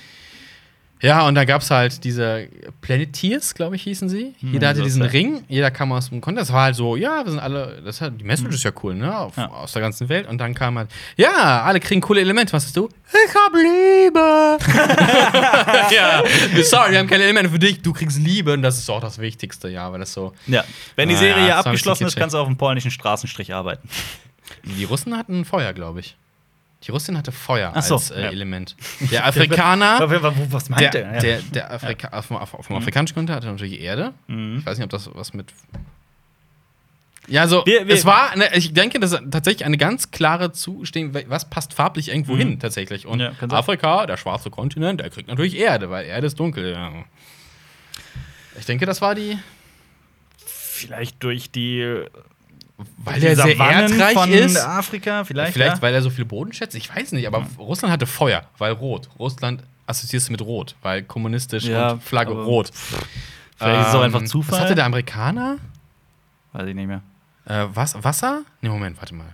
B: Ja, und da gab es halt diese Planeteers, glaube ich, hießen sie. Jeder hatte
A: Hm, so
B: diesen
A: ist er.
B: Ring, jeder kam aus dem Kontinent. Das war halt so, ja, wir sind alle, das hat, die Message ist ja cool, ne? Auf,
A: Hm. Ja.
B: Aus der ganzen Welt. Und dann kam halt, ja, alle kriegen coole Elemente. Was hast du? Ich hab Liebe. ja, sorry, wir haben keine Elemente für dich. Du kriegst Liebe und das ist auch das Wichtigste, ja, weil das so.
A: Ja. Wenn die
B: Ah,
A: Serie ja,
B: ja, das hab ich
A: abgeschlossen
B: nicht
A: ist, kannst du auf dem polnischen Straßenstrich arbeiten.
B: Die Russen hatten Feuer, glaube ich. Die Russin hatte Feuer
A: Ach so,
B: als äh,
A: ja.
B: Element. Der
A: Ah.
B: Afrikaner.
A: Was meint
B: Der,
A: Ja. Mhm.
B: der, der Afrika auf, dem- auf, auf dem afrikanischen Kontinent hatte natürlich Erde. Ich weiß nicht, ob das was mit. Ja, also
A: Wir- wir-
B: es war, ne, ich denke, das ist tatsächlich eine ganz klare Zustimmung, was passt farblich irgendwo hin tatsächlich. Und
A: Mhm. Ja, kann sein.
B: Afrika, der schwarze Kontinent, der kriegt natürlich Erde, weil Erde ist dunkel. Ja. Ich denke, das war die,
A: Vielleicht durch die
B: weil er sehr
A: Savannen
B: erdreich
A: von
B: ist.
A: Afrika, vielleicht.
B: Vielleicht,
A: ja.
B: weil er so viele Bodenschätze, ich weiß nicht, aber Russland hatte Feuer, weil rot. Russland assoziierst du mit rot, weil kommunistisch
A: Ja,
B: und Flagge
A: aber
B: rot. Ähm,
A: vielleicht ist es auch einfach
B: Was
A: Zufall.
B: hatte der Amerikaner?
A: Weiß ich nicht mehr.
B: Äh, was, Wasser? Ne, Moment, warte mal.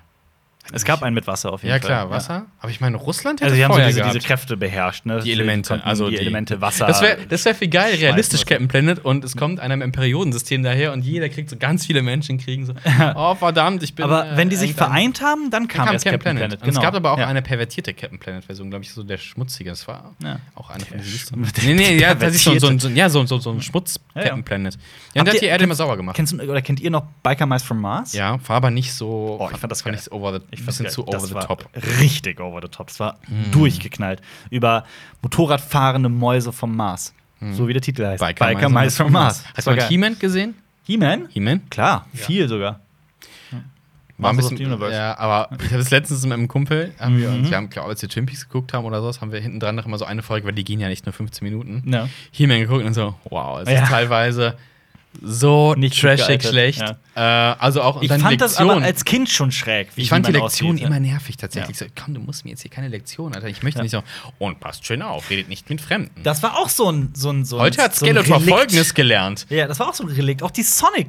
A: Es gab einen mit Wasser auf jeden
B: Ja,
A: Fall.
B: klar, Wasser. Aber ich meine, Russland
A: Ja.
B: hätte
A: Also, die haben so
B: Feuer
A: diese,
B: gehabt.
A: diese Kräfte beherrscht, ne?
B: die Elemente,
A: also die, Elemente Wasser.
B: Das wäre das wär viel geil, realistisch
A: oder so.
B: Captain Planet und es kommt einem Imperiodensystem daher und jeder kriegt so ganz viele Menschen kriegen so, oh verdammt, ich bin
A: aber
B: äh,
A: wenn die sich
B: irgendein-
A: vereint haben, dann
B: Dann
A: kam,
B: kam
A: erst
B: Captain Planet. Und
A: Genau.
B: Es gab aber auch
A: ja.
B: eine pervertierte Captain Planet Version, glaube ich, so der schmutzige. Das war
A: Ja.
B: auch eine von den Listen. Nee, nee, ja, das ist so, so, so, ja, so, so, so ein Schmutz
A: Ja, ja.
B: Captain Planet. Ja, und
A: Habt
B: der hat die
A: ihr-
B: Erde immer sauer gemacht.
A: Kennst du, oder kennt ihr noch Biker Mice from Mars?
B: Ja, war aber nicht so.
A: Oh, ich fand das
B: nicht so over the,
A: Ich
B: ein
A: find's
B: bisschen
A: geil.
B: zu over
A: das
B: the
A: war
B: top. Mhm.
A: Richtig over the top. Es war durchgeknallt. Über Motorradfahrende Mäuse vom Mars.
B: Mhm.
A: So wie der Titel heißt. Mice from Mars.
B: Hast du mal He-Man gesehen?
A: He-Man?
B: He-Man?
A: Klar, viel sogar.
B: War ein
A: Masters
B: bisschen,
A: of the Universe. Mhm.
B: ja, aber ich habe das letztens mit einem Kumpel, haben wir, uns- wir haben, glaube als wir Twin Peaks geguckt haben oder sowas, haben wir hinten dran noch immer so eine Folge, weil die gehen ja nicht nur 15 Minuten.
A: Ja.
B: He-Man geguckt und so, wow, es
A: Ja.
B: ist teilweise so
A: Nicht gut
B: trashig
A: gealtert,
B: schlecht. Äh, also auch und
A: Ich
B: dann
A: fand
B: die
A: das aber
B: Lektion.
A: als Kind schon schräg. wie
B: ich fand die
A: man
B: Lektion
A: aussieht, ne?
B: immer nervig tatsächlich. So, komm, du musst mir jetzt hier keine Lektion, Alter. Ich möchte nicht so, und passt schön auf, redet nicht mit Fremden.
A: Das war auch so ein. So ein so ein-
B: Heute hat
A: so ein
B: Skeletor
A: Relikt.
B: Folgendes gelernt.
A: Ja, das war auch so ein Relikt. Auch die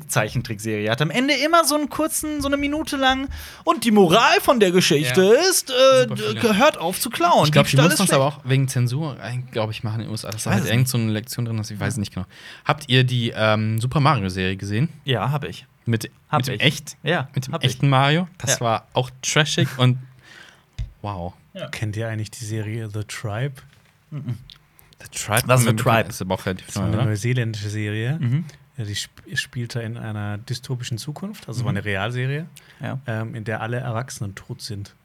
A: Sonic-Zeichentrickserie hat am Ende immer so einen kurzen, so eine Minute lang. Und die Moral von der Geschichte
B: Ja.
A: ist, äh,
B: Super
A: d-
B: viele.
A: hört auf zu klauen.
B: Ich glaube, die
A: Diebstahl
B: mussten
A: ist
B: es aber auch wegen Zensur, glaube ich, machen in den USA. Das war
A: weiß
B: halt
A: es
B: irgend so eine Lektion drin, dass ich weiß nicht genau. Habt ihr die ähm, Super Mario-Serie gesehen?
A: schlecht. Ja, habe ich.
B: Mit,
A: Hab
B: mit dem
A: ich.
B: echt?
A: Ja,
B: Mit dem
A: hab
B: echten Mario? Das
A: Ja.
B: war auch trashig und wow.
C: Kennt ihr eigentlich die Serie The Tribe?
B: The
A: Was
B: Tribe.
A: ist
B: kommt
A: The
B: mir bekannt-
A: Tribe?
B: Ist aber auch relativ
C: Das war
B: neu,
C: eine
B: oder?
C: neuseeländische Serie.
A: Mhm.
C: Ja, die sp spielt da in einer dystopischen Zukunft, also war
A: Mhm.
C: eine Realserie,
A: Ich. Ja.
C: ähm, in der alle Erwachsenen tot sind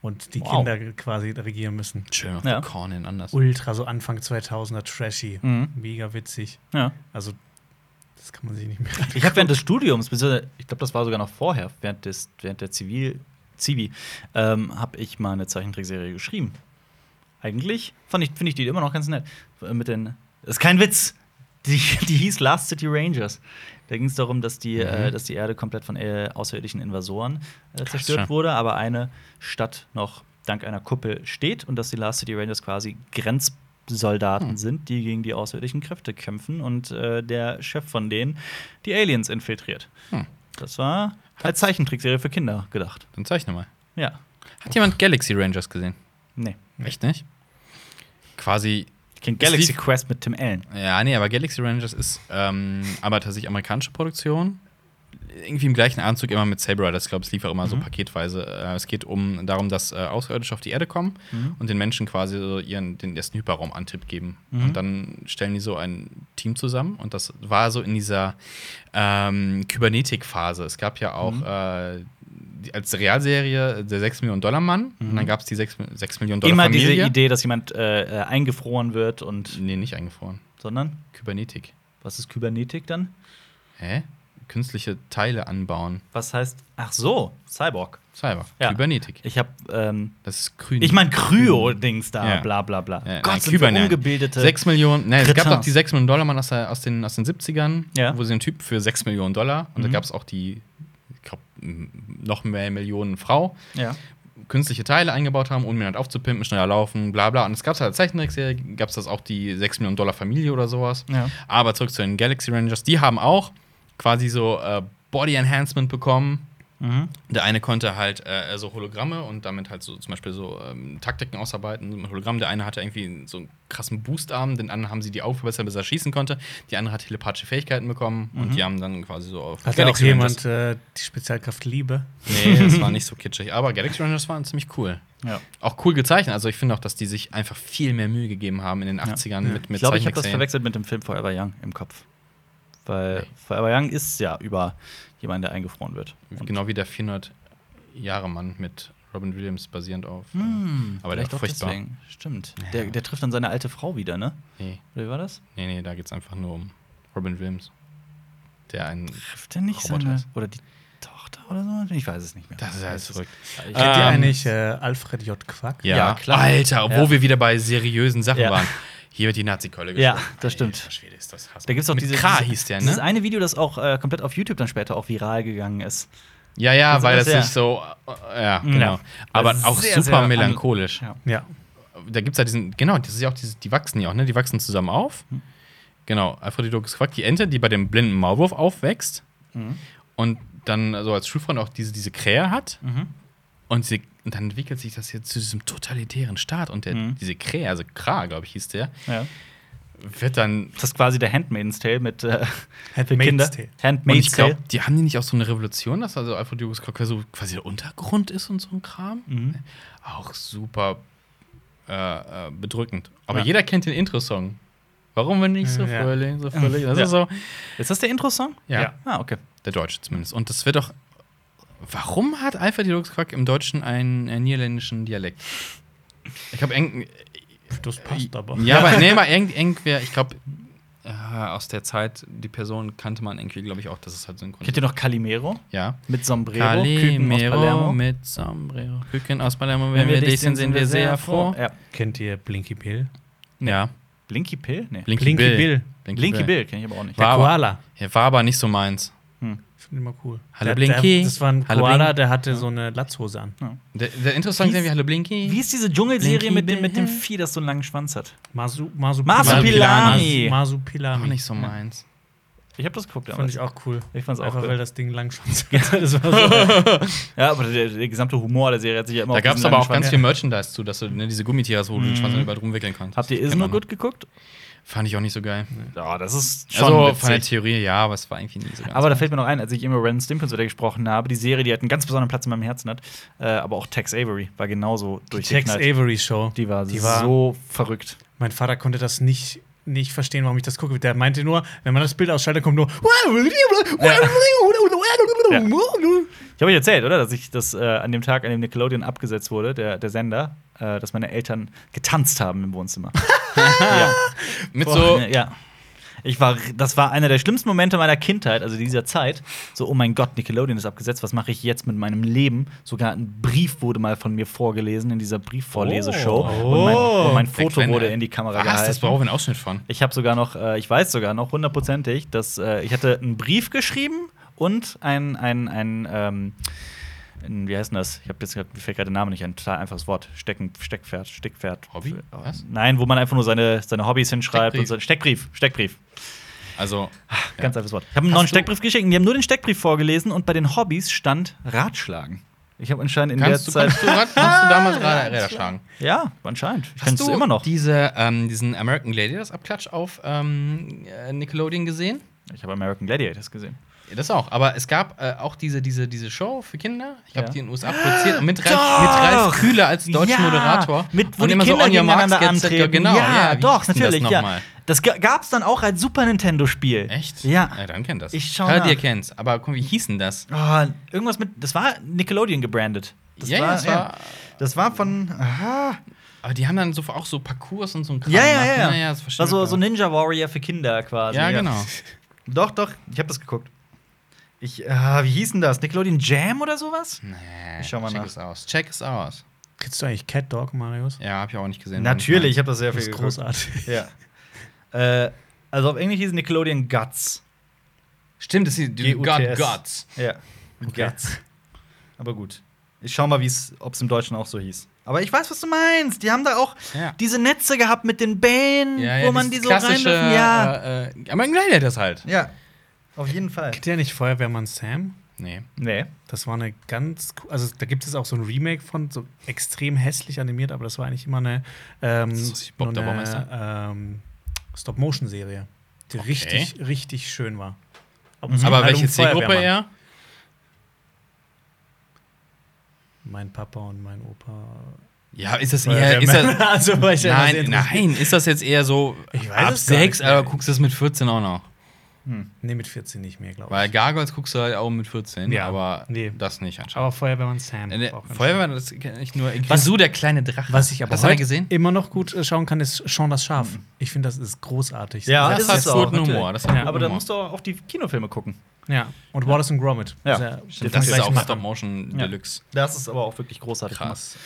C: und die
A: Wow.
C: Kinder quasi regieren müssen.
B: Schön auf
A: Ja.
B: the Corn in anders.
C: Ultra, so Anfang 2000er trashy,
A: Mhm.
C: mega witzig.
A: Ja.
C: Also, das kann man sich nicht mehr.
A: Ich habe während des Studiums, beziehungsweise ich glaube, das war sogar noch vorher, während, des, während der Zivil, Zivi, ähm, habe ich mal eine Zeichentrickserie geschrieben. Eigentlich fand ich, finde ich die immer noch ganz nett. Äh, Mit den, das ist kein Witz. Die, die hieß Last City Rangers. Da ging es darum, dass die, äh, dass die Erde komplett von äh, außerirdischen Invasoren äh, zerstört
B: schon.
A: wurde, aber eine Stadt noch dank einer Kuppel steht und dass die Last City Rangers quasi Grenzsoldaten
B: Hm.
A: sind, die gegen die außerirdischen Kräfte kämpfen und äh, der Chef von denen die Aliens infiltriert.
B: Hm.
A: Das war als Zeichentrickserie für Kinder gedacht.
B: Dann zeichne mal.
A: Ja.
B: Hat jemand Galaxy Rangers gesehen?
A: Nee.
B: Echt nicht? Quasi
A: Kind
B: Es
A: Galaxy
B: lief-
A: Quest mit Tim Allen.
B: Ja, nee, aber Galaxy Rangers ist ähm, aber tatsächlich amerikanische Produktion. Irgendwie im gleichen Anzug immer mit Saber Riders. Ich glaube, es lief auch immer
A: Mhm.
B: so paketweise. Äh, es geht um darum, dass äh, Außerirdische auf die Erde kommen Mhm.
A: Mhm.
B: und den Menschen quasi so ihren, den ersten Hyperraumantrieb geben.
A: Mhm.
B: Und dann stellen die so ein Team zusammen. Und das war so in dieser ähm, Kybernetik-Phase. Es gab ja auch
A: Mhm.
B: äh, die- als Realserie der 6 Millionen Dollar Mann. Und dann gab es die 6, Mi- 6 Millionen Dollar
A: Mhm. Immer
B: Familie.
A: diese Idee, dass jemand äh, äh, eingefroren wird und.
B: Nee, nicht eingefroren.
A: Sondern?
B: Kybernetik.
A: Was ist Kybernetik dann?
B: Hä? Künstliche Teile anbauen.
A: Was heißt. Ach so, Cyborg.
B: Cyber.
A: Ja.
B: Kybernetik.
A: Ich hab. Ähm,
B: Das ist grün.
A: ich meine, Kryo-Dings da,
B: Ja.
A: bla bla bla.
B: Ja, nein,
A: Gott, sind wir
B: Kybernein.
A: ungebildete.
B: 6 Millionen. Nein, es gab
A: Kretans.
B: doch die 6 Millionen Dollar Mann aus, der, aus, den, aus den 70ern,
A: Ja. Mhm.
B: wo sie einen Typ für 6 Millionen Dollar und da gab es auch die, ich glaube, noch mehr Millionen Frau.
A: ja.
B: künstliche Teile eingebaut haben, um ihn halt aufzupimpen, schneller laufen, bla bla. Und es gab halt als Zeichentrickserie, gab es das auch die 6 Millionen Dollar Familie oder sowas.
A: Ja.
B: Aber zurück zu den Galaxy Rangers, die haben auch quasi so äh, Body Enhancement bekommen. Der eine konnte halt äh, so Hologramme und damit halt so zum Beispiel so ähm, Taktiken ausarbeiten mit Hologrammen. Der eine hatte irgendwie so einen krassen Boostarm, den anderen haben sie die aufgebessert, bis er schießen konnte. Die andere hat telepathische Fähigkeiten bekommen
A: Mhm.
B: und die haben dann quasi so auf
C: Hat da auch
B: Rangers-
C: jemand äh, die Spezialkraft Liebe?
B: Nee, das war nicht so kitschig. Aber Galaxy Rangers waren ziemlich cool.
A: Ja.
B: Auch cool gezeichnet. Also ich finde auch, dass die sich einfach viel mehr Mühe gegeben haben in den 80ern mit, mit
A: ich glaube, ich habe das
B: Zeichentrickserien.
A: verwechselt mit dem Film Forever Young im Kopf. Weil Forever Young ist ja über jemanden, der eingefroren wird. Und-
B: Genau wie der 400 Jahre Mann mit Robin Williams basierend auf. äh,
A: Hm,
B: aber der
A: vielleicht
B: war
A: auch
B: furchtbar.
A: deswegen. Stimmt. Der, der trifft dann seine alte Frau wieder, ne?
B: äh, Nee,
A: Oder wie war das?
B: nee, nee, da geht es einfach nur um Robin Williams. Der einen.
A: Trifft er nicht
B: Roboter
A: seine.
B: ist.
A: Oder die Tochter oder so? Ich weiß es nicht mehr.
B: Das ist alles verrückt.
A: Ich-
C: Kennt ihr
B: Ähm,
C: eigentlich äh, Alfred J. Quack?
B: Ja,
A: Ja, klar.
B: Alter, wo
A: Ja.
B: wir wieder bei seriösen Sachen
A: Ja.
B: waren. Hier wird die Nazi-Keule
A: Ja,
B: geschoben.
A: das stimmt.
B: Alter Schwede, ist das hassbar.
A: Da gibt es auch
B: Mit
A: diese,
B: K
A: diese-
B: hieß der,
A: dieses
B: ne?
A: eine Video, das auch äh, komplett auf YouTube dann später auch viral gegangen ist.
B: Ja, ja,
A: Also
B: weil das
A: das-
B: nicht so. äh, Ja, genau. Aber
A: Das ist
B: auch
A: sehr,
B: super
A: sehr an-
B: melancholisch.
A: Ja.
C: Ja.
B: da gibt es ja diesen, genau, das ist ja auch diese, die wachsen ja auch, ne? Die wachsen zusammen auf.
A: Hm.
B: Genau, Aphroditokes Quack, die Ente, die bei dem blinden Maulwurf aufwächst und dann so als Schulfreund auch diese, diese Krähe hat.
A: Mhm.
B: Und, sie, und dann entwickelt sich das jetzt zu diesem totalitären Staat und der,
A: Mhm.
B: diese Krähe, also Kra, glaube ich, hieß der,
A: Ja.
B: wird dann.
A: Das ist quasi der Handmaid's Tale mit äh,
C: Happy
A: Kinder.
B: Und
A: Handmaid's
B: ich glaube,
A: Tale.
B: die haben die nicht auch so eine Revolution, dass also Aphroditokes Quack so quasi der Untergrund ist und so ein Kram?
A: Mhm.
B: auch super äh, äh, bedrückend. Aber jeder kennt den Intro-Song. Warum bin ich so
C: Ja.
B: fröhlich, so fröhlich? Das
A: Ja.
B: ist so.
A: Ist das der Intro-Song?
B: Ja,
C: Ja.
A: Ah, okay.
B: der Deutsche zumindest. Und das wird auch. Warum hat Alpha Deluxe Quack im Deutschen einen äh, niederländischen Dialekt? Ich glaube, eng.
C: Das passt aber.
B: Ja, aber nee, mal eng, irgendwer, ich glaube, äh, aus der Zeit, die Person kannte man irgendwie, glaube ich, auch, dass es halt so ein
A: Kennt ihr noch Calimero?
B: Ja.
A: Mit Sombrero, Küken aus
B: Calimero
A: Palermo.
B: mit Sombrero. Küken aus Palermo, wenn wir dich sind, sind wir sehr froh.
A: Ja.
C: Kennt ihr Blinky Bill?
B: Ja.
A: Blinky Pill? Nee.
B: Blinky,
C: Blinky
B: Bill.
C: Bill.
B: Blinky,
A: Blinky
B: Bill.
A: Bill kenne ich aber auch nicht.
B: War aber-
C: Koala.
B: Ja, war aber nicht so meins.
C: Ich finde immer cool.
B: Hallo,
C: Der-
B: Blinky.
C: Der, das war ein
B: Hallo,
C: Koala, der hatte so eine Latzhose an.
B: Der, der Intro-Song
A: Wie
B: sehen
A: ist-
B: wir Hallo Blinky.
A: Wie ist diese Dschungelserie
B: Blinky
A: mit dem, mit dem
B: Bill.
A: Vieh, das so einen langen Schwanz hat?
C: Masu, Masu
A: Masupilami.
B: Auch
C: Masupilami.
B: nicht so meins.
A: Ich habe das geguckt
C: Fand
A: damals.
C: ich auch cool.
A: Ich fand's auch
C: Einfach
A: cool.
C: weil das Ding Langschwanz hatte. Das war so.
A: Ja, aber der, der gesamte Humor der Serie hat sich ja immer
B: Da
A: auf
B: gab es
A: diesen
B: aber
A: langen
B: auch ganz
A: Schwanz-
B: viel Merchandise zu, dass du ne, diese Gummitiere hast, wo du den Schwanz dann überall rumwickeln kannst.
A: Mhm. Habt ihr Is
B: Kennt
A: No
B: man
A: Good geguckt?
B: noch. Fand ich auch nicht so geil.
A: Ja, das ist
B: also von der
A: witzig.
B: Theorie ja, aber es war irgendwie nicht so geil.
A: Aber da fällt mir noch ein, als ich immer Ren Stimples wieder gesprochen habe, die Serie, die halt einen ganz besonderen Platz in meinem Herzen hat, äh, aber auch Tex Avery war genauso
C: Tex
A: durchgeknallt.
C: Avery Show.
A: Die war,
C: Die war-
A: so verrückt.
C: Mein Vater konnte das nicht, nicht verstehen, warum ich das gucke. Der meinte nur, wenn man das Bild ausschaltet, kommt nur.
A: Ich habe euch erzählt, oder? Dass ich das äh, an dem Tag, an dem Nickelodeon abgesetzt wurde, der, der Sender, äh, dass meine Eltern getanzt haben im Wohnzimmer. ja.
B: Mit so,
A: ja. Ich war, das war einer der schlimmsten Momente meiner Kindheit, also dieser Zeit. So, oh mein Gott, Nickelodeon ist abgesetzt, was mache ich jetzt mit meinem Leben? Sogar ein Brief wurde mal von mir vorgelesen in dieser Briefvorleseshow.
C: Oh.
A: Und, mein, und mein Foto
B: Wenn-
A: wurde in die Kamera
B: Was?
A: gehalten.
B: Das brauchen wir einen Ausschnitt von.
A: Ich habe sogar noch, äh, ich weiß sogar noch hundertprozentig, dass äh, ich hatte einen Brief geschrieben und ein, ein, ein, ähm, ein wie heißt denn das? Ich habe jetzt grad- mir fällt gerade der Name nicht ein, total einfaches Wort. Stecken, Steckpferd, Stickpferd.
B: Hobby?
A: Äh,
B: Was?
A: Nein, wo man einfach nur seine, seine Hobbys hinschreibt.
B: Steckbrief.
A: Und so. Steckbrief, Steckbrief.
B: Also,
A: Ganz einfaches Wort. Ich habe einen neuen Steckbrief geschickt und die haben nur den Steckbrief vorgelesen und bei den Hobbys stand Ratschlagen. Ich habe anscheinend in
B: kannst du,
A: der Zeit.
B: kannst du, kannst du damals Rad- Räder schlagen?
A: ja, anscheinend. Ich kann
B: Hast
A: es
B: du
A: immer noch.
B: Diese, ähm, diesen American Gladiators Abklatsch auf ähm, äh, Nickelodeon gesehen?
A: Ich habe American Gladiators gesehen.
B: Ja, das auch. Aber es gab äh, auch diese, diese, diese Show für Kinder. Ich habe
A: Ja.
B: die in den USA produziert. und Mit Ralf, mit Ralf Kühler als deutschen
A: Ja,
B: Moderator.
A: Mit, wo
B: und
A: die
B: immer
A: Kinder
B: so on your marks,
A: gegeneinander
B: get set, go.
A: antreten.
B: Genau,
A: ja,
B: ja, wie
A: doch,
B: hieß denn
A: natürlich. Das,
B: Das noch
A: ja.
B: mal?
A: das ga- gab's dann auch als Super Nintendo-Spiel.
B: Echt? Äh.
A: Ja.
B: dann kennt das.
A: Ich schau
B: Teil
A: nach.
B: dir kennt's. Aber guck, wie hieß denn das?
A: Ah, irgendwas mit. Das war Nickelodeon gebrandet. Das
B: Ja, ja,
A: war,
B: das war-
A: das war von. Aha.
B: Aber die haben dann so auch so Parcours und so ein Kram.
A: Ja, ja,
B: gemacht.
A: ja.
B: ja das
A: war
B: verstehe
A: so,
B: ich
A: so
B: auch.
A: Ninja Warrior für Kinder quasi.
B: Ja, genau.
A: Doch, doch. Ich habe das geguckt. Ich, ah, wie hieß denn das? Nickelodeon Jam oder sowas?
B: Nee,
A: Ich schau mal
B: check
A: nach.
B: es aus. Check es aus.
C: Kennst du eigentlich Cat Dog, Marius?
B: Ja, hab ich auch nicht gesehen.
A: Natürlich, ich habe das sehr
C: Das
A: viel
C: ist
A: geguckt.
C: großartig.
A: Ja. äh, also auf Englisch hieß es Nickelodeon Guts.
B: Stimmt, das ist die
A: GUTS.
B: God Gods.
A: Ja. Guts. Aber gut. Ich schau mal, wie's- ob's im Deutschen auch so hieß. Aber ich weiß, was du meinst. Die haben da auch
B: Ja.
A: diese Netze gehabt mit den Bällen, wo man die
B: dieses
A: so rein.
B: klassische,
A: Ja.
B: Äh, äh, aber ein Gladiator ist halt.
A: ja. Auf jeden Fall.
C: Kennt ihr nicht Feuerwehrmann Sam?
B: Nee.
A: Nee.
C: Das war eine ganz, co- also da gibt es auch so ein Remake von, so extrem hässlich animiert, aber das war eigentlich immer eine, ähm,
B: Ist das nicht Bob
C: nur
B: der
C: eine
B: Baumeister?
C: ähm, Stop-Motion-Serie, die
B: Okay.
C: richtig, richtig schön war. Aber, es
B: Aber
C: ging halt
B: welche
C: um
B: Zielgruppe eher?
C: Feuerwehrmann. Mein Papa und mein Opa.
B: Ja, ist das eher. Ist das,
C: also, weil ich
B: nein, nein, ist das jetzt eher so
C: Ich weiß
B: ab
C: es gar
B: 6,
C: nicht mehr.
B: aber guckst du es mit 14 auch noch?
C: Nee, mit 14 nicht mehr, glaube ich.
B: Weil Gargoyles guckst du halt auch mit 14,
C: Ja.
B: aber
C: Nee.
B: das nicht anscheinend.
C: aber Feuerwehrmann Sam.
B: Äh, der
C: war auch ganz
B: Feuerwehr, das kenne ich nur.
C: Was-
B: Grisou, der kleine Drache.
C: Was ich aber
B: Hast du mal
C: heute
B: gesehen?
C: immer noch gut äh, schauen kann, ist Sean das Schaf.
B: Mhm.
C: Ich finde, das ist großartig.
A: Ja,
B: das
A: ist
B: hat
A: es auch,
B: guten
A: natürlich.
B: Humor. Das hat
C: Ja.
B: guten
A: Aber dann
B: Humor.
A: musst du auch auf die Kinofilme gucken.
C: ja. Und Wallace und Gromit.
A: Ja.
C: Sehr-
B: Stimmt, das ist auch
C: Machen.
B: Stop Motion
A: Ja.
B: Deluxe.
A: Das ist aber auch wirklich großartig. gemacht.
B: Krass.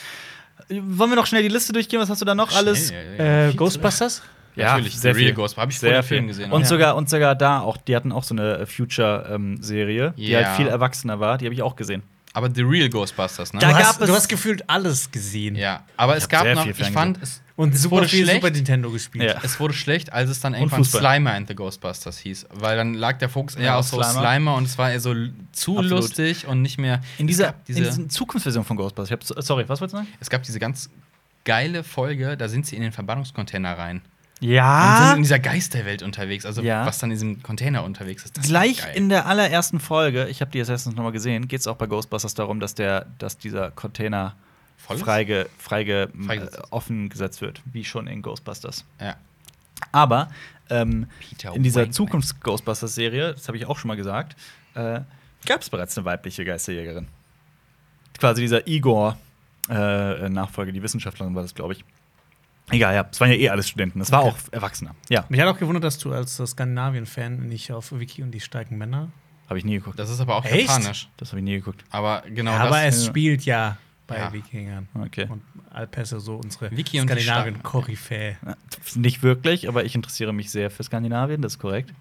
A: Wollen wir noch schnell die Liste durchgehen? Was hast du da noch alles?
B: Schnell, ja, ja.
C: Äh, Ghostbusters?
B: Ja, natürlich.
A: sehr
B: The Real
A: viel.
B: Ghost. Habe ich vorher
A: Sehr
B: den
A: viel.
B: Film gesehen.
A: Und,
B: auch.
A: sogar, und sogar da auch, die hatten auch so eine äh, Future-Serie, die
B: Ja.
A: halt viel erwachsener war. Die habe ich auch gesehen.
B: aber The Real Ghostbusters, ne?
A: Da
C: Du
A: gab
C: hast,
A: es-
C: du hast gefühlt alles gesehen.
B: Ja, aber es
A: hab
B: gab
A: sehr
B: noch,
A: viel
B: ich
A: Fernsehen.
B: fand, es,
C: Und super
B: wurde
C: viel
B: schlecht.
C: Super Nintendo gespielt.
A: Ja.
B: es wurde schlecht, als es dann irgendwann
A: Fußball.
B: Slimer and the Ghostbusters hieß. Weil dann lag der Fokus eher
A: Ja,
B: auf so
A: Slimer.
B: Slimer. und es war eher so l- zu
A: Absolut.
B: lustig und nicht mehr.
A: In
B: es
A: dieser,
B: gab
A: in
B: diese,
A: diesen Zukunftsversion von Ghostbusters. Ich hab, äh, sorry, was wolltest du sagen?
B: es gab diese ganz geile Folge, da sind sie in den Verbannungscontainer rein. Und
A: Ja.
B: sind in dieser Geisterwelt unterwegs, also
A: Ah. Ja.
B: was dann in diesem Container unterwegs ist. Das ist
A: Gleich
B: geil.
A: in der allerersten Folge, ich habe die Assassins nochmal gesehen, geht es auch bei Ghostbusters darum, dass, der, dass dieser Container
B: Voll ist?
A: freige, freige, m,
B: Freigesetzt
A: äh,
B: ist.
A: offen gesetzt wird, wie schon in Ghostbusters.
B: Ja.
A: Aber ähm,
B: Peter
A: in dieser
B: Wankman.
A: Zukunfts-Ghostbusters-Serie, das habe ich auch schon mal gesagt, äh, gab es bereits eine weibliche Geisterjägerin. Quasi dieser Igor-Nachfolger, die Wissenschaftlerin war das, glaube ich. Egal, ja, es waren ja eh alles Studenten, das war
C: Okay.
A: auch Erwachsener. Ja,
C: Mich hat auch gewundert, dass du als Skandinavien-Fan nicht auf Wiki und die starken Männer.
A: habe ich nie geguckt.
B: Das ist aber auch
C: Echt?
B: japanisch.
A: Das habe ich nie geguckt.
B: Aber genau
C: Ja, aber
B: das.
C: es
A: ja.
C: spielt ja bei
B: Ja.
C: Wikingern.
A: Okay.
C: Und Alpesse, so unsere
B: Wiki und die
C: Skandinavien-Koryphäe.
A: Nicht wirklich, aber ich interessiere mich sehr für Skandinavien, das ist korrekt.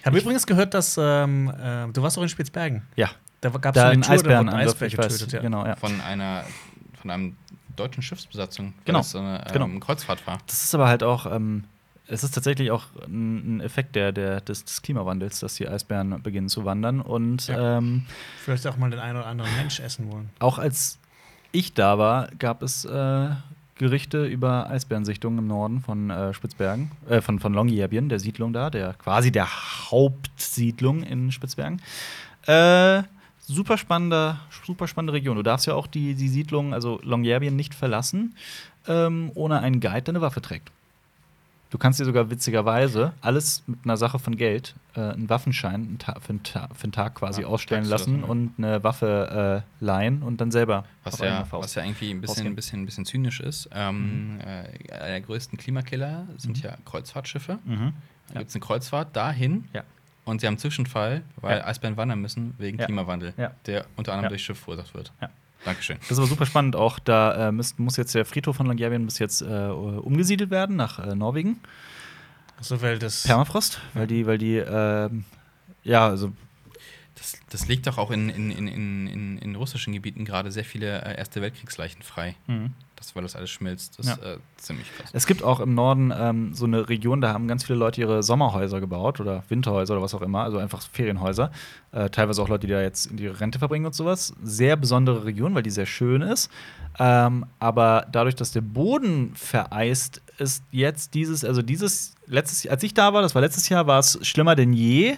C: Ich habe übrigens gehört, dass ähm, äh, du warst auch in Spitzbergen.
A: Ja,
C: Da gab es
A: da ein
C: eine Tour, da wurde ein
A: Eisbärenangriff,
C: Eisbär
A: ich weiß.
C: getötet. Ja.
A: Genau, ja.
B: von einer von einem deutschen Schiffsbesatzung, weil
A: Genau.
B: es so eine ähm,
A: Genau.
B: Kreuzfahrt war.
A: Das ist aber halt auch, ähm, es ist tatsächlich auch ein ein Effekt der, der, des, des Klimawandels, dass die Eisbären beginnen zu wandern. Und
B: Ja.
A: ähm,
C: Vielleicht auch mal den einen oder anderen Mensch essen wollen.
A: auch als ich da war, gab es äh, Gerichte über Eisbärensichtungen im Norden von äh, Spitzbergen, äh, von, von Longyearbyen, der Siedlung da, der quasi der Hauptsiedlung in Spitzbergen. Äh, super spannende, super spannende Region. Du darfst ja auch die, die Siedlung, also Longyearbyen, nicht verlassen, ähm, ohne einen Guide, der eine Waffe trägt. Du kannst dir sogar witzigerweise alles mit einer Sache von Geld, äh, einen Waffenschein einen Ta- für einen, Ta für einen Tag quasi
B: Ja,
A: ausstellen
B: tagsüber
A: lassen
B: so, ja.
A: und eine Waffe äh, leihen und dann selber
B: Was
A: auf eigene
B: ja,
A: Faust.
B: was ja irgendwie ein bisschen,
A: Rausgehen.
B: ein bisschen, ein bisschen zynisch ist. Ähm,
A: Mhm.
B: äh, einer der größten Klimakiller sind ja Kreuzfahrtschiffe.
A: Mhm.
B: Da gibt es eine Kreuzfahrt dahin
A: Ja.
B: und sie haben einen Zwischenfall, weil
A: Ja.
B: Eisbären wandern müssen wegen
A: Ja.
B: Klimawandel,
A: Ja.
B: der unter anderem
A: Ja.
B: durch Schiff verursacht wird.
A: Ja.
B: Dankeschön.
A: Das ist aber super spannend auch. Da äh, müsst, muss jetzt der Friedhof von Longyearbyen bis jetzt äh, umgesiedelt werden nach äh, Norwegen.
C: Also, weil das.
A: Permafrost, weil die, weil die, ähm, ja, also
B: Das, das legt doch auch in, in, in, in, in, in russischen Gebieten gerade sehr viele äh, Erste Weltkriegsleichen frei. Das, weil das alles schmilzt, das ist äh, ziemlich krass.
A: Es gibt auch im Norden ähm, so eine Region, da haben ganz viele Leute ihre Sommerhäuser gebaut oder Winterhäuser oder was auch immer, also einfach Ferienhäuser. Äh, teilweise auch Leute, die da jetzt in ihre Rente verbringen und sowas. Sehr besondere Region, weil die sehr schön ist. Ähm, aber dadurch, dass der Boden vereist, ist jetzt dieses, also dieses letztes, als ich da war, das war letztes Jahr, war es schlimmer denn je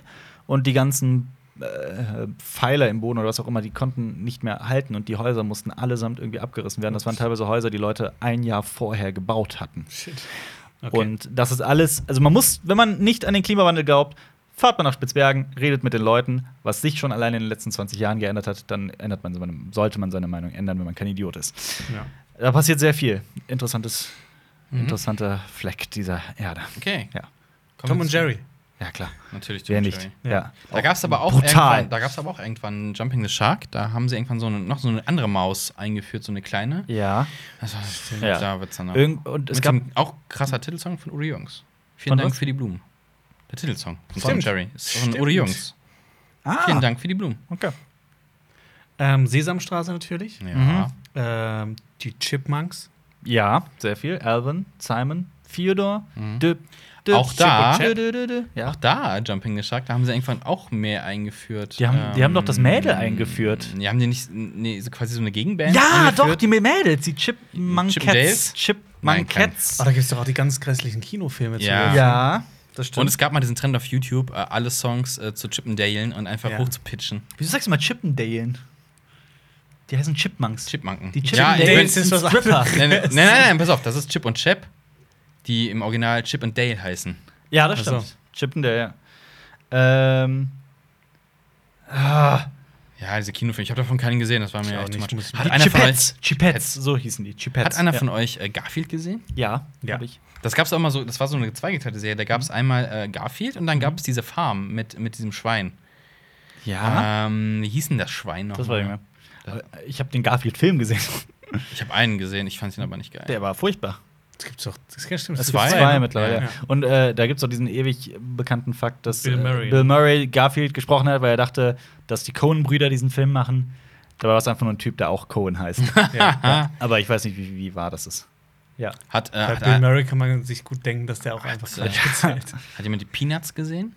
A: und die ganzen äh, Pfeiler im Boden oder was auch immer, die konnten nicht mehr halten und die Häuser mussten allesamt irgendwie abgerissen werden. Das waren teilweise Häuser, die Leute ein Jahr vorher gebaut hatten. Und das ist alles, also man muss, wenn man nicht an den Klimawandel glaubt, fahrt man nach Spitzbergen, redet mit den Leuten, was sich schon allein in den letzten 20 Jahren geändert hat, dann ändert man seine, sollte man seine Meinung ändern, wenn man kein Idiot ist.
C: Ja.
A: Da passiert sehr viel. Interessantes,
B: Mhm.
A: interessanter Fleck dieser Erde.
B: Okay.
A: Ja,
C: Tom und Jerry.
A: ja klar.
B: Natürlich, Tom
A: Wer
B: und
A: nicht?
B: Jerry.
A: Ja.
B: Da gab es aber auch
A: brutal.
B: irgendwann, da gab's aber auch irgendwann Jumping the Shark. Da haben sie irgendwann so eine, noch so eine andere Maus eingeführt, so eine kleine.
A: Ja.
B: Also,
A: Ja.
B: Da wird's dann auch.
A: Irgend, und es
B: Mit
A: gab
B: dem auch krasser Titelsong von Uri Jungs. Vielen
A: Von
B: Dank
A: was?
B: für die Blumen. Der Titelsong von Tom
C: Stimmt.
B: Jerry ist von
C: Stimmt.
B: Uri Jungs.
A: Ah,
B: Vielen Dank für die Blumen.
A: Okay.
C: Ähm, Sesamstraße natürlich.
B: Ja.
A: Mhm.
C: Ähm, die Chipmunks.
A: Ja, sehr viel. Alvin, Simon, Theodore, Dip, Dip,
B: Mhm. Auch da-
A: Chip und Chap. Dö, dö, dö, dö. Ja.
B: Auch da, Jumping the Shark, da haben sie irgendwann auch mehr eingeführt. ähm,
A: Die haben- die haben doch das Mädel eingeführt.
B: Die haben die nicht nee, so quasi so eine Gegenband?
A: Ja,
B: eingeführt?
A: doch, die Mädels, die
B: Chip und Dale?
A: Chipmunkettes.
B: Nein, kein-
A: Chipmunkettes.
C: Ah, da gibt es doch auch die ganz grässlichen Kinofilme zu.
B: Ja.
A: Ja, das
B: Und es gab mal diesen Trend auf YouTube, äh, alle Songs äh, zu chippendalen und einfach
C: Ja.
B: hochzupitchen.
A: Wieso sagst du mal Chippendalen? Die heißen Chipmunks.
B: Chipmunken.
A: Die
B: ja, ich
A: Chippendales
B: bin,
A: sind Stripper.
B: nein, nein, nein, nein, pass auf, das ist Chip und Chap, die im Original Chip und Dale heißen.
A: Ja, das
C: Ach
A: stimmt. Also, Chippendale, ja. Ähm. Ah,
B: Ja, diese Kinofilme, ich habe davon keinen gesehen, das war mir
C: auch
B: echt too
C: nicht,
B: much.
C: muss ich-
B: Hat
A: die
B: einer von euch,
A: Chipettes. Chipettes, so hießen die. Chipettes.
B: hat einer
A: ja.
B: von euch äh, Garfield gesehen?
A: Ja,
C: Ja.
A: hab ich.
B: Das gab's auch mal so, das war so eine zweigeteilte Serie, da gab's einmal äh, Garfield und dann gab's diese Farm mit, mit diesem Schwein.
A: Ja,
B: Ähm, wie hieß denn das Schwein noch?
A: das war ich
B: mal?
A: mir. Aber Ich habe den Garfield-Film gesehen.
B: Ich habe einen gesehen, ich fand ihn aber nicht geil.
A: Der war furchtbar.
C: Das gibt's doch. Das gibt's stimmt.
B: Das
C: Das
B: war-
C: war
B: Zwei,
A: Zwei
B: ne?
A: mittlerweile.
B: Ja,
A: ja. Und äh, da gibt es auch diesen ewig bekannten Fakt, dass
C: Bill Murray,
A: äh, Bill Murray Garfield gesprochen hat, weil er dachte, dass die Cohen-Brüder diesen Film machen. Dabei war es einfach nur ein Typ, der auch Cohen heißt. ja. Aber ich weiß nicht, wie, wie wahr das ist. Ja.
B: Hat, äh,
C: bei
B: hat,
C: Bill
B: hat,
C: Murray kann man sich gut denken, dass der auch einfach
B: Gott,
C: Quatsch erzählt.
B: hat jemand die Peanuts gesehen?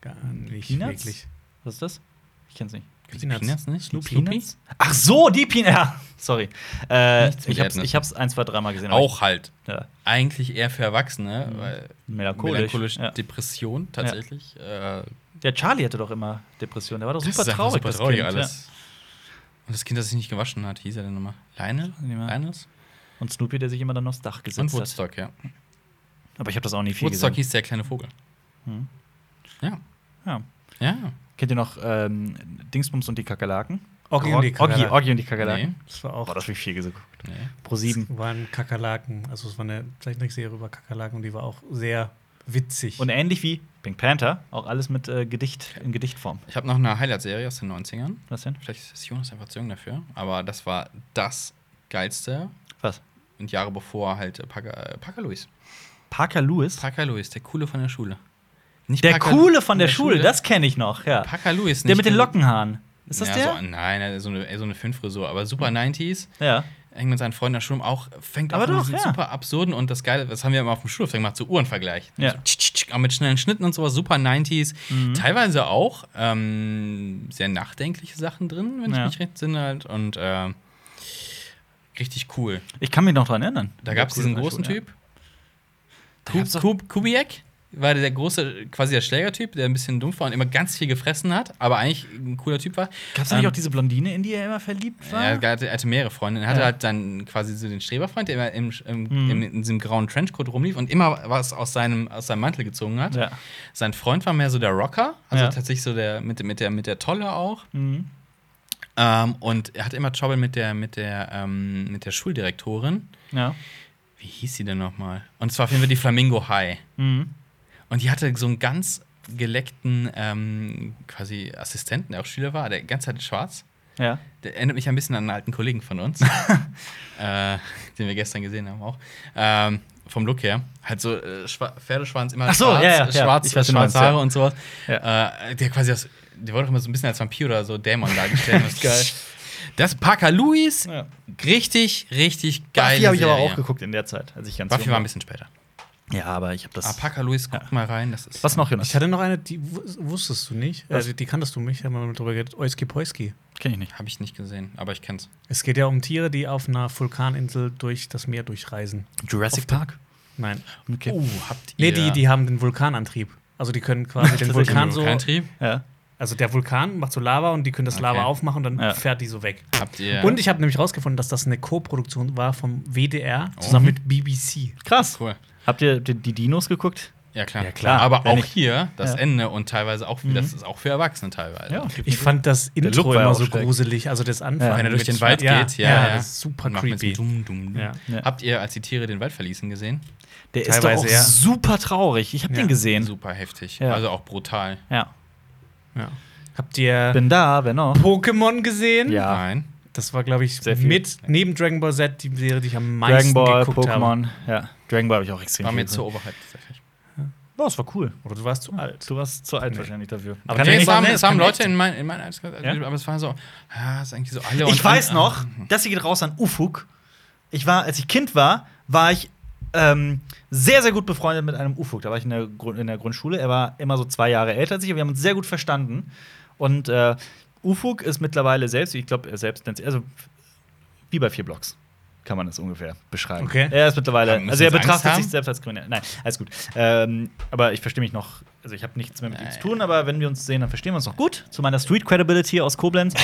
C: Gar nicht
A: Peanuts?
C: wirklich.
A: Was ist das? Ich kenn's nicht.
B: Kennst du Peanuts, ne?
A: Snoopy?
B: Snoopy?
A: Peanuts? Ach so, die Peanuts. Ja, sorry. Äh,
B: Nichts mit
A: ich, hab's,
B: Erdnüssen.
A: ich hab's ein, zwei, dreimal gesehen. aber
B: Auch halt.
A: ich- Ja,
B: Eigentlich eher für Erwachsene, weil
A: melancholisch.
B: melancholische
A: ja.
B: Depression tatsächlich. Äh,
A: Der Charlie hatte doch immer Depressionen. Der war doch
B: das
A: super
B: ist einfach
A: traurig,
B: super
A: das
B: traurig
A: Kind. Ja.
B: alles. Und das Kind, das sich nicht gewaschen hat, hieß er denn nochmal? Lionel?
A: nicht mehr.
B: Linus?
A: Und Snoopy, der sich immer dann aufs Dach
B: Und
A: gesetzt hat.
B: Woodstock, ja.
A: Aber ich habe das auch nie viel
B: Woodstock
A: gesehen.
B: hieß der kleine Vogel.
A: Hm.
B: Ja.
A: Ja.
B: Ja.
A: Kennt ihr noch ähm, Dingsbums und die Kakerlaken?
C: Oggi und die
A: Oggi,
C: Kakerlaken.
A: Oggi und die Kakerlaken.
B: Nee.
C: Das war auch.
A: Boah, das hab ich viel geguckt.
B: Nee.
A: Pro
C: Das
A: sieben.
C: war ein Kakerlaken. Also, es war eine Zeichentrickserie über Kakerlaken und die war auch sehr witzig.
A: Und ähnlich wie Pink Panther, auch alles mit äh, Gedicht, in Gedichtform.
B: Ich habe noch eine Highlight-Serie aus den 90ern.
A: Was denn?
B: Vielleicht ist Jonas einfach zu jung dafür. Aber das war das Geilste.
A: Was?
B: Und Jahre bevor halt äh, Parker, äh, Parker Lewis.
A: Parker Lewis?
B: Parker Lewis, der Coole von der Schule. Nicht
A: der
B: Parker-
A: Coole von der, Schule, das kenne ich noch, ja.
B: Parker Lewis,
A: Der mit den Lockenhaaren. Ist das
B: ja,
A: der?
B: So, nein, so eine, so eine Fünffrisur, aber super 90s.
A: ja.
B: Hängt mit seinen Freunden in der Schule auch, fängt
A: Aber
B: auch an
A: doch,
B: diesen
A: ja.
B: super absurden und das Geile, das haben wir immer auf dem Schulhof gemacht, so Uhrenvergleich.
A: Ja. Mhm.
B: So tsch, tsch, tsch, auch mit schnellen Schnitten und sowas, super 90s. Teilweise auch ähm, sehr nachdenkliche Sachen drin, wenn
A: Ja.
B: ich mich recht sinne halt. Und äh, richtig cool.
A: Ich kann mich noch dran erinnern.
B: Da gab es diesen großen Typ. Kub, Kub, Kubiak war der große, quasi der Schlägertyp, der ein bisschen dumpf war und immer ganz viel gefressen hat, aber eigentlich ein cooler Typ war.
A: Gab es nicht
B: Ähm,
A: auch diese Blondine, in die er immer verliebt war?
B: Ja, er hatte, er hatte mehrere Freunde. Er hatte
A: Ja. Mhm.
B: halt dann quasi so den Streberfreund, der immer im, im, im, in diesem grauen Trenchcoat rumlief und immer was aus seinem, aus seinem Mantel gezogen hat.
A: Ja.
B: Sein Freund war mehr so der Rocker, also
A: Ja.
B: tatsächlich so der mit, mit, der, mit der Tolle auch.
A: Mhm.
B: Ähm, und er hatte immer Trouble mit der, mit der, ähm, mit der Schuldirektorin.
A: ja.
B: Wie hieß sie denn nochmal? Und zwar finden wir die Flamingo High.
A: Mhm.
B: Und die hatte so einen ganz geleckten ähm, quasi Assistenten, der auch Schüler war, der ganz halt schwarz.
A: ja.
B: Der erinnert mich ein bisschen an einen alten Kollegen von uns, äh, den wir gestern gesehen haben auch. Ähm, vom Look her. Halt so äh, Schwa- Pferdeschwanz, immer
A: Ach so,
B: schwarz,
A: ja, ja, ja.
B: schwarz,
A: Ich weiß,
B: schwarze
A: was du meinst,
B: Haare
A: ja.
B: und sowas. Äh, der quasi aus, der wurde doch immer so ein bisschen als Vampir oder so Dämon dargestellt. das ist geil. Das ist Parker Lewis,
A: Ja.
B: richtig, richtig geil.
A: Buffy habe ich aber auch geguckt in der Zeit, als ich ganz
B: Buffy
A: jung
B: war ein bisschen Ah, später.
A: Ja, aber ich habe das.
B: Aber Parker Lewis, guck mal rein, das ist.
A: Was noch, Jonas?
C: ich hatte noch eine, die wus- wusstest du nicht.
A: Was?
C: Also, die kanntest du nicht, haben wir mal drüber geredet. Oiski Poiski.
A: Kenne ich nicht.
B: Habe ich nicht gesehen, aber ich kenn's.
C: Es geht ja um Tiere, die auf einer Vulkaninsel durch das Meer durchreisen.
A: Jurassic Park?
C: Nein.
A: Okay.
B: Uh, habt
C: Nee, die, die haben den Vulkanantrieb. Also die können quasi den
A: Tatsächlich.
C: Vulkan so.
B: Vulkantrieb?
A: Ja.
C: Also der Vulkan macht so Lava und die können das Lava
B: Okay.
C: aufmachen und dann
A: Ja.
C: fährt die so weg.
B: Habt ihr.
C: Und ich habe nämlich rausgefunden, dass das eine Co-Produktion war vom WDR
A: Oh.
C: zusammen mit BBC.
A: Krass.
B: cool.
A: Habt ihr die, die Dinos geguckt?
B: Ja klar.
A: Ja, klar.
B: Aber
A: Wenn ich-
B: auch hier das
A: Ja.
B: Ende und teilweise auch, das ist auch für Erwachsene teilweise.
C: Ich fand das
A: Look
C: Intro
A: war ja
C: immer
A: auch
C: so
A: schräg.
C: gruselig, also das Anfang.
A: Ja,
B: Wenn er durch
C: mit-
B: den Wald
C: ja,
B: geht, ja,
C: ja,
B: ja.
C: Das ist super
B: Und macht mit so
C: creepy.
B: Dum, dum, dum.
C: Ja.
A: Ja.
B: Habt ihr, als die Tiere den Wald verließen, gesehen?
A: Der ist doch
C: Teilweise,
A: auch
C: ja.
A: super traurig. Ich habe
C: Ja.
A: den gesehen.
B: Super heftig.
A: Ja.
B: Also auch brutal.
A: Ja.
C: Ja. Habt ihr
A: Bin da, wenn auch.
C: Pokémon gesehen?
A: Ja.
B: Nein.
C: Das war, glaube ich,
A: Sehr viel.
C: mit neben Dragon Ball Z die Serie, die ich am meisten
A: Dragon Ball,
C: geguckt habe.
A: Pokémon. Ja. Dragon Ball habe ich auch extrem
B: War
A: viel
B: mir zu
A: gesehen.
B: oberhalb tatsächlich.
E: Boah, das war cool.
C: Oder du warst zu alt.
E: Du warst zu alt wahrscheinlich dafür.
C: Hm. Aber
B: Aber
C: Jenny
B: nee, es
C: war
B: haben,
C: nett,
B: es haben
C: connected.
B: Leute in meinem in mein Apps gesagt,
E: Ja?
B: aber es waren so, ja, ist eigentlich so alle.
A: Ich
B: und-
A: weiß
B: und-
A: noch, das hier geht raus an Ufuk. Ich war, als ich Kind war, war ich ähm, sehr, sehr gut befreundet mit einem Ufuk. Da war ich in der, Grund, in der Grundschule. Er war immer so zwei Jahre älter als ich, aber wir haben uns sehr gut verstanden. Und äh, Ufuk ist mittlerweile selbst, ich glaube, er selbst nennt sich, also wie bei vier Blocks. Kann man das ungefähr beschreiben.
C: Okay.
A: Er ist mittlerweile,
B: Haben-
A: also er
B: müssen wir jetzt
A: betrachtet
B: Angst
A: sich
B: haben?
A: selbst als Kriminell. Nein, alles gut. Ähm, aber ich verstehe mich noch, also ich habe nichts mehr mit ihm zu tun, aber wenn wir uns sehen, dann verstehen wir uns noch gut. Zu meiner Street Credibility aus Koblenz.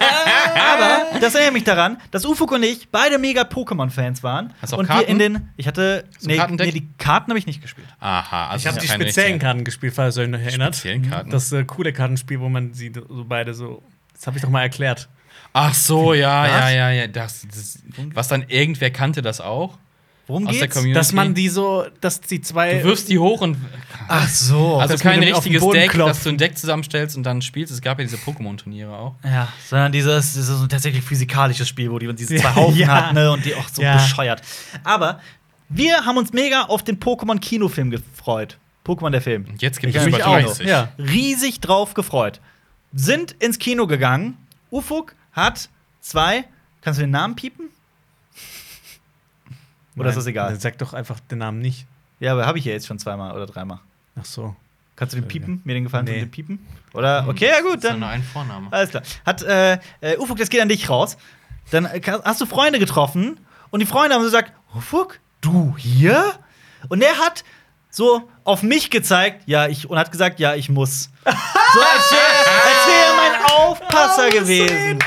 B: Ah.
A: Aber das erinnert mich daran, dass Ufuk und ich beide mega Pokémon-Fans waren.
B: Hast du auch
A: und
B: Karten?
A: wir in den. Ich hatte.
B: du
A: Nee,
B: Kartendeck?
A: nee, die Karten habe ich nicht gespielt.
B: Aha, also
C: Ich habe
B: es
C: die
B: ist kein
C: speziellen
B: richtiger-
C: Karten gespielt, falls ihr euch noch erinnert.
B: Speziellen Karten?
C: Das äh, coole Kartenspiel, wo man sie so beide so. Das habe ich doch mal erklärt.
B: Ach so, ja,
A: Was?
B: ja, ja, ja. Das, das, was dann irgendwer kannte das auch
A: Worum
B: aus der
A: geht's?
B: Community.
C: Dass man die so, dass die zwei.
B: du wirfst die hoch und
A: Ach so.
B: also
C: dass
B: kein
C: man den auf den
B: richtiges
C: Boden
B: Deck,
C: klopft.
B: dass du ein Deck zusammenstellst und dann spielst. Es gab ja diese Pokémon-Turniere auch.
A: Ja, sondern dieses, dieses so tatsächlich physikalisches Spiel, wo die diese zwei Haufen
C: Ja.
A: hat, ne, und die auch so
C: Ja.
A: bescheuert. Aber wir haben uns mega auf den Pokémon-Kinofilm gefreut. Pokémon der Film.
B: Und jetzt gibt
A: Ich
B: es über
A: mich auch.
B: 30.
C: ja.
A: riesig drauf gefreut. Sind ins Kino gegangen. Ufuk hat zwei. Kannst du den Namen piepen? Oder ist das
C: Nein,
A: egal?
C: Sag doch einfach den Namen nicht.
A: Ja, aber habe ich ja jetzt schon zweimal oder dreimal.
C: Ach so.
A: Kannst du den piepen? Mir den Gefallen
C: Nee.
A: tun, den piepen? Oder? Okay, ja gut,
B: Das ist
A: dann. Ah.
B: nur ein Vorname.
A: Alles klar. Hat, äh, äh, Ufuk, das geht an dich raus. Dann äh, ka- hast du Freunde getroffen und die Freunde haben so gesagt: Ufuk, du hier? Und er hat so auf mich gezeigt, ja, ich, und hat gesagt, ja, ich muss. So als wäre als wär er mein
C: Oh,
A: Aufpasser gewesen.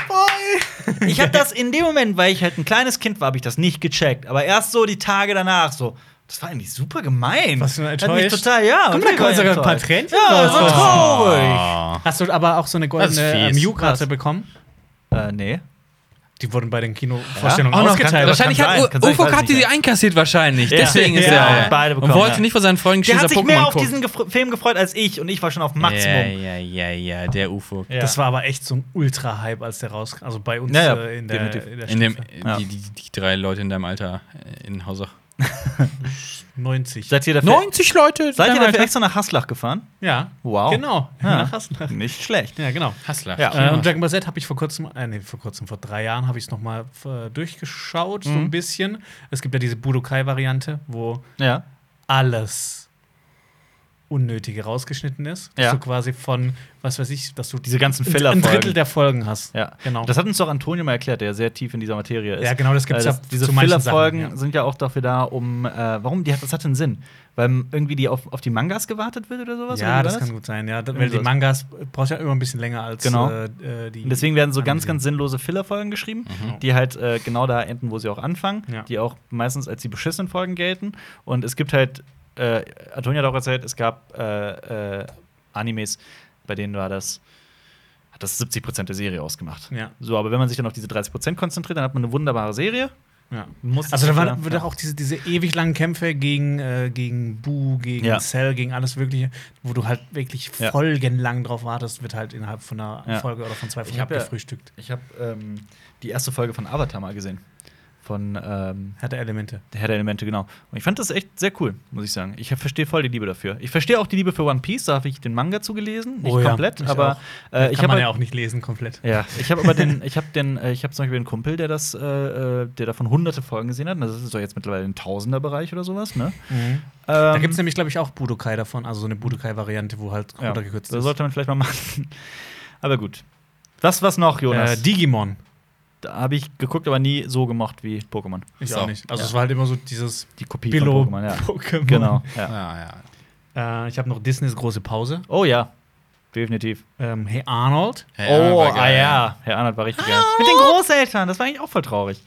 A: Ich habe das in dem Moment, weil ich halt ein kleines Kind war, habe ich das nicht gecheckt. Aber erst so die Tage danach so. Das war eigentlich super gemein.
C: Warst du
A: Hat mich
C: enttäuscht?
A: total, Ah, ja.
C: Guck mal, da
A: ich
C: kommen
A: war
C: sogar ein paar
A: enttäuscht.
C: Tränchen
A: Ja,
C: raus.
A: so traurig.
C: Hast du aber auch so eine
B: Das ist
C: goldene
B: fies.
C: äh, Mew-Karte bekommen?
A: Äh, nee.
C: Die wurden bei den Kinovorstellungen
A: Oh,
B: Auch noch
C: ausgeteilt.
B: kann, wahrscheinlich
A: kann sein,
B: hat
A: kann
B: U-
A: sein, ich
B: Ufuk
A: weiß
B: hat
A: nicht
B: die
A: mehr.
B: einkassiert wahrscheinlich.
A: Ja.
B: Deswegen ist
A: Ja,
B: er
A: beide
B: und
A: bekommen,
B: wollte
A: ja.
B: nicht von seinen Freunden
A: Der
B: dass er
A: hat sich mehr
B: Pokémon
A: auf
B: guckt.
A: diesen Gefre Film gefreut als ich und ich war schon auf
B: Ja,
A: Maximum.
B: ja, ja, ja, der Ufuk.
C: Ja. Das war aber echt so ein Ultra-Hype, als der rauskam. Also bei uns
A: Ja, ja,
C: äh, in der,
A: definitiv.
C: in der
B: In dem,
C: Stufe.
A: Ja.
B: die, die, die drei Leute in deinem Alter äh, in Hausach.
C: 90.
A: Seid ihr dafür,
B: 90 Leute?
A: seid ihr dafür extra nach Haslach gefahren?
C: ja,
A: Wow.
C: genau.
A: Ja.
C: Nach Hasenach.
A: Nicht schlecht.
C: Ja, genau.
B: Hassler.
C: Äh, und Dragon Ball Z habe ich vor kurzem, äh, nee, vor kurzem, vor drei Jahren habe ich es nochmal äh, durchgeschaut, so
A: Mhm.
C: ein bisschen. Es gibt ja diese Budokai-Variante, wo
A: Ja.
C: alles Unnötige rausgeschnitten ist.
A: Ja.
C: Dass du quasi von, was weiß ich, dass du
A: Diese ganzen
C: ein-
A: Filler
C: ein Drittel der Folgen hast.
A: ja,
C: genau.
A: Das hat uns doch Antonio mal erklärt, der sehr tief in dieser Materie ist.
C: Ja, genau, das gibt's
A: Äh,
C: ja
A: Diese
C: zu manchen
A: Filler-Folgen
C: Sachen, ja.
A: sind ja auch dafür da, um. Äh, warum? Die hat, das hatte einen Sinn. Weil irgendwie die auf, auf die Mangas gewartet wird oder sowas? oder
C: ja,
A: wie
C: das
A: war
C: kann gut sein, ja. Da-
A: Irgendwie
C: Weil die
A: sowas.
C: Mangas brauchst ja immer ein bisschen länger als
A: Genau.
C: äh, äh, die.
A: Und deswegen werden so ganz,
C: Anime.
A: ganz sinnlose Filler-Folgen geschrieben, die halt äh, genau da enden, wo sie auch anfangen,
C: Mhm. Ja.
A: die auch meistens als die beschissenen Folgen gelten. Und es gibt halt, äh, Antonia hat auch erzählt, es gab äh, äh, Animes, bei denen war das, hat das 70% der Serie ausgemacht.
C: Ja.
A: So, aber wenn man sich dann auf diese 30% konzentriert, dann hat man eine wunderbare Serie.
C: Ja.
A: Muss
C: Also da
A: Ja.
C: waren ja. auch diese, diese ewig langen Kämpfe gegen, äh, gegen Bu, gegen
A: Ja.
C: Cell, gegen alles Wirkliche, wo du halt wirklich
A: Ja.
C: folgenlang drauf wartest, wird halt innerhalb von einer
A: Ja.
C: Folge oder von zwei Folgen
A: hab ja-
C: abgefrühstückt.
A: Ich habe ähm, die erste Folge von Avatar mal gesehen. Von ähm,
C: Hatte Elemente.
A: Der Herr der Elemente, genau. Und ich fand das echt sehr cool, muss ich sagen. Ich verstehe voll die Liebe dafür. Ich verstehe auch die Liebe für One Piece, da habe ich den Manga zugelesen. Nicht
C: Oh ja,
A: komplett,
C: ich
A: aber äh, ich
C: Kann man ja
A: habe.
C: auch nicht lesen komplett.
A: Ja, ich habe aber den, ich habe den, äh, ich habe zum Beispiel einen Kumpel, der das, äh, äh, der davon hunderte Folgen gesehen hat. Und Das ist doch jetzt mittlerweile ein Tausender-Bereich oder sowas, ne?
C: Mhm. Da
A: Ähm.
C: gibt es nämlich, glaube ich, auch Budokai davon, also so eine Budokai-Variante, wo halt
A: ja,
C: runtergekürzt
A: Das
C: ist.
A: sollte man vielleicht mal machen. Aber gut. Was, was noch, Jonas?
C: Äh, Digimon.
A: da habe ich geguckt, aber nie so gemocht wie Pokémon.
C: Ich
B: So.
C: auch nicht. Also
A: Ja.
C: es war halt immer so dieses
A: Die Kopie
C: Billo-
A: von Pokémon, ja.
C: Pokémon.
A: Genau. Ja.
B: Ja, ja.
C: Äh, ich habe noch Disneys große Pause.
A: Oh ja, definitiv.
C: Ähm, hey Arnold.
B: Ja,
A: oh,
B: war
A: ah
B: geil.
A: ja. Herr Arnold war richtig geil. Mit den Großeltern, das war eigentlich auch voll traurig.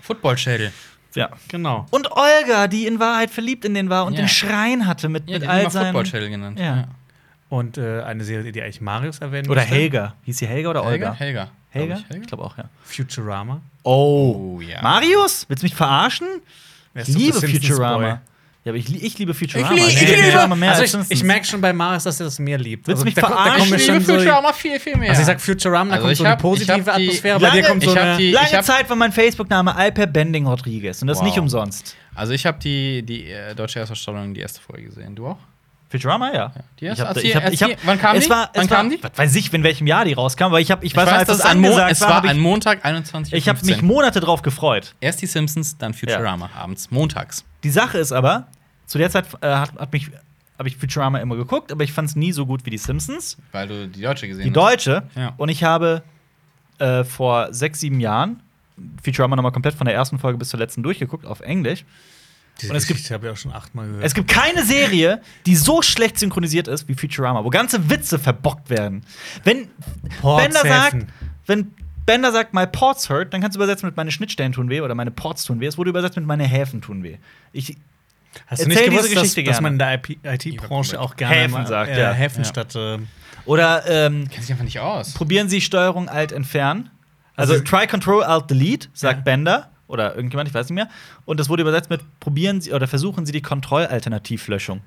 B: Footballschädel.
A: Ja.
C: Genau.
A: Und Olga, die in Wahrheit verliebt in den war und
B: Ja.
A: den Schrein hatte mit,
B: Ja,
A: mit
B: den
A: all
B: immer
A: seinen.
B: Footballschädel genannt.
A: Ja.
C: Und äh, eine Serie, die eigentlich Marius erwähnt
A: Oder Helga. Hieß sie Helga oder
B: Helga?
A: Olga?
B: Helga.
A: Helga?
B: glaub ich.
A: Ich glaube auch, ja.
C: Futurama.
A: Oh.
B: Oh ja.
A: Marius? Willst du mich verarschen?
C: Wer
A: Ich
C: ist doch
A: liebe
C: der Simpsons
A: Futurama.
C: Boy?
A: Ja, aber ich, li- ich liebe Futurama.
B: liebe- ich
A: liebe
B: liebe-
A: Futurama mehr
C: also
A: als
C: ich,
A: Simpsons.
C: ich merke schon bei Marius, dass er das mehr liebt.
A: Willst
C: Also
A: du mich
C: da, ko- Da
A: verarschen?
C: kommen wir
B: Ich
C: schon
B: liebe
C: so,
B: Futurama viel, viel mehr.
C: Also ich sag Futurama, da
B: Also
C: kommt
B: ich
C: so eine
B: hab- ich
C: positive
B: hab die-
C: Atmosphäre. bei
A: Lange-
C: dir kommt so
B: ich hab
C: eine.
B: die-
A: Lange
B: ich hab-
A: Zeit war mein Facebook-Name Alper Bending Rodriguez und das
B: Wow.
A: nicht umsonst.
B: Also ich habe die, die äh, deutsche Erstausstrahlung die erste Folge gesehen. Du auch?
A: Futurama, ja.
B: Die
A: Ich
B: erste-
A: hab,
B: als
A: ich
B: die-
A: hab,
B: als
A: ich hab,
B: die- wann kam
A: es
B: die?
A: War, es
B: Wann
A: war,
B: kam die?
A: was Weiß ich, in welchem Jahr die rauskam, aber ich habe, ich weiß, noch, als
B: dass
A: das
B: es ein Mo-
A: angesagt
B: es
A: war,
B: war
A: hab ich,
B: ein Montag, 21
A: ich habe mich Monate drauf gefreut.
B: Erst die Simpsons, dann Futurama abends, montags.
A: Die Sache ist aber, zu der Zeit äh, hat, hat mich habe ich Futurama immer geguckt, aber ich fand es nie so gut wie die Simpsons,
B: Weil du die Deutsche gesehen
A: die deutsche.
B: Ja.
A: Und ich habe äh, vor sechs, sieben Jahren Futurama nochmal komplett von der ersten Folge bis zur letzten durchgeguckt auf Englisch.
C: Diese
A: Und es gibt-
C: Geschichte hab ich habe ja auch schon achtmal gehört.
A: Es gibt keine Serie, die so schlecht synchronisiert ist wie Futurama, wo ganze Witze verbockt werden. Wenn
C: Ports
A: Bender sagt,
C: helfen.
A: wenn Bender sagt, my ports hurt, dann kannst du übersetzen mit meine Schnittstellen tun weh oder meine Ports tun weh. Es wurde übersetzt mit meine Häfen tun weh. Ich,
C: Hast du nicht
A: erzähl diese
C: gewusst,
A: Geschichte
C: dass, dass
A: gerne.
C: man in der IP IT-Branche auch gerne
A: Häfen
C: mal,
A: sagt,
C: äh,
A: ja.
C: Häfen
B: Ja.
C: statt äh,
A: oder ähm,
B: Kennt sich einfach nicht aus.
A: probieren Sie Steuerung Alt entfernen. Also,
C: Also-
A: try Control Alt Delete, sagt Bender oder irgendjemand, ich weiß nicht mehr. Und das wurde übersetzt mit probieren Sie oder versuchen Sie die Kontrollalternativlöschung.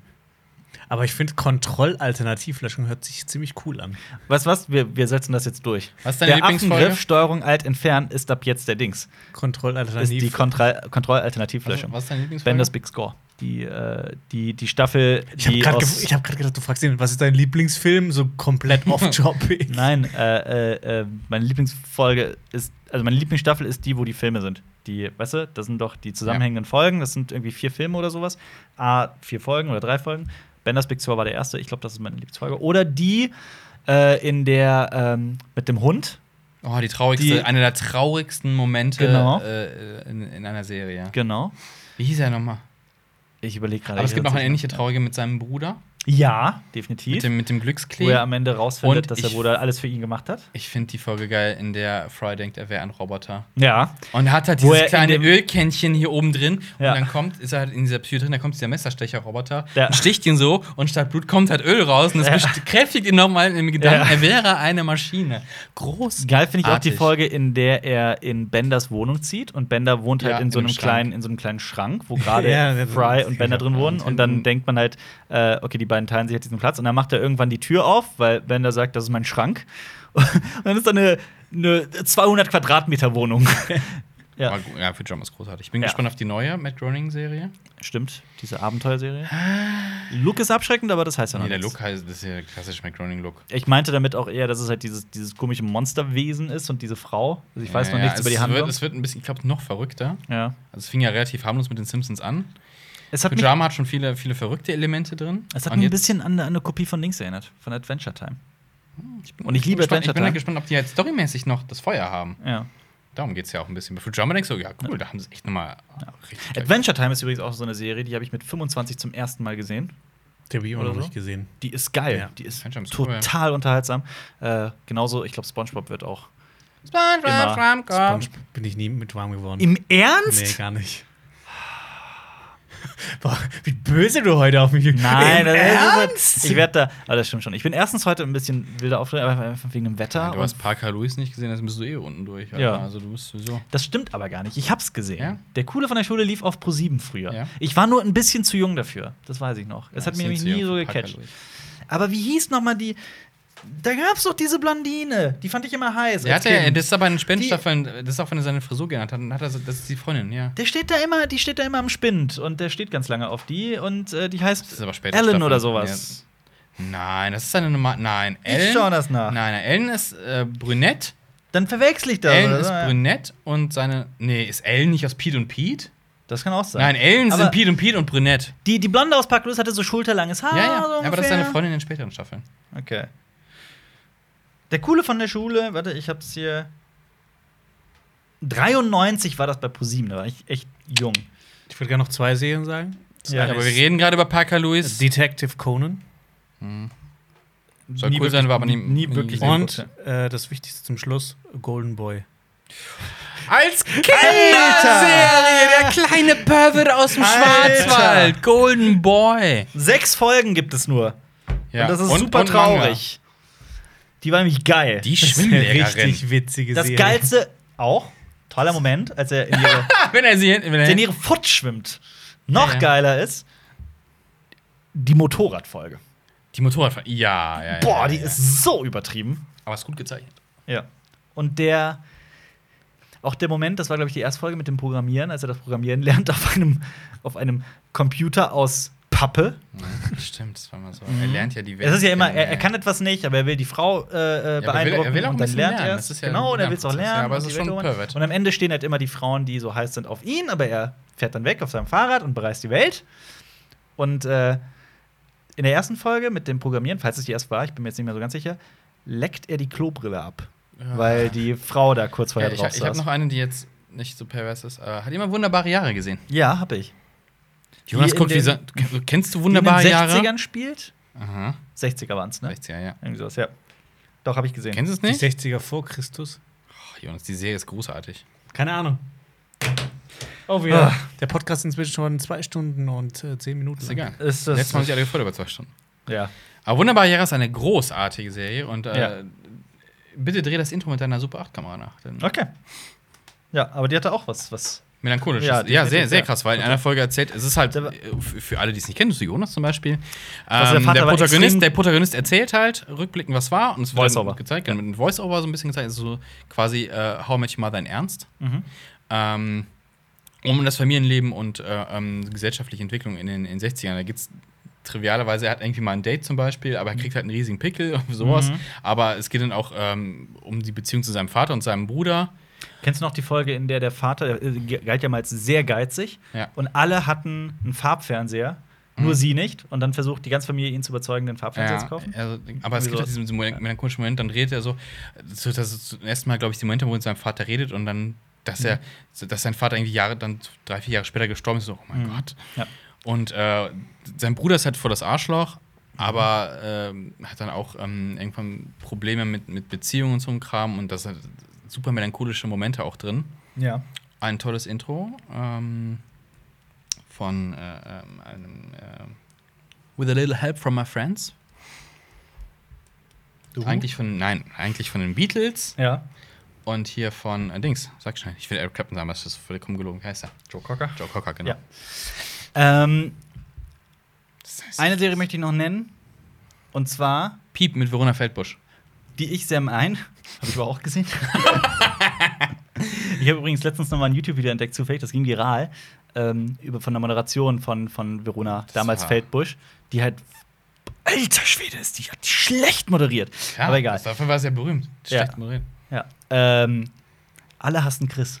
C: Aber ich finde, Kontrollalternativlöschung hört sich ziemlich cool an.
A: Weißt du was? Wir, wir setzen das jetzt durch.
B: Was ist deine
A: der
B: Lieblingsfolge?
A: Affengriff Steuerung Alt entfernen ist ab jetzt der Dings. Ist die
C: Kontrollalternativ.
A: Kontra Kontrollalternativlöschung.
B: Also, Was ist deine Lieblingsfolge?
A: Benders Big Score. Die, äh, die, die Staffel,
C: Ich habe
A: die
C: gerade
A: aus
C: ich hab grad gedacht, du fragst ihn, was ist dein Lieblingsfilm? So komplett off-topic.
A: Nein, äh, äh, äh, meine Lieblingsfolge ist, also meine Lieblingsstaffel ist die, wo die Filme sind. Die, weißt du, das sind doch die zusammenhängenden Folgen. Das sind irgendwie vier Filme oder sowas. A, vier Folgen oder drei Folgen. Benders Big Score war der erste. Ich glaube, das ist meine Lieblingsfolge. Oder die äh, in der ähm, mit dem Hund.
B: Oh, die traurigste,
A: Die-
B: einer der traurigsten Momente
A: Genau.
B: äh, in, in einer Serie.
A: Genau.
B: Wie hieß er nochmal?
A: Ich überlege gerade.
B: Aber es
A: ich
B: gibt noch
A: weiß
B: eine ähnliche
A: nicht.
B: traurige mit seinem Bruder,
A: Ja,
B: mit
A: definitiv.
B: dem, mit dem
A: Wo
B: Glücksklee.
A: er am Ende rausfindet,
B: Und
A: dass der
B: ich-
A: Bruder alles für ihn gemacht hat.
B: Ich finde die Folge geil, in der Fry denkt, er wäre ein Roboter.
A: Ja.
B: Und er hat halt
A: Wo
B: dieses
A: er in
B: kleine
A: dem-
B: Ölkännchen hier oben drin.
A: Ja.
B: Und dann kommt, ist er halt in dieser Psyche drin, da kommt dieser Messerstecher-Roboter,
A: Ja.
B: und sticht ihn so und statt Blut kommt halt Öl raus und das
A: Ja.
B: bekräftigt ihn nochmal im Gedanken,
A: Ja.
B: er wäre eine Maschine. Groß.
A: Geil finde ich auch die
B: Artig.
A: Folge, in der er in Benders Wohnung zieht und Bender wohnt halt
B: Ja,
A: in so
B: in einem
A: einem
B: Schrank.
A: kleinen, in so einem kleinen Schrank, wo gerade
C: Ja, das-
A: Fry
C: das-
A: und Bender drin wohnen und dann
B: hinten-
A: denkt man halt, äh, okay, die beiden teilen sich jetzt diesen Platz und dann macht er irgendwann die Tür auf, weil Bender sagt, das ist mein Schrank und dann ist da eine, eine 200 Quadratmeter Wohnung. Ja.
B: Aber gu- Ja, für John ist großartig. Ich bin
A: Ja.
B: gespannt auf die neue Matt Groening-Serie.
A: Stimmt, diese Abenteuerserie. Look ist abschreckend, aber das heißt ja noch
B: Nee, der
A: nichts.
B: Look heißt, das ist ja klassisch Matt Groening-Look.
A: Ich meinte damit auch eher, dass es halt dieses, dieses komische Monsterwesen ist und diese Frau. Also ich weiß noch
B: Ja,
A: nichts
B: es
A: über die Handlung.
B: Wird, es wird ein bisschen, ich glaube, noch verrückter.
A: ja.
B: Also es fing ja relativ harmlos mit den Simpsons an.
A: Es hat mich
B: Pyjama hat schon viele, viele verrückte Elemente drin.
A: Es hat
B: Und
A: mich ein
B: jetzt-
A: bisschen an eine, an eine Kopie von Links erinnert, von Adventure Time.
B: bin-
A: und ich liebe
B: gespannt,
A: Adventure
B: Hm, Ich bin
A: Time.
B: halt gespannt, ob die halt storymäßig noch das Feuer haben.
A: Ja.
B: Darum geht es ja auch ein bisschen. Bei Pyjama denkst du, ja, cool, da haben sie echt nochmal richtig.
A: Adventure Time ist übrigens auch so eine Serie, die habe ich mit 25 zum ersten Mal gesehen.
C: Der habe ich
A: Oder so?
C: gesehen.
A: Die ist geil.
C: Ja.
A: Die ist
B: Adventure Time ist cool.
A: total unterhaltsam. Äh, genauso, ich glaube, SpongeBob wird auch. Immer.
B: SpongeBob, SpongeBob.
C: Sponge bin ich nie mit warm geworden.
B: Hm.
A: Im Ernst?
C: nee, gar nicht. Boah, wie böse du heute auf mich bist.
A: Nein, das
C: Im
A: Ernst? Ist, ich werde da. Aber das stimmt schon. Ich bin erstens heute ein bisschen wilder auftreten, aber einfach wegen dem Wetter.
B: Du
A: und-
B: hast Parker Lewis nicht gesehen, dann bist du eh unten durch. Alter.
A: Ja.
B: Also du bist sowieso.
A: das stimmt aber gar nicht. Ich hab's gesehen.
B: Ja?
A: Der Coole von der Schule lief auf Pro 7 früher.
B: Ja.
A: Ich war nur ein bisschen zu jung dafür. Das weiß ich noch. Es
B: Ja,
A: hat mich
B: sind
A: nämlich
B: sie
A: nie so
B: irgendwie Parker
A: gecatcht.
B: Lewis.
A: Aber wie hieß noch mal die Da gab's doch diese Blondine, die fand ich immer heiß.
B: Der
A: als
B: hat ja,
A: Kind.
B: das ist aber in
A: Die-
B: Spendenstaffeln, das ist auch, wenn er seine Frisur geändert hat, dann hat er, so- das ist die Freundin, ja.
A: der steht da immer, die steht da immer am Spind und der steht ganz lange auf die und äh, die heißt
B: Das ist aber später
A: Ellen
B: Staffeln.
A: oder sowas.
B: Nein, das ist seine Nummer. Nein, Ellen.
A: Ich schau das nach.
B: Nein, nein, Ellen ist äh, brünett.
A: Dann verwechsel ich das.
B: Ellen
A: oder?
B: ist brünett und seine. Nee, ist Ellen nicht aus Pete und Pete?
A: das kann auch sein.
B: Nein, Ellen
A: Aber
B: sind Pete und Pete und brünett.
A: Die, die Blonde aus Park Lewis hatte so schulterlanges Haar.
B: Ja, ja,
A: Ah, so
B: aber das ist seine
A: ungefähr.
B: Freundin in den späteren Staffeln.
A: Okay. Der Coole von der Schule, warte, ich hab's hier. 93 war das bei ProSieben, da war ich echt jung.
C: Ich würde gerne noch zwei Serien sagen. Das
A: Ja,
C: eine
B: aber wir
C: ist
B: reden gerade über Parker Lewis.
C: Detective Conan.
B: Soll
A: nie
B: cool sein, war aber nie,
A: nie wirklich
B: gesehen.
A: gut,
C: Und äh, das Wichtigste zum Schluss, Golden Boy.
B: Als Kinderserie, der kleine Pervert aus dem
A: Alter.
B: Schwarzwald, Golden Boy.
A: Sechs Folgen gibt es nur.
B: Ja.
A: Und das ist super traurig. Die war nämlich geil.
B: Die
C: Das ist eine
B: Schwimmlehrerin.
C: richtig witzige
A: das
C: Serie.
A: geilste auch, toller Moment, als er in ihre,
B: Ah, Wenn er sie hinten, wenn er
A: als er in ihre Foot schwimmt. Noch
B: Ja, ja.
A: geiler ist die Motorradfolge.
B: die Motorradfahrt. Ja, ja, ja.
A: Boah,
B: ja,
A: die
B: ja.
A: ist so übertrieben.
B: Aber ist gut gezeichnet.
A: Ja. Und der auch der Moment, das war glaube ich die erste Folge mit dem Programmieren, als er das Programmieren lernt auf einem auf einem Computer aus Pappe.
B: Stimmt, das war mal so. Er lernt ja die Welt.
A: Mhm. Es ist ja immer,
B: kennen,
A: er, er kann etwas nicht, aber er will die Frau äh, äh,
B: aber er will- er will
A: beeindrucken
B: auch ein
A: und dann
B: bisschen
A: lernt
B: lernen.
A: er
B: Das
A: es.
B: ist ja
A: Genau,
B: ein
A: und er will es auch
B: Lernprozess,
A: lernen.
B: ja, aber es
A: und
B: ist
A: die Welt
B: schon ein
A: erobern.
B: Pervert.
A: Und am Ende stehen halt immer die Frauen, die so heiß sind auf ihn, aber er fährt dann weg auf seinem Fahrrad und bereist die Welt. Und äh, in der ersten Folge mit dem Programmieren, falls es die erste war, ich bin mir jetzt nicht mehr so ganz sicher, leckt er die Klobrille ab,
B: Ja.
A: weil die Frau da kurz
B: Ah. Ja,
A: vorher
B: ich
A: drauf
B: ich habe
A: saß.
B: noch eine, die jetzt nicht so pervers ist. aber hat immer wunderbare Jahre gesehen.
A: ja, hab ich.
B: Jonas
A: in
B: guckt, wie
A: den-
B: so, du- kennst du
A: Die
B: wunderbare
A: in den
B: Jahre?
A: 60ern spielt?
B: Aha,
A: 60er waren's, ne?
B: 60er, ja.
A: Irgendwie sowas, ja. Doch, habe ich gesehen.
B: Kennst du es
D: Die
B: nicht?
D: 60er vor Christus?
B: Ach, Jonas, die Serie ist großartig.
D: Keine Ahnung. Oh, wir.
A: Ah.
D: Der Podcast ist inzwischen schon zwei Stunden und äh, zehn Minuten.
B: Ist
D: lang.
B: egal.
A: Ist das
B: Letztes Mal haben sich alle gefreut über zwei Stunden.
A: ja.
B: Aber Wunderbare Jahre ist eine großartige Serie und äh,
A: Ja.
B: bitte dreh das Intro mit deiner Super 8-Kamera nach. Denn
A: Okay. Ja, aber die hatte auch was, was.
B: Melancholisch.
A: Ja,
B: Ja, ja sehr,
A: definitiv,
B: sehr
A: ja.
B: krass, weil in einer Folge erzählt, es ist halt,
A: Der war-
B: äh, für für alle, die es nicht kennen, so Jonas zum Beispiel,
A: Also der
B: ähm, der,
A: Vater war extrem-
B: Protagonist, der Protagonist erzählt halt, rückblickend, was war, und es wird
A: Voiceover.
B: dann gezeigt, genau, mit einem Voiceover so ein bisschen gezeigt, also so quasi äh, How I Met Your Mother in Ernst.
A: Mhm.
B: Ähm, um das Familienleben und äh, ähm, gesellschaftliche Entwicklung in den, in den 60ern. Da gibt's trivialerweise, er hat irgendwie mal ein Date zum Beispiel, aber er kriegt halt einen riesigen Pickel und sowas. Aber es geht dann auch ähm, um die Beziehung zu seinem Vater und seinem Bruder.
A: Kennst du noch die Folge, in der der Vater äh, ge- galt ja mal als sehr geizig
B: Ja.
A: und alle hatten einen Farbfernseher, nur sie nicht und dann versucht die ganze Familie ihn zu überzeugen, den Farbfernseher zu kaufen?
B: Also, aber es
A: Irgendwie
B: gibt auch
A: sowas.
B: diesen, diesen Moment- melancholischen Moment, dann redet er so, so das ist zum ersten Mal, glaube ich, die Momente, wo er mit seinem Vater redet und dann, dass er, so, dass sein Vater irgendwie Jahre, dann drei, vier Jahre später gestorben ist, so, oh mein Gott.
A: Ja.
B: Und äh, sein Bruder ist halt voll das Arschloch, aber ähm, hat dann auch ähm, irgendwann Probleme mit, mit Beziehungen und so einem Kram und das sind super melancholische Momente auch drin.
A: Ja.
B: Ein tolles Intro ähm, von äh, ähm, einem äh, With a Little Help from My Friends. Eigentlich von, nein, eigentlich von den Beatles
A: Ja.
B: und hier von äh, Dings, sag schnell. Ich will Eric Clapton sagen, aber es ist vollkommen gelogen. Wie heißt er?
A: Joe Cocker.
B: Joe Cocker, genau.
A: Ja. Ähm,
B: Das heißt-
A: eine Serie möchte ich noch nennen und zwar
B: Piep mit Verona Feldbusch.
A: Die Ich Sam ein. Habe ich aber auch gesehen. ich habe übrigens letztens nochmal ein YouTube-Video entdeckt, zufällig, das ging viral, ähm, über, von der Moderation von, von Verona, damals
B: war-
A: Feldbusch, die halt. Alter Schwede, ist die, hat die schlecht moderiert.
B: Ja,
A: aber egal.
B: das- Dafür war es ja berühmt.
A: Ja.
B: Schlecht moderiert.
A: Ja. Ähm, alle hassen Chris.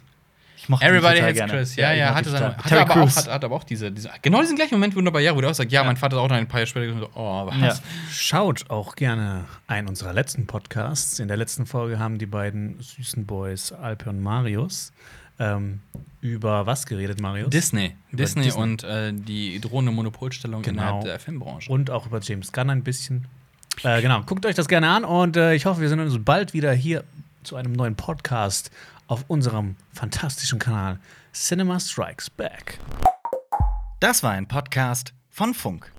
A: Ich mochte ihn
B: Everybody
A: total
B: hates
A: gerne.
B: Chris. Ja,
A: ich
B: ja,
A: mochte
B: hatte,
A: ihn
B: seine,
A: total.
B: hatte,
A: Terry
B: aber auch,
A: Crews.
B: hatte, hatte aber auch diese, diese. Genau diesen gleichen Moment wunderbar, ja, wo du auch sagst, ja, mein Vater ist auch dann ein paar Jahre später gesagt, oh, was?
A: Ja.
D: Schaut auch gerne einen unserer letzten Podcasts. In der letzten Folge haben die beiden süßen Boys Alpe und Marius ähm, über was geredet, Marius?
B: Disney.
D: Über
B: Disney.
D: Disney.
B: und äh, die drohende Monopolstellung
D: Genau.
B: innerhalb der Filmbranche.
D: Und auch über James Gunn ein bisschen. Äh, genau, guckt euch das gerne an und äh, ich hoffe, wir sehen uns bald wieder hier zu einem neuen Podcast auf unserem fantastischen Kanal Cinema Strikes Back.
A: Das war ein Podcast von Funk.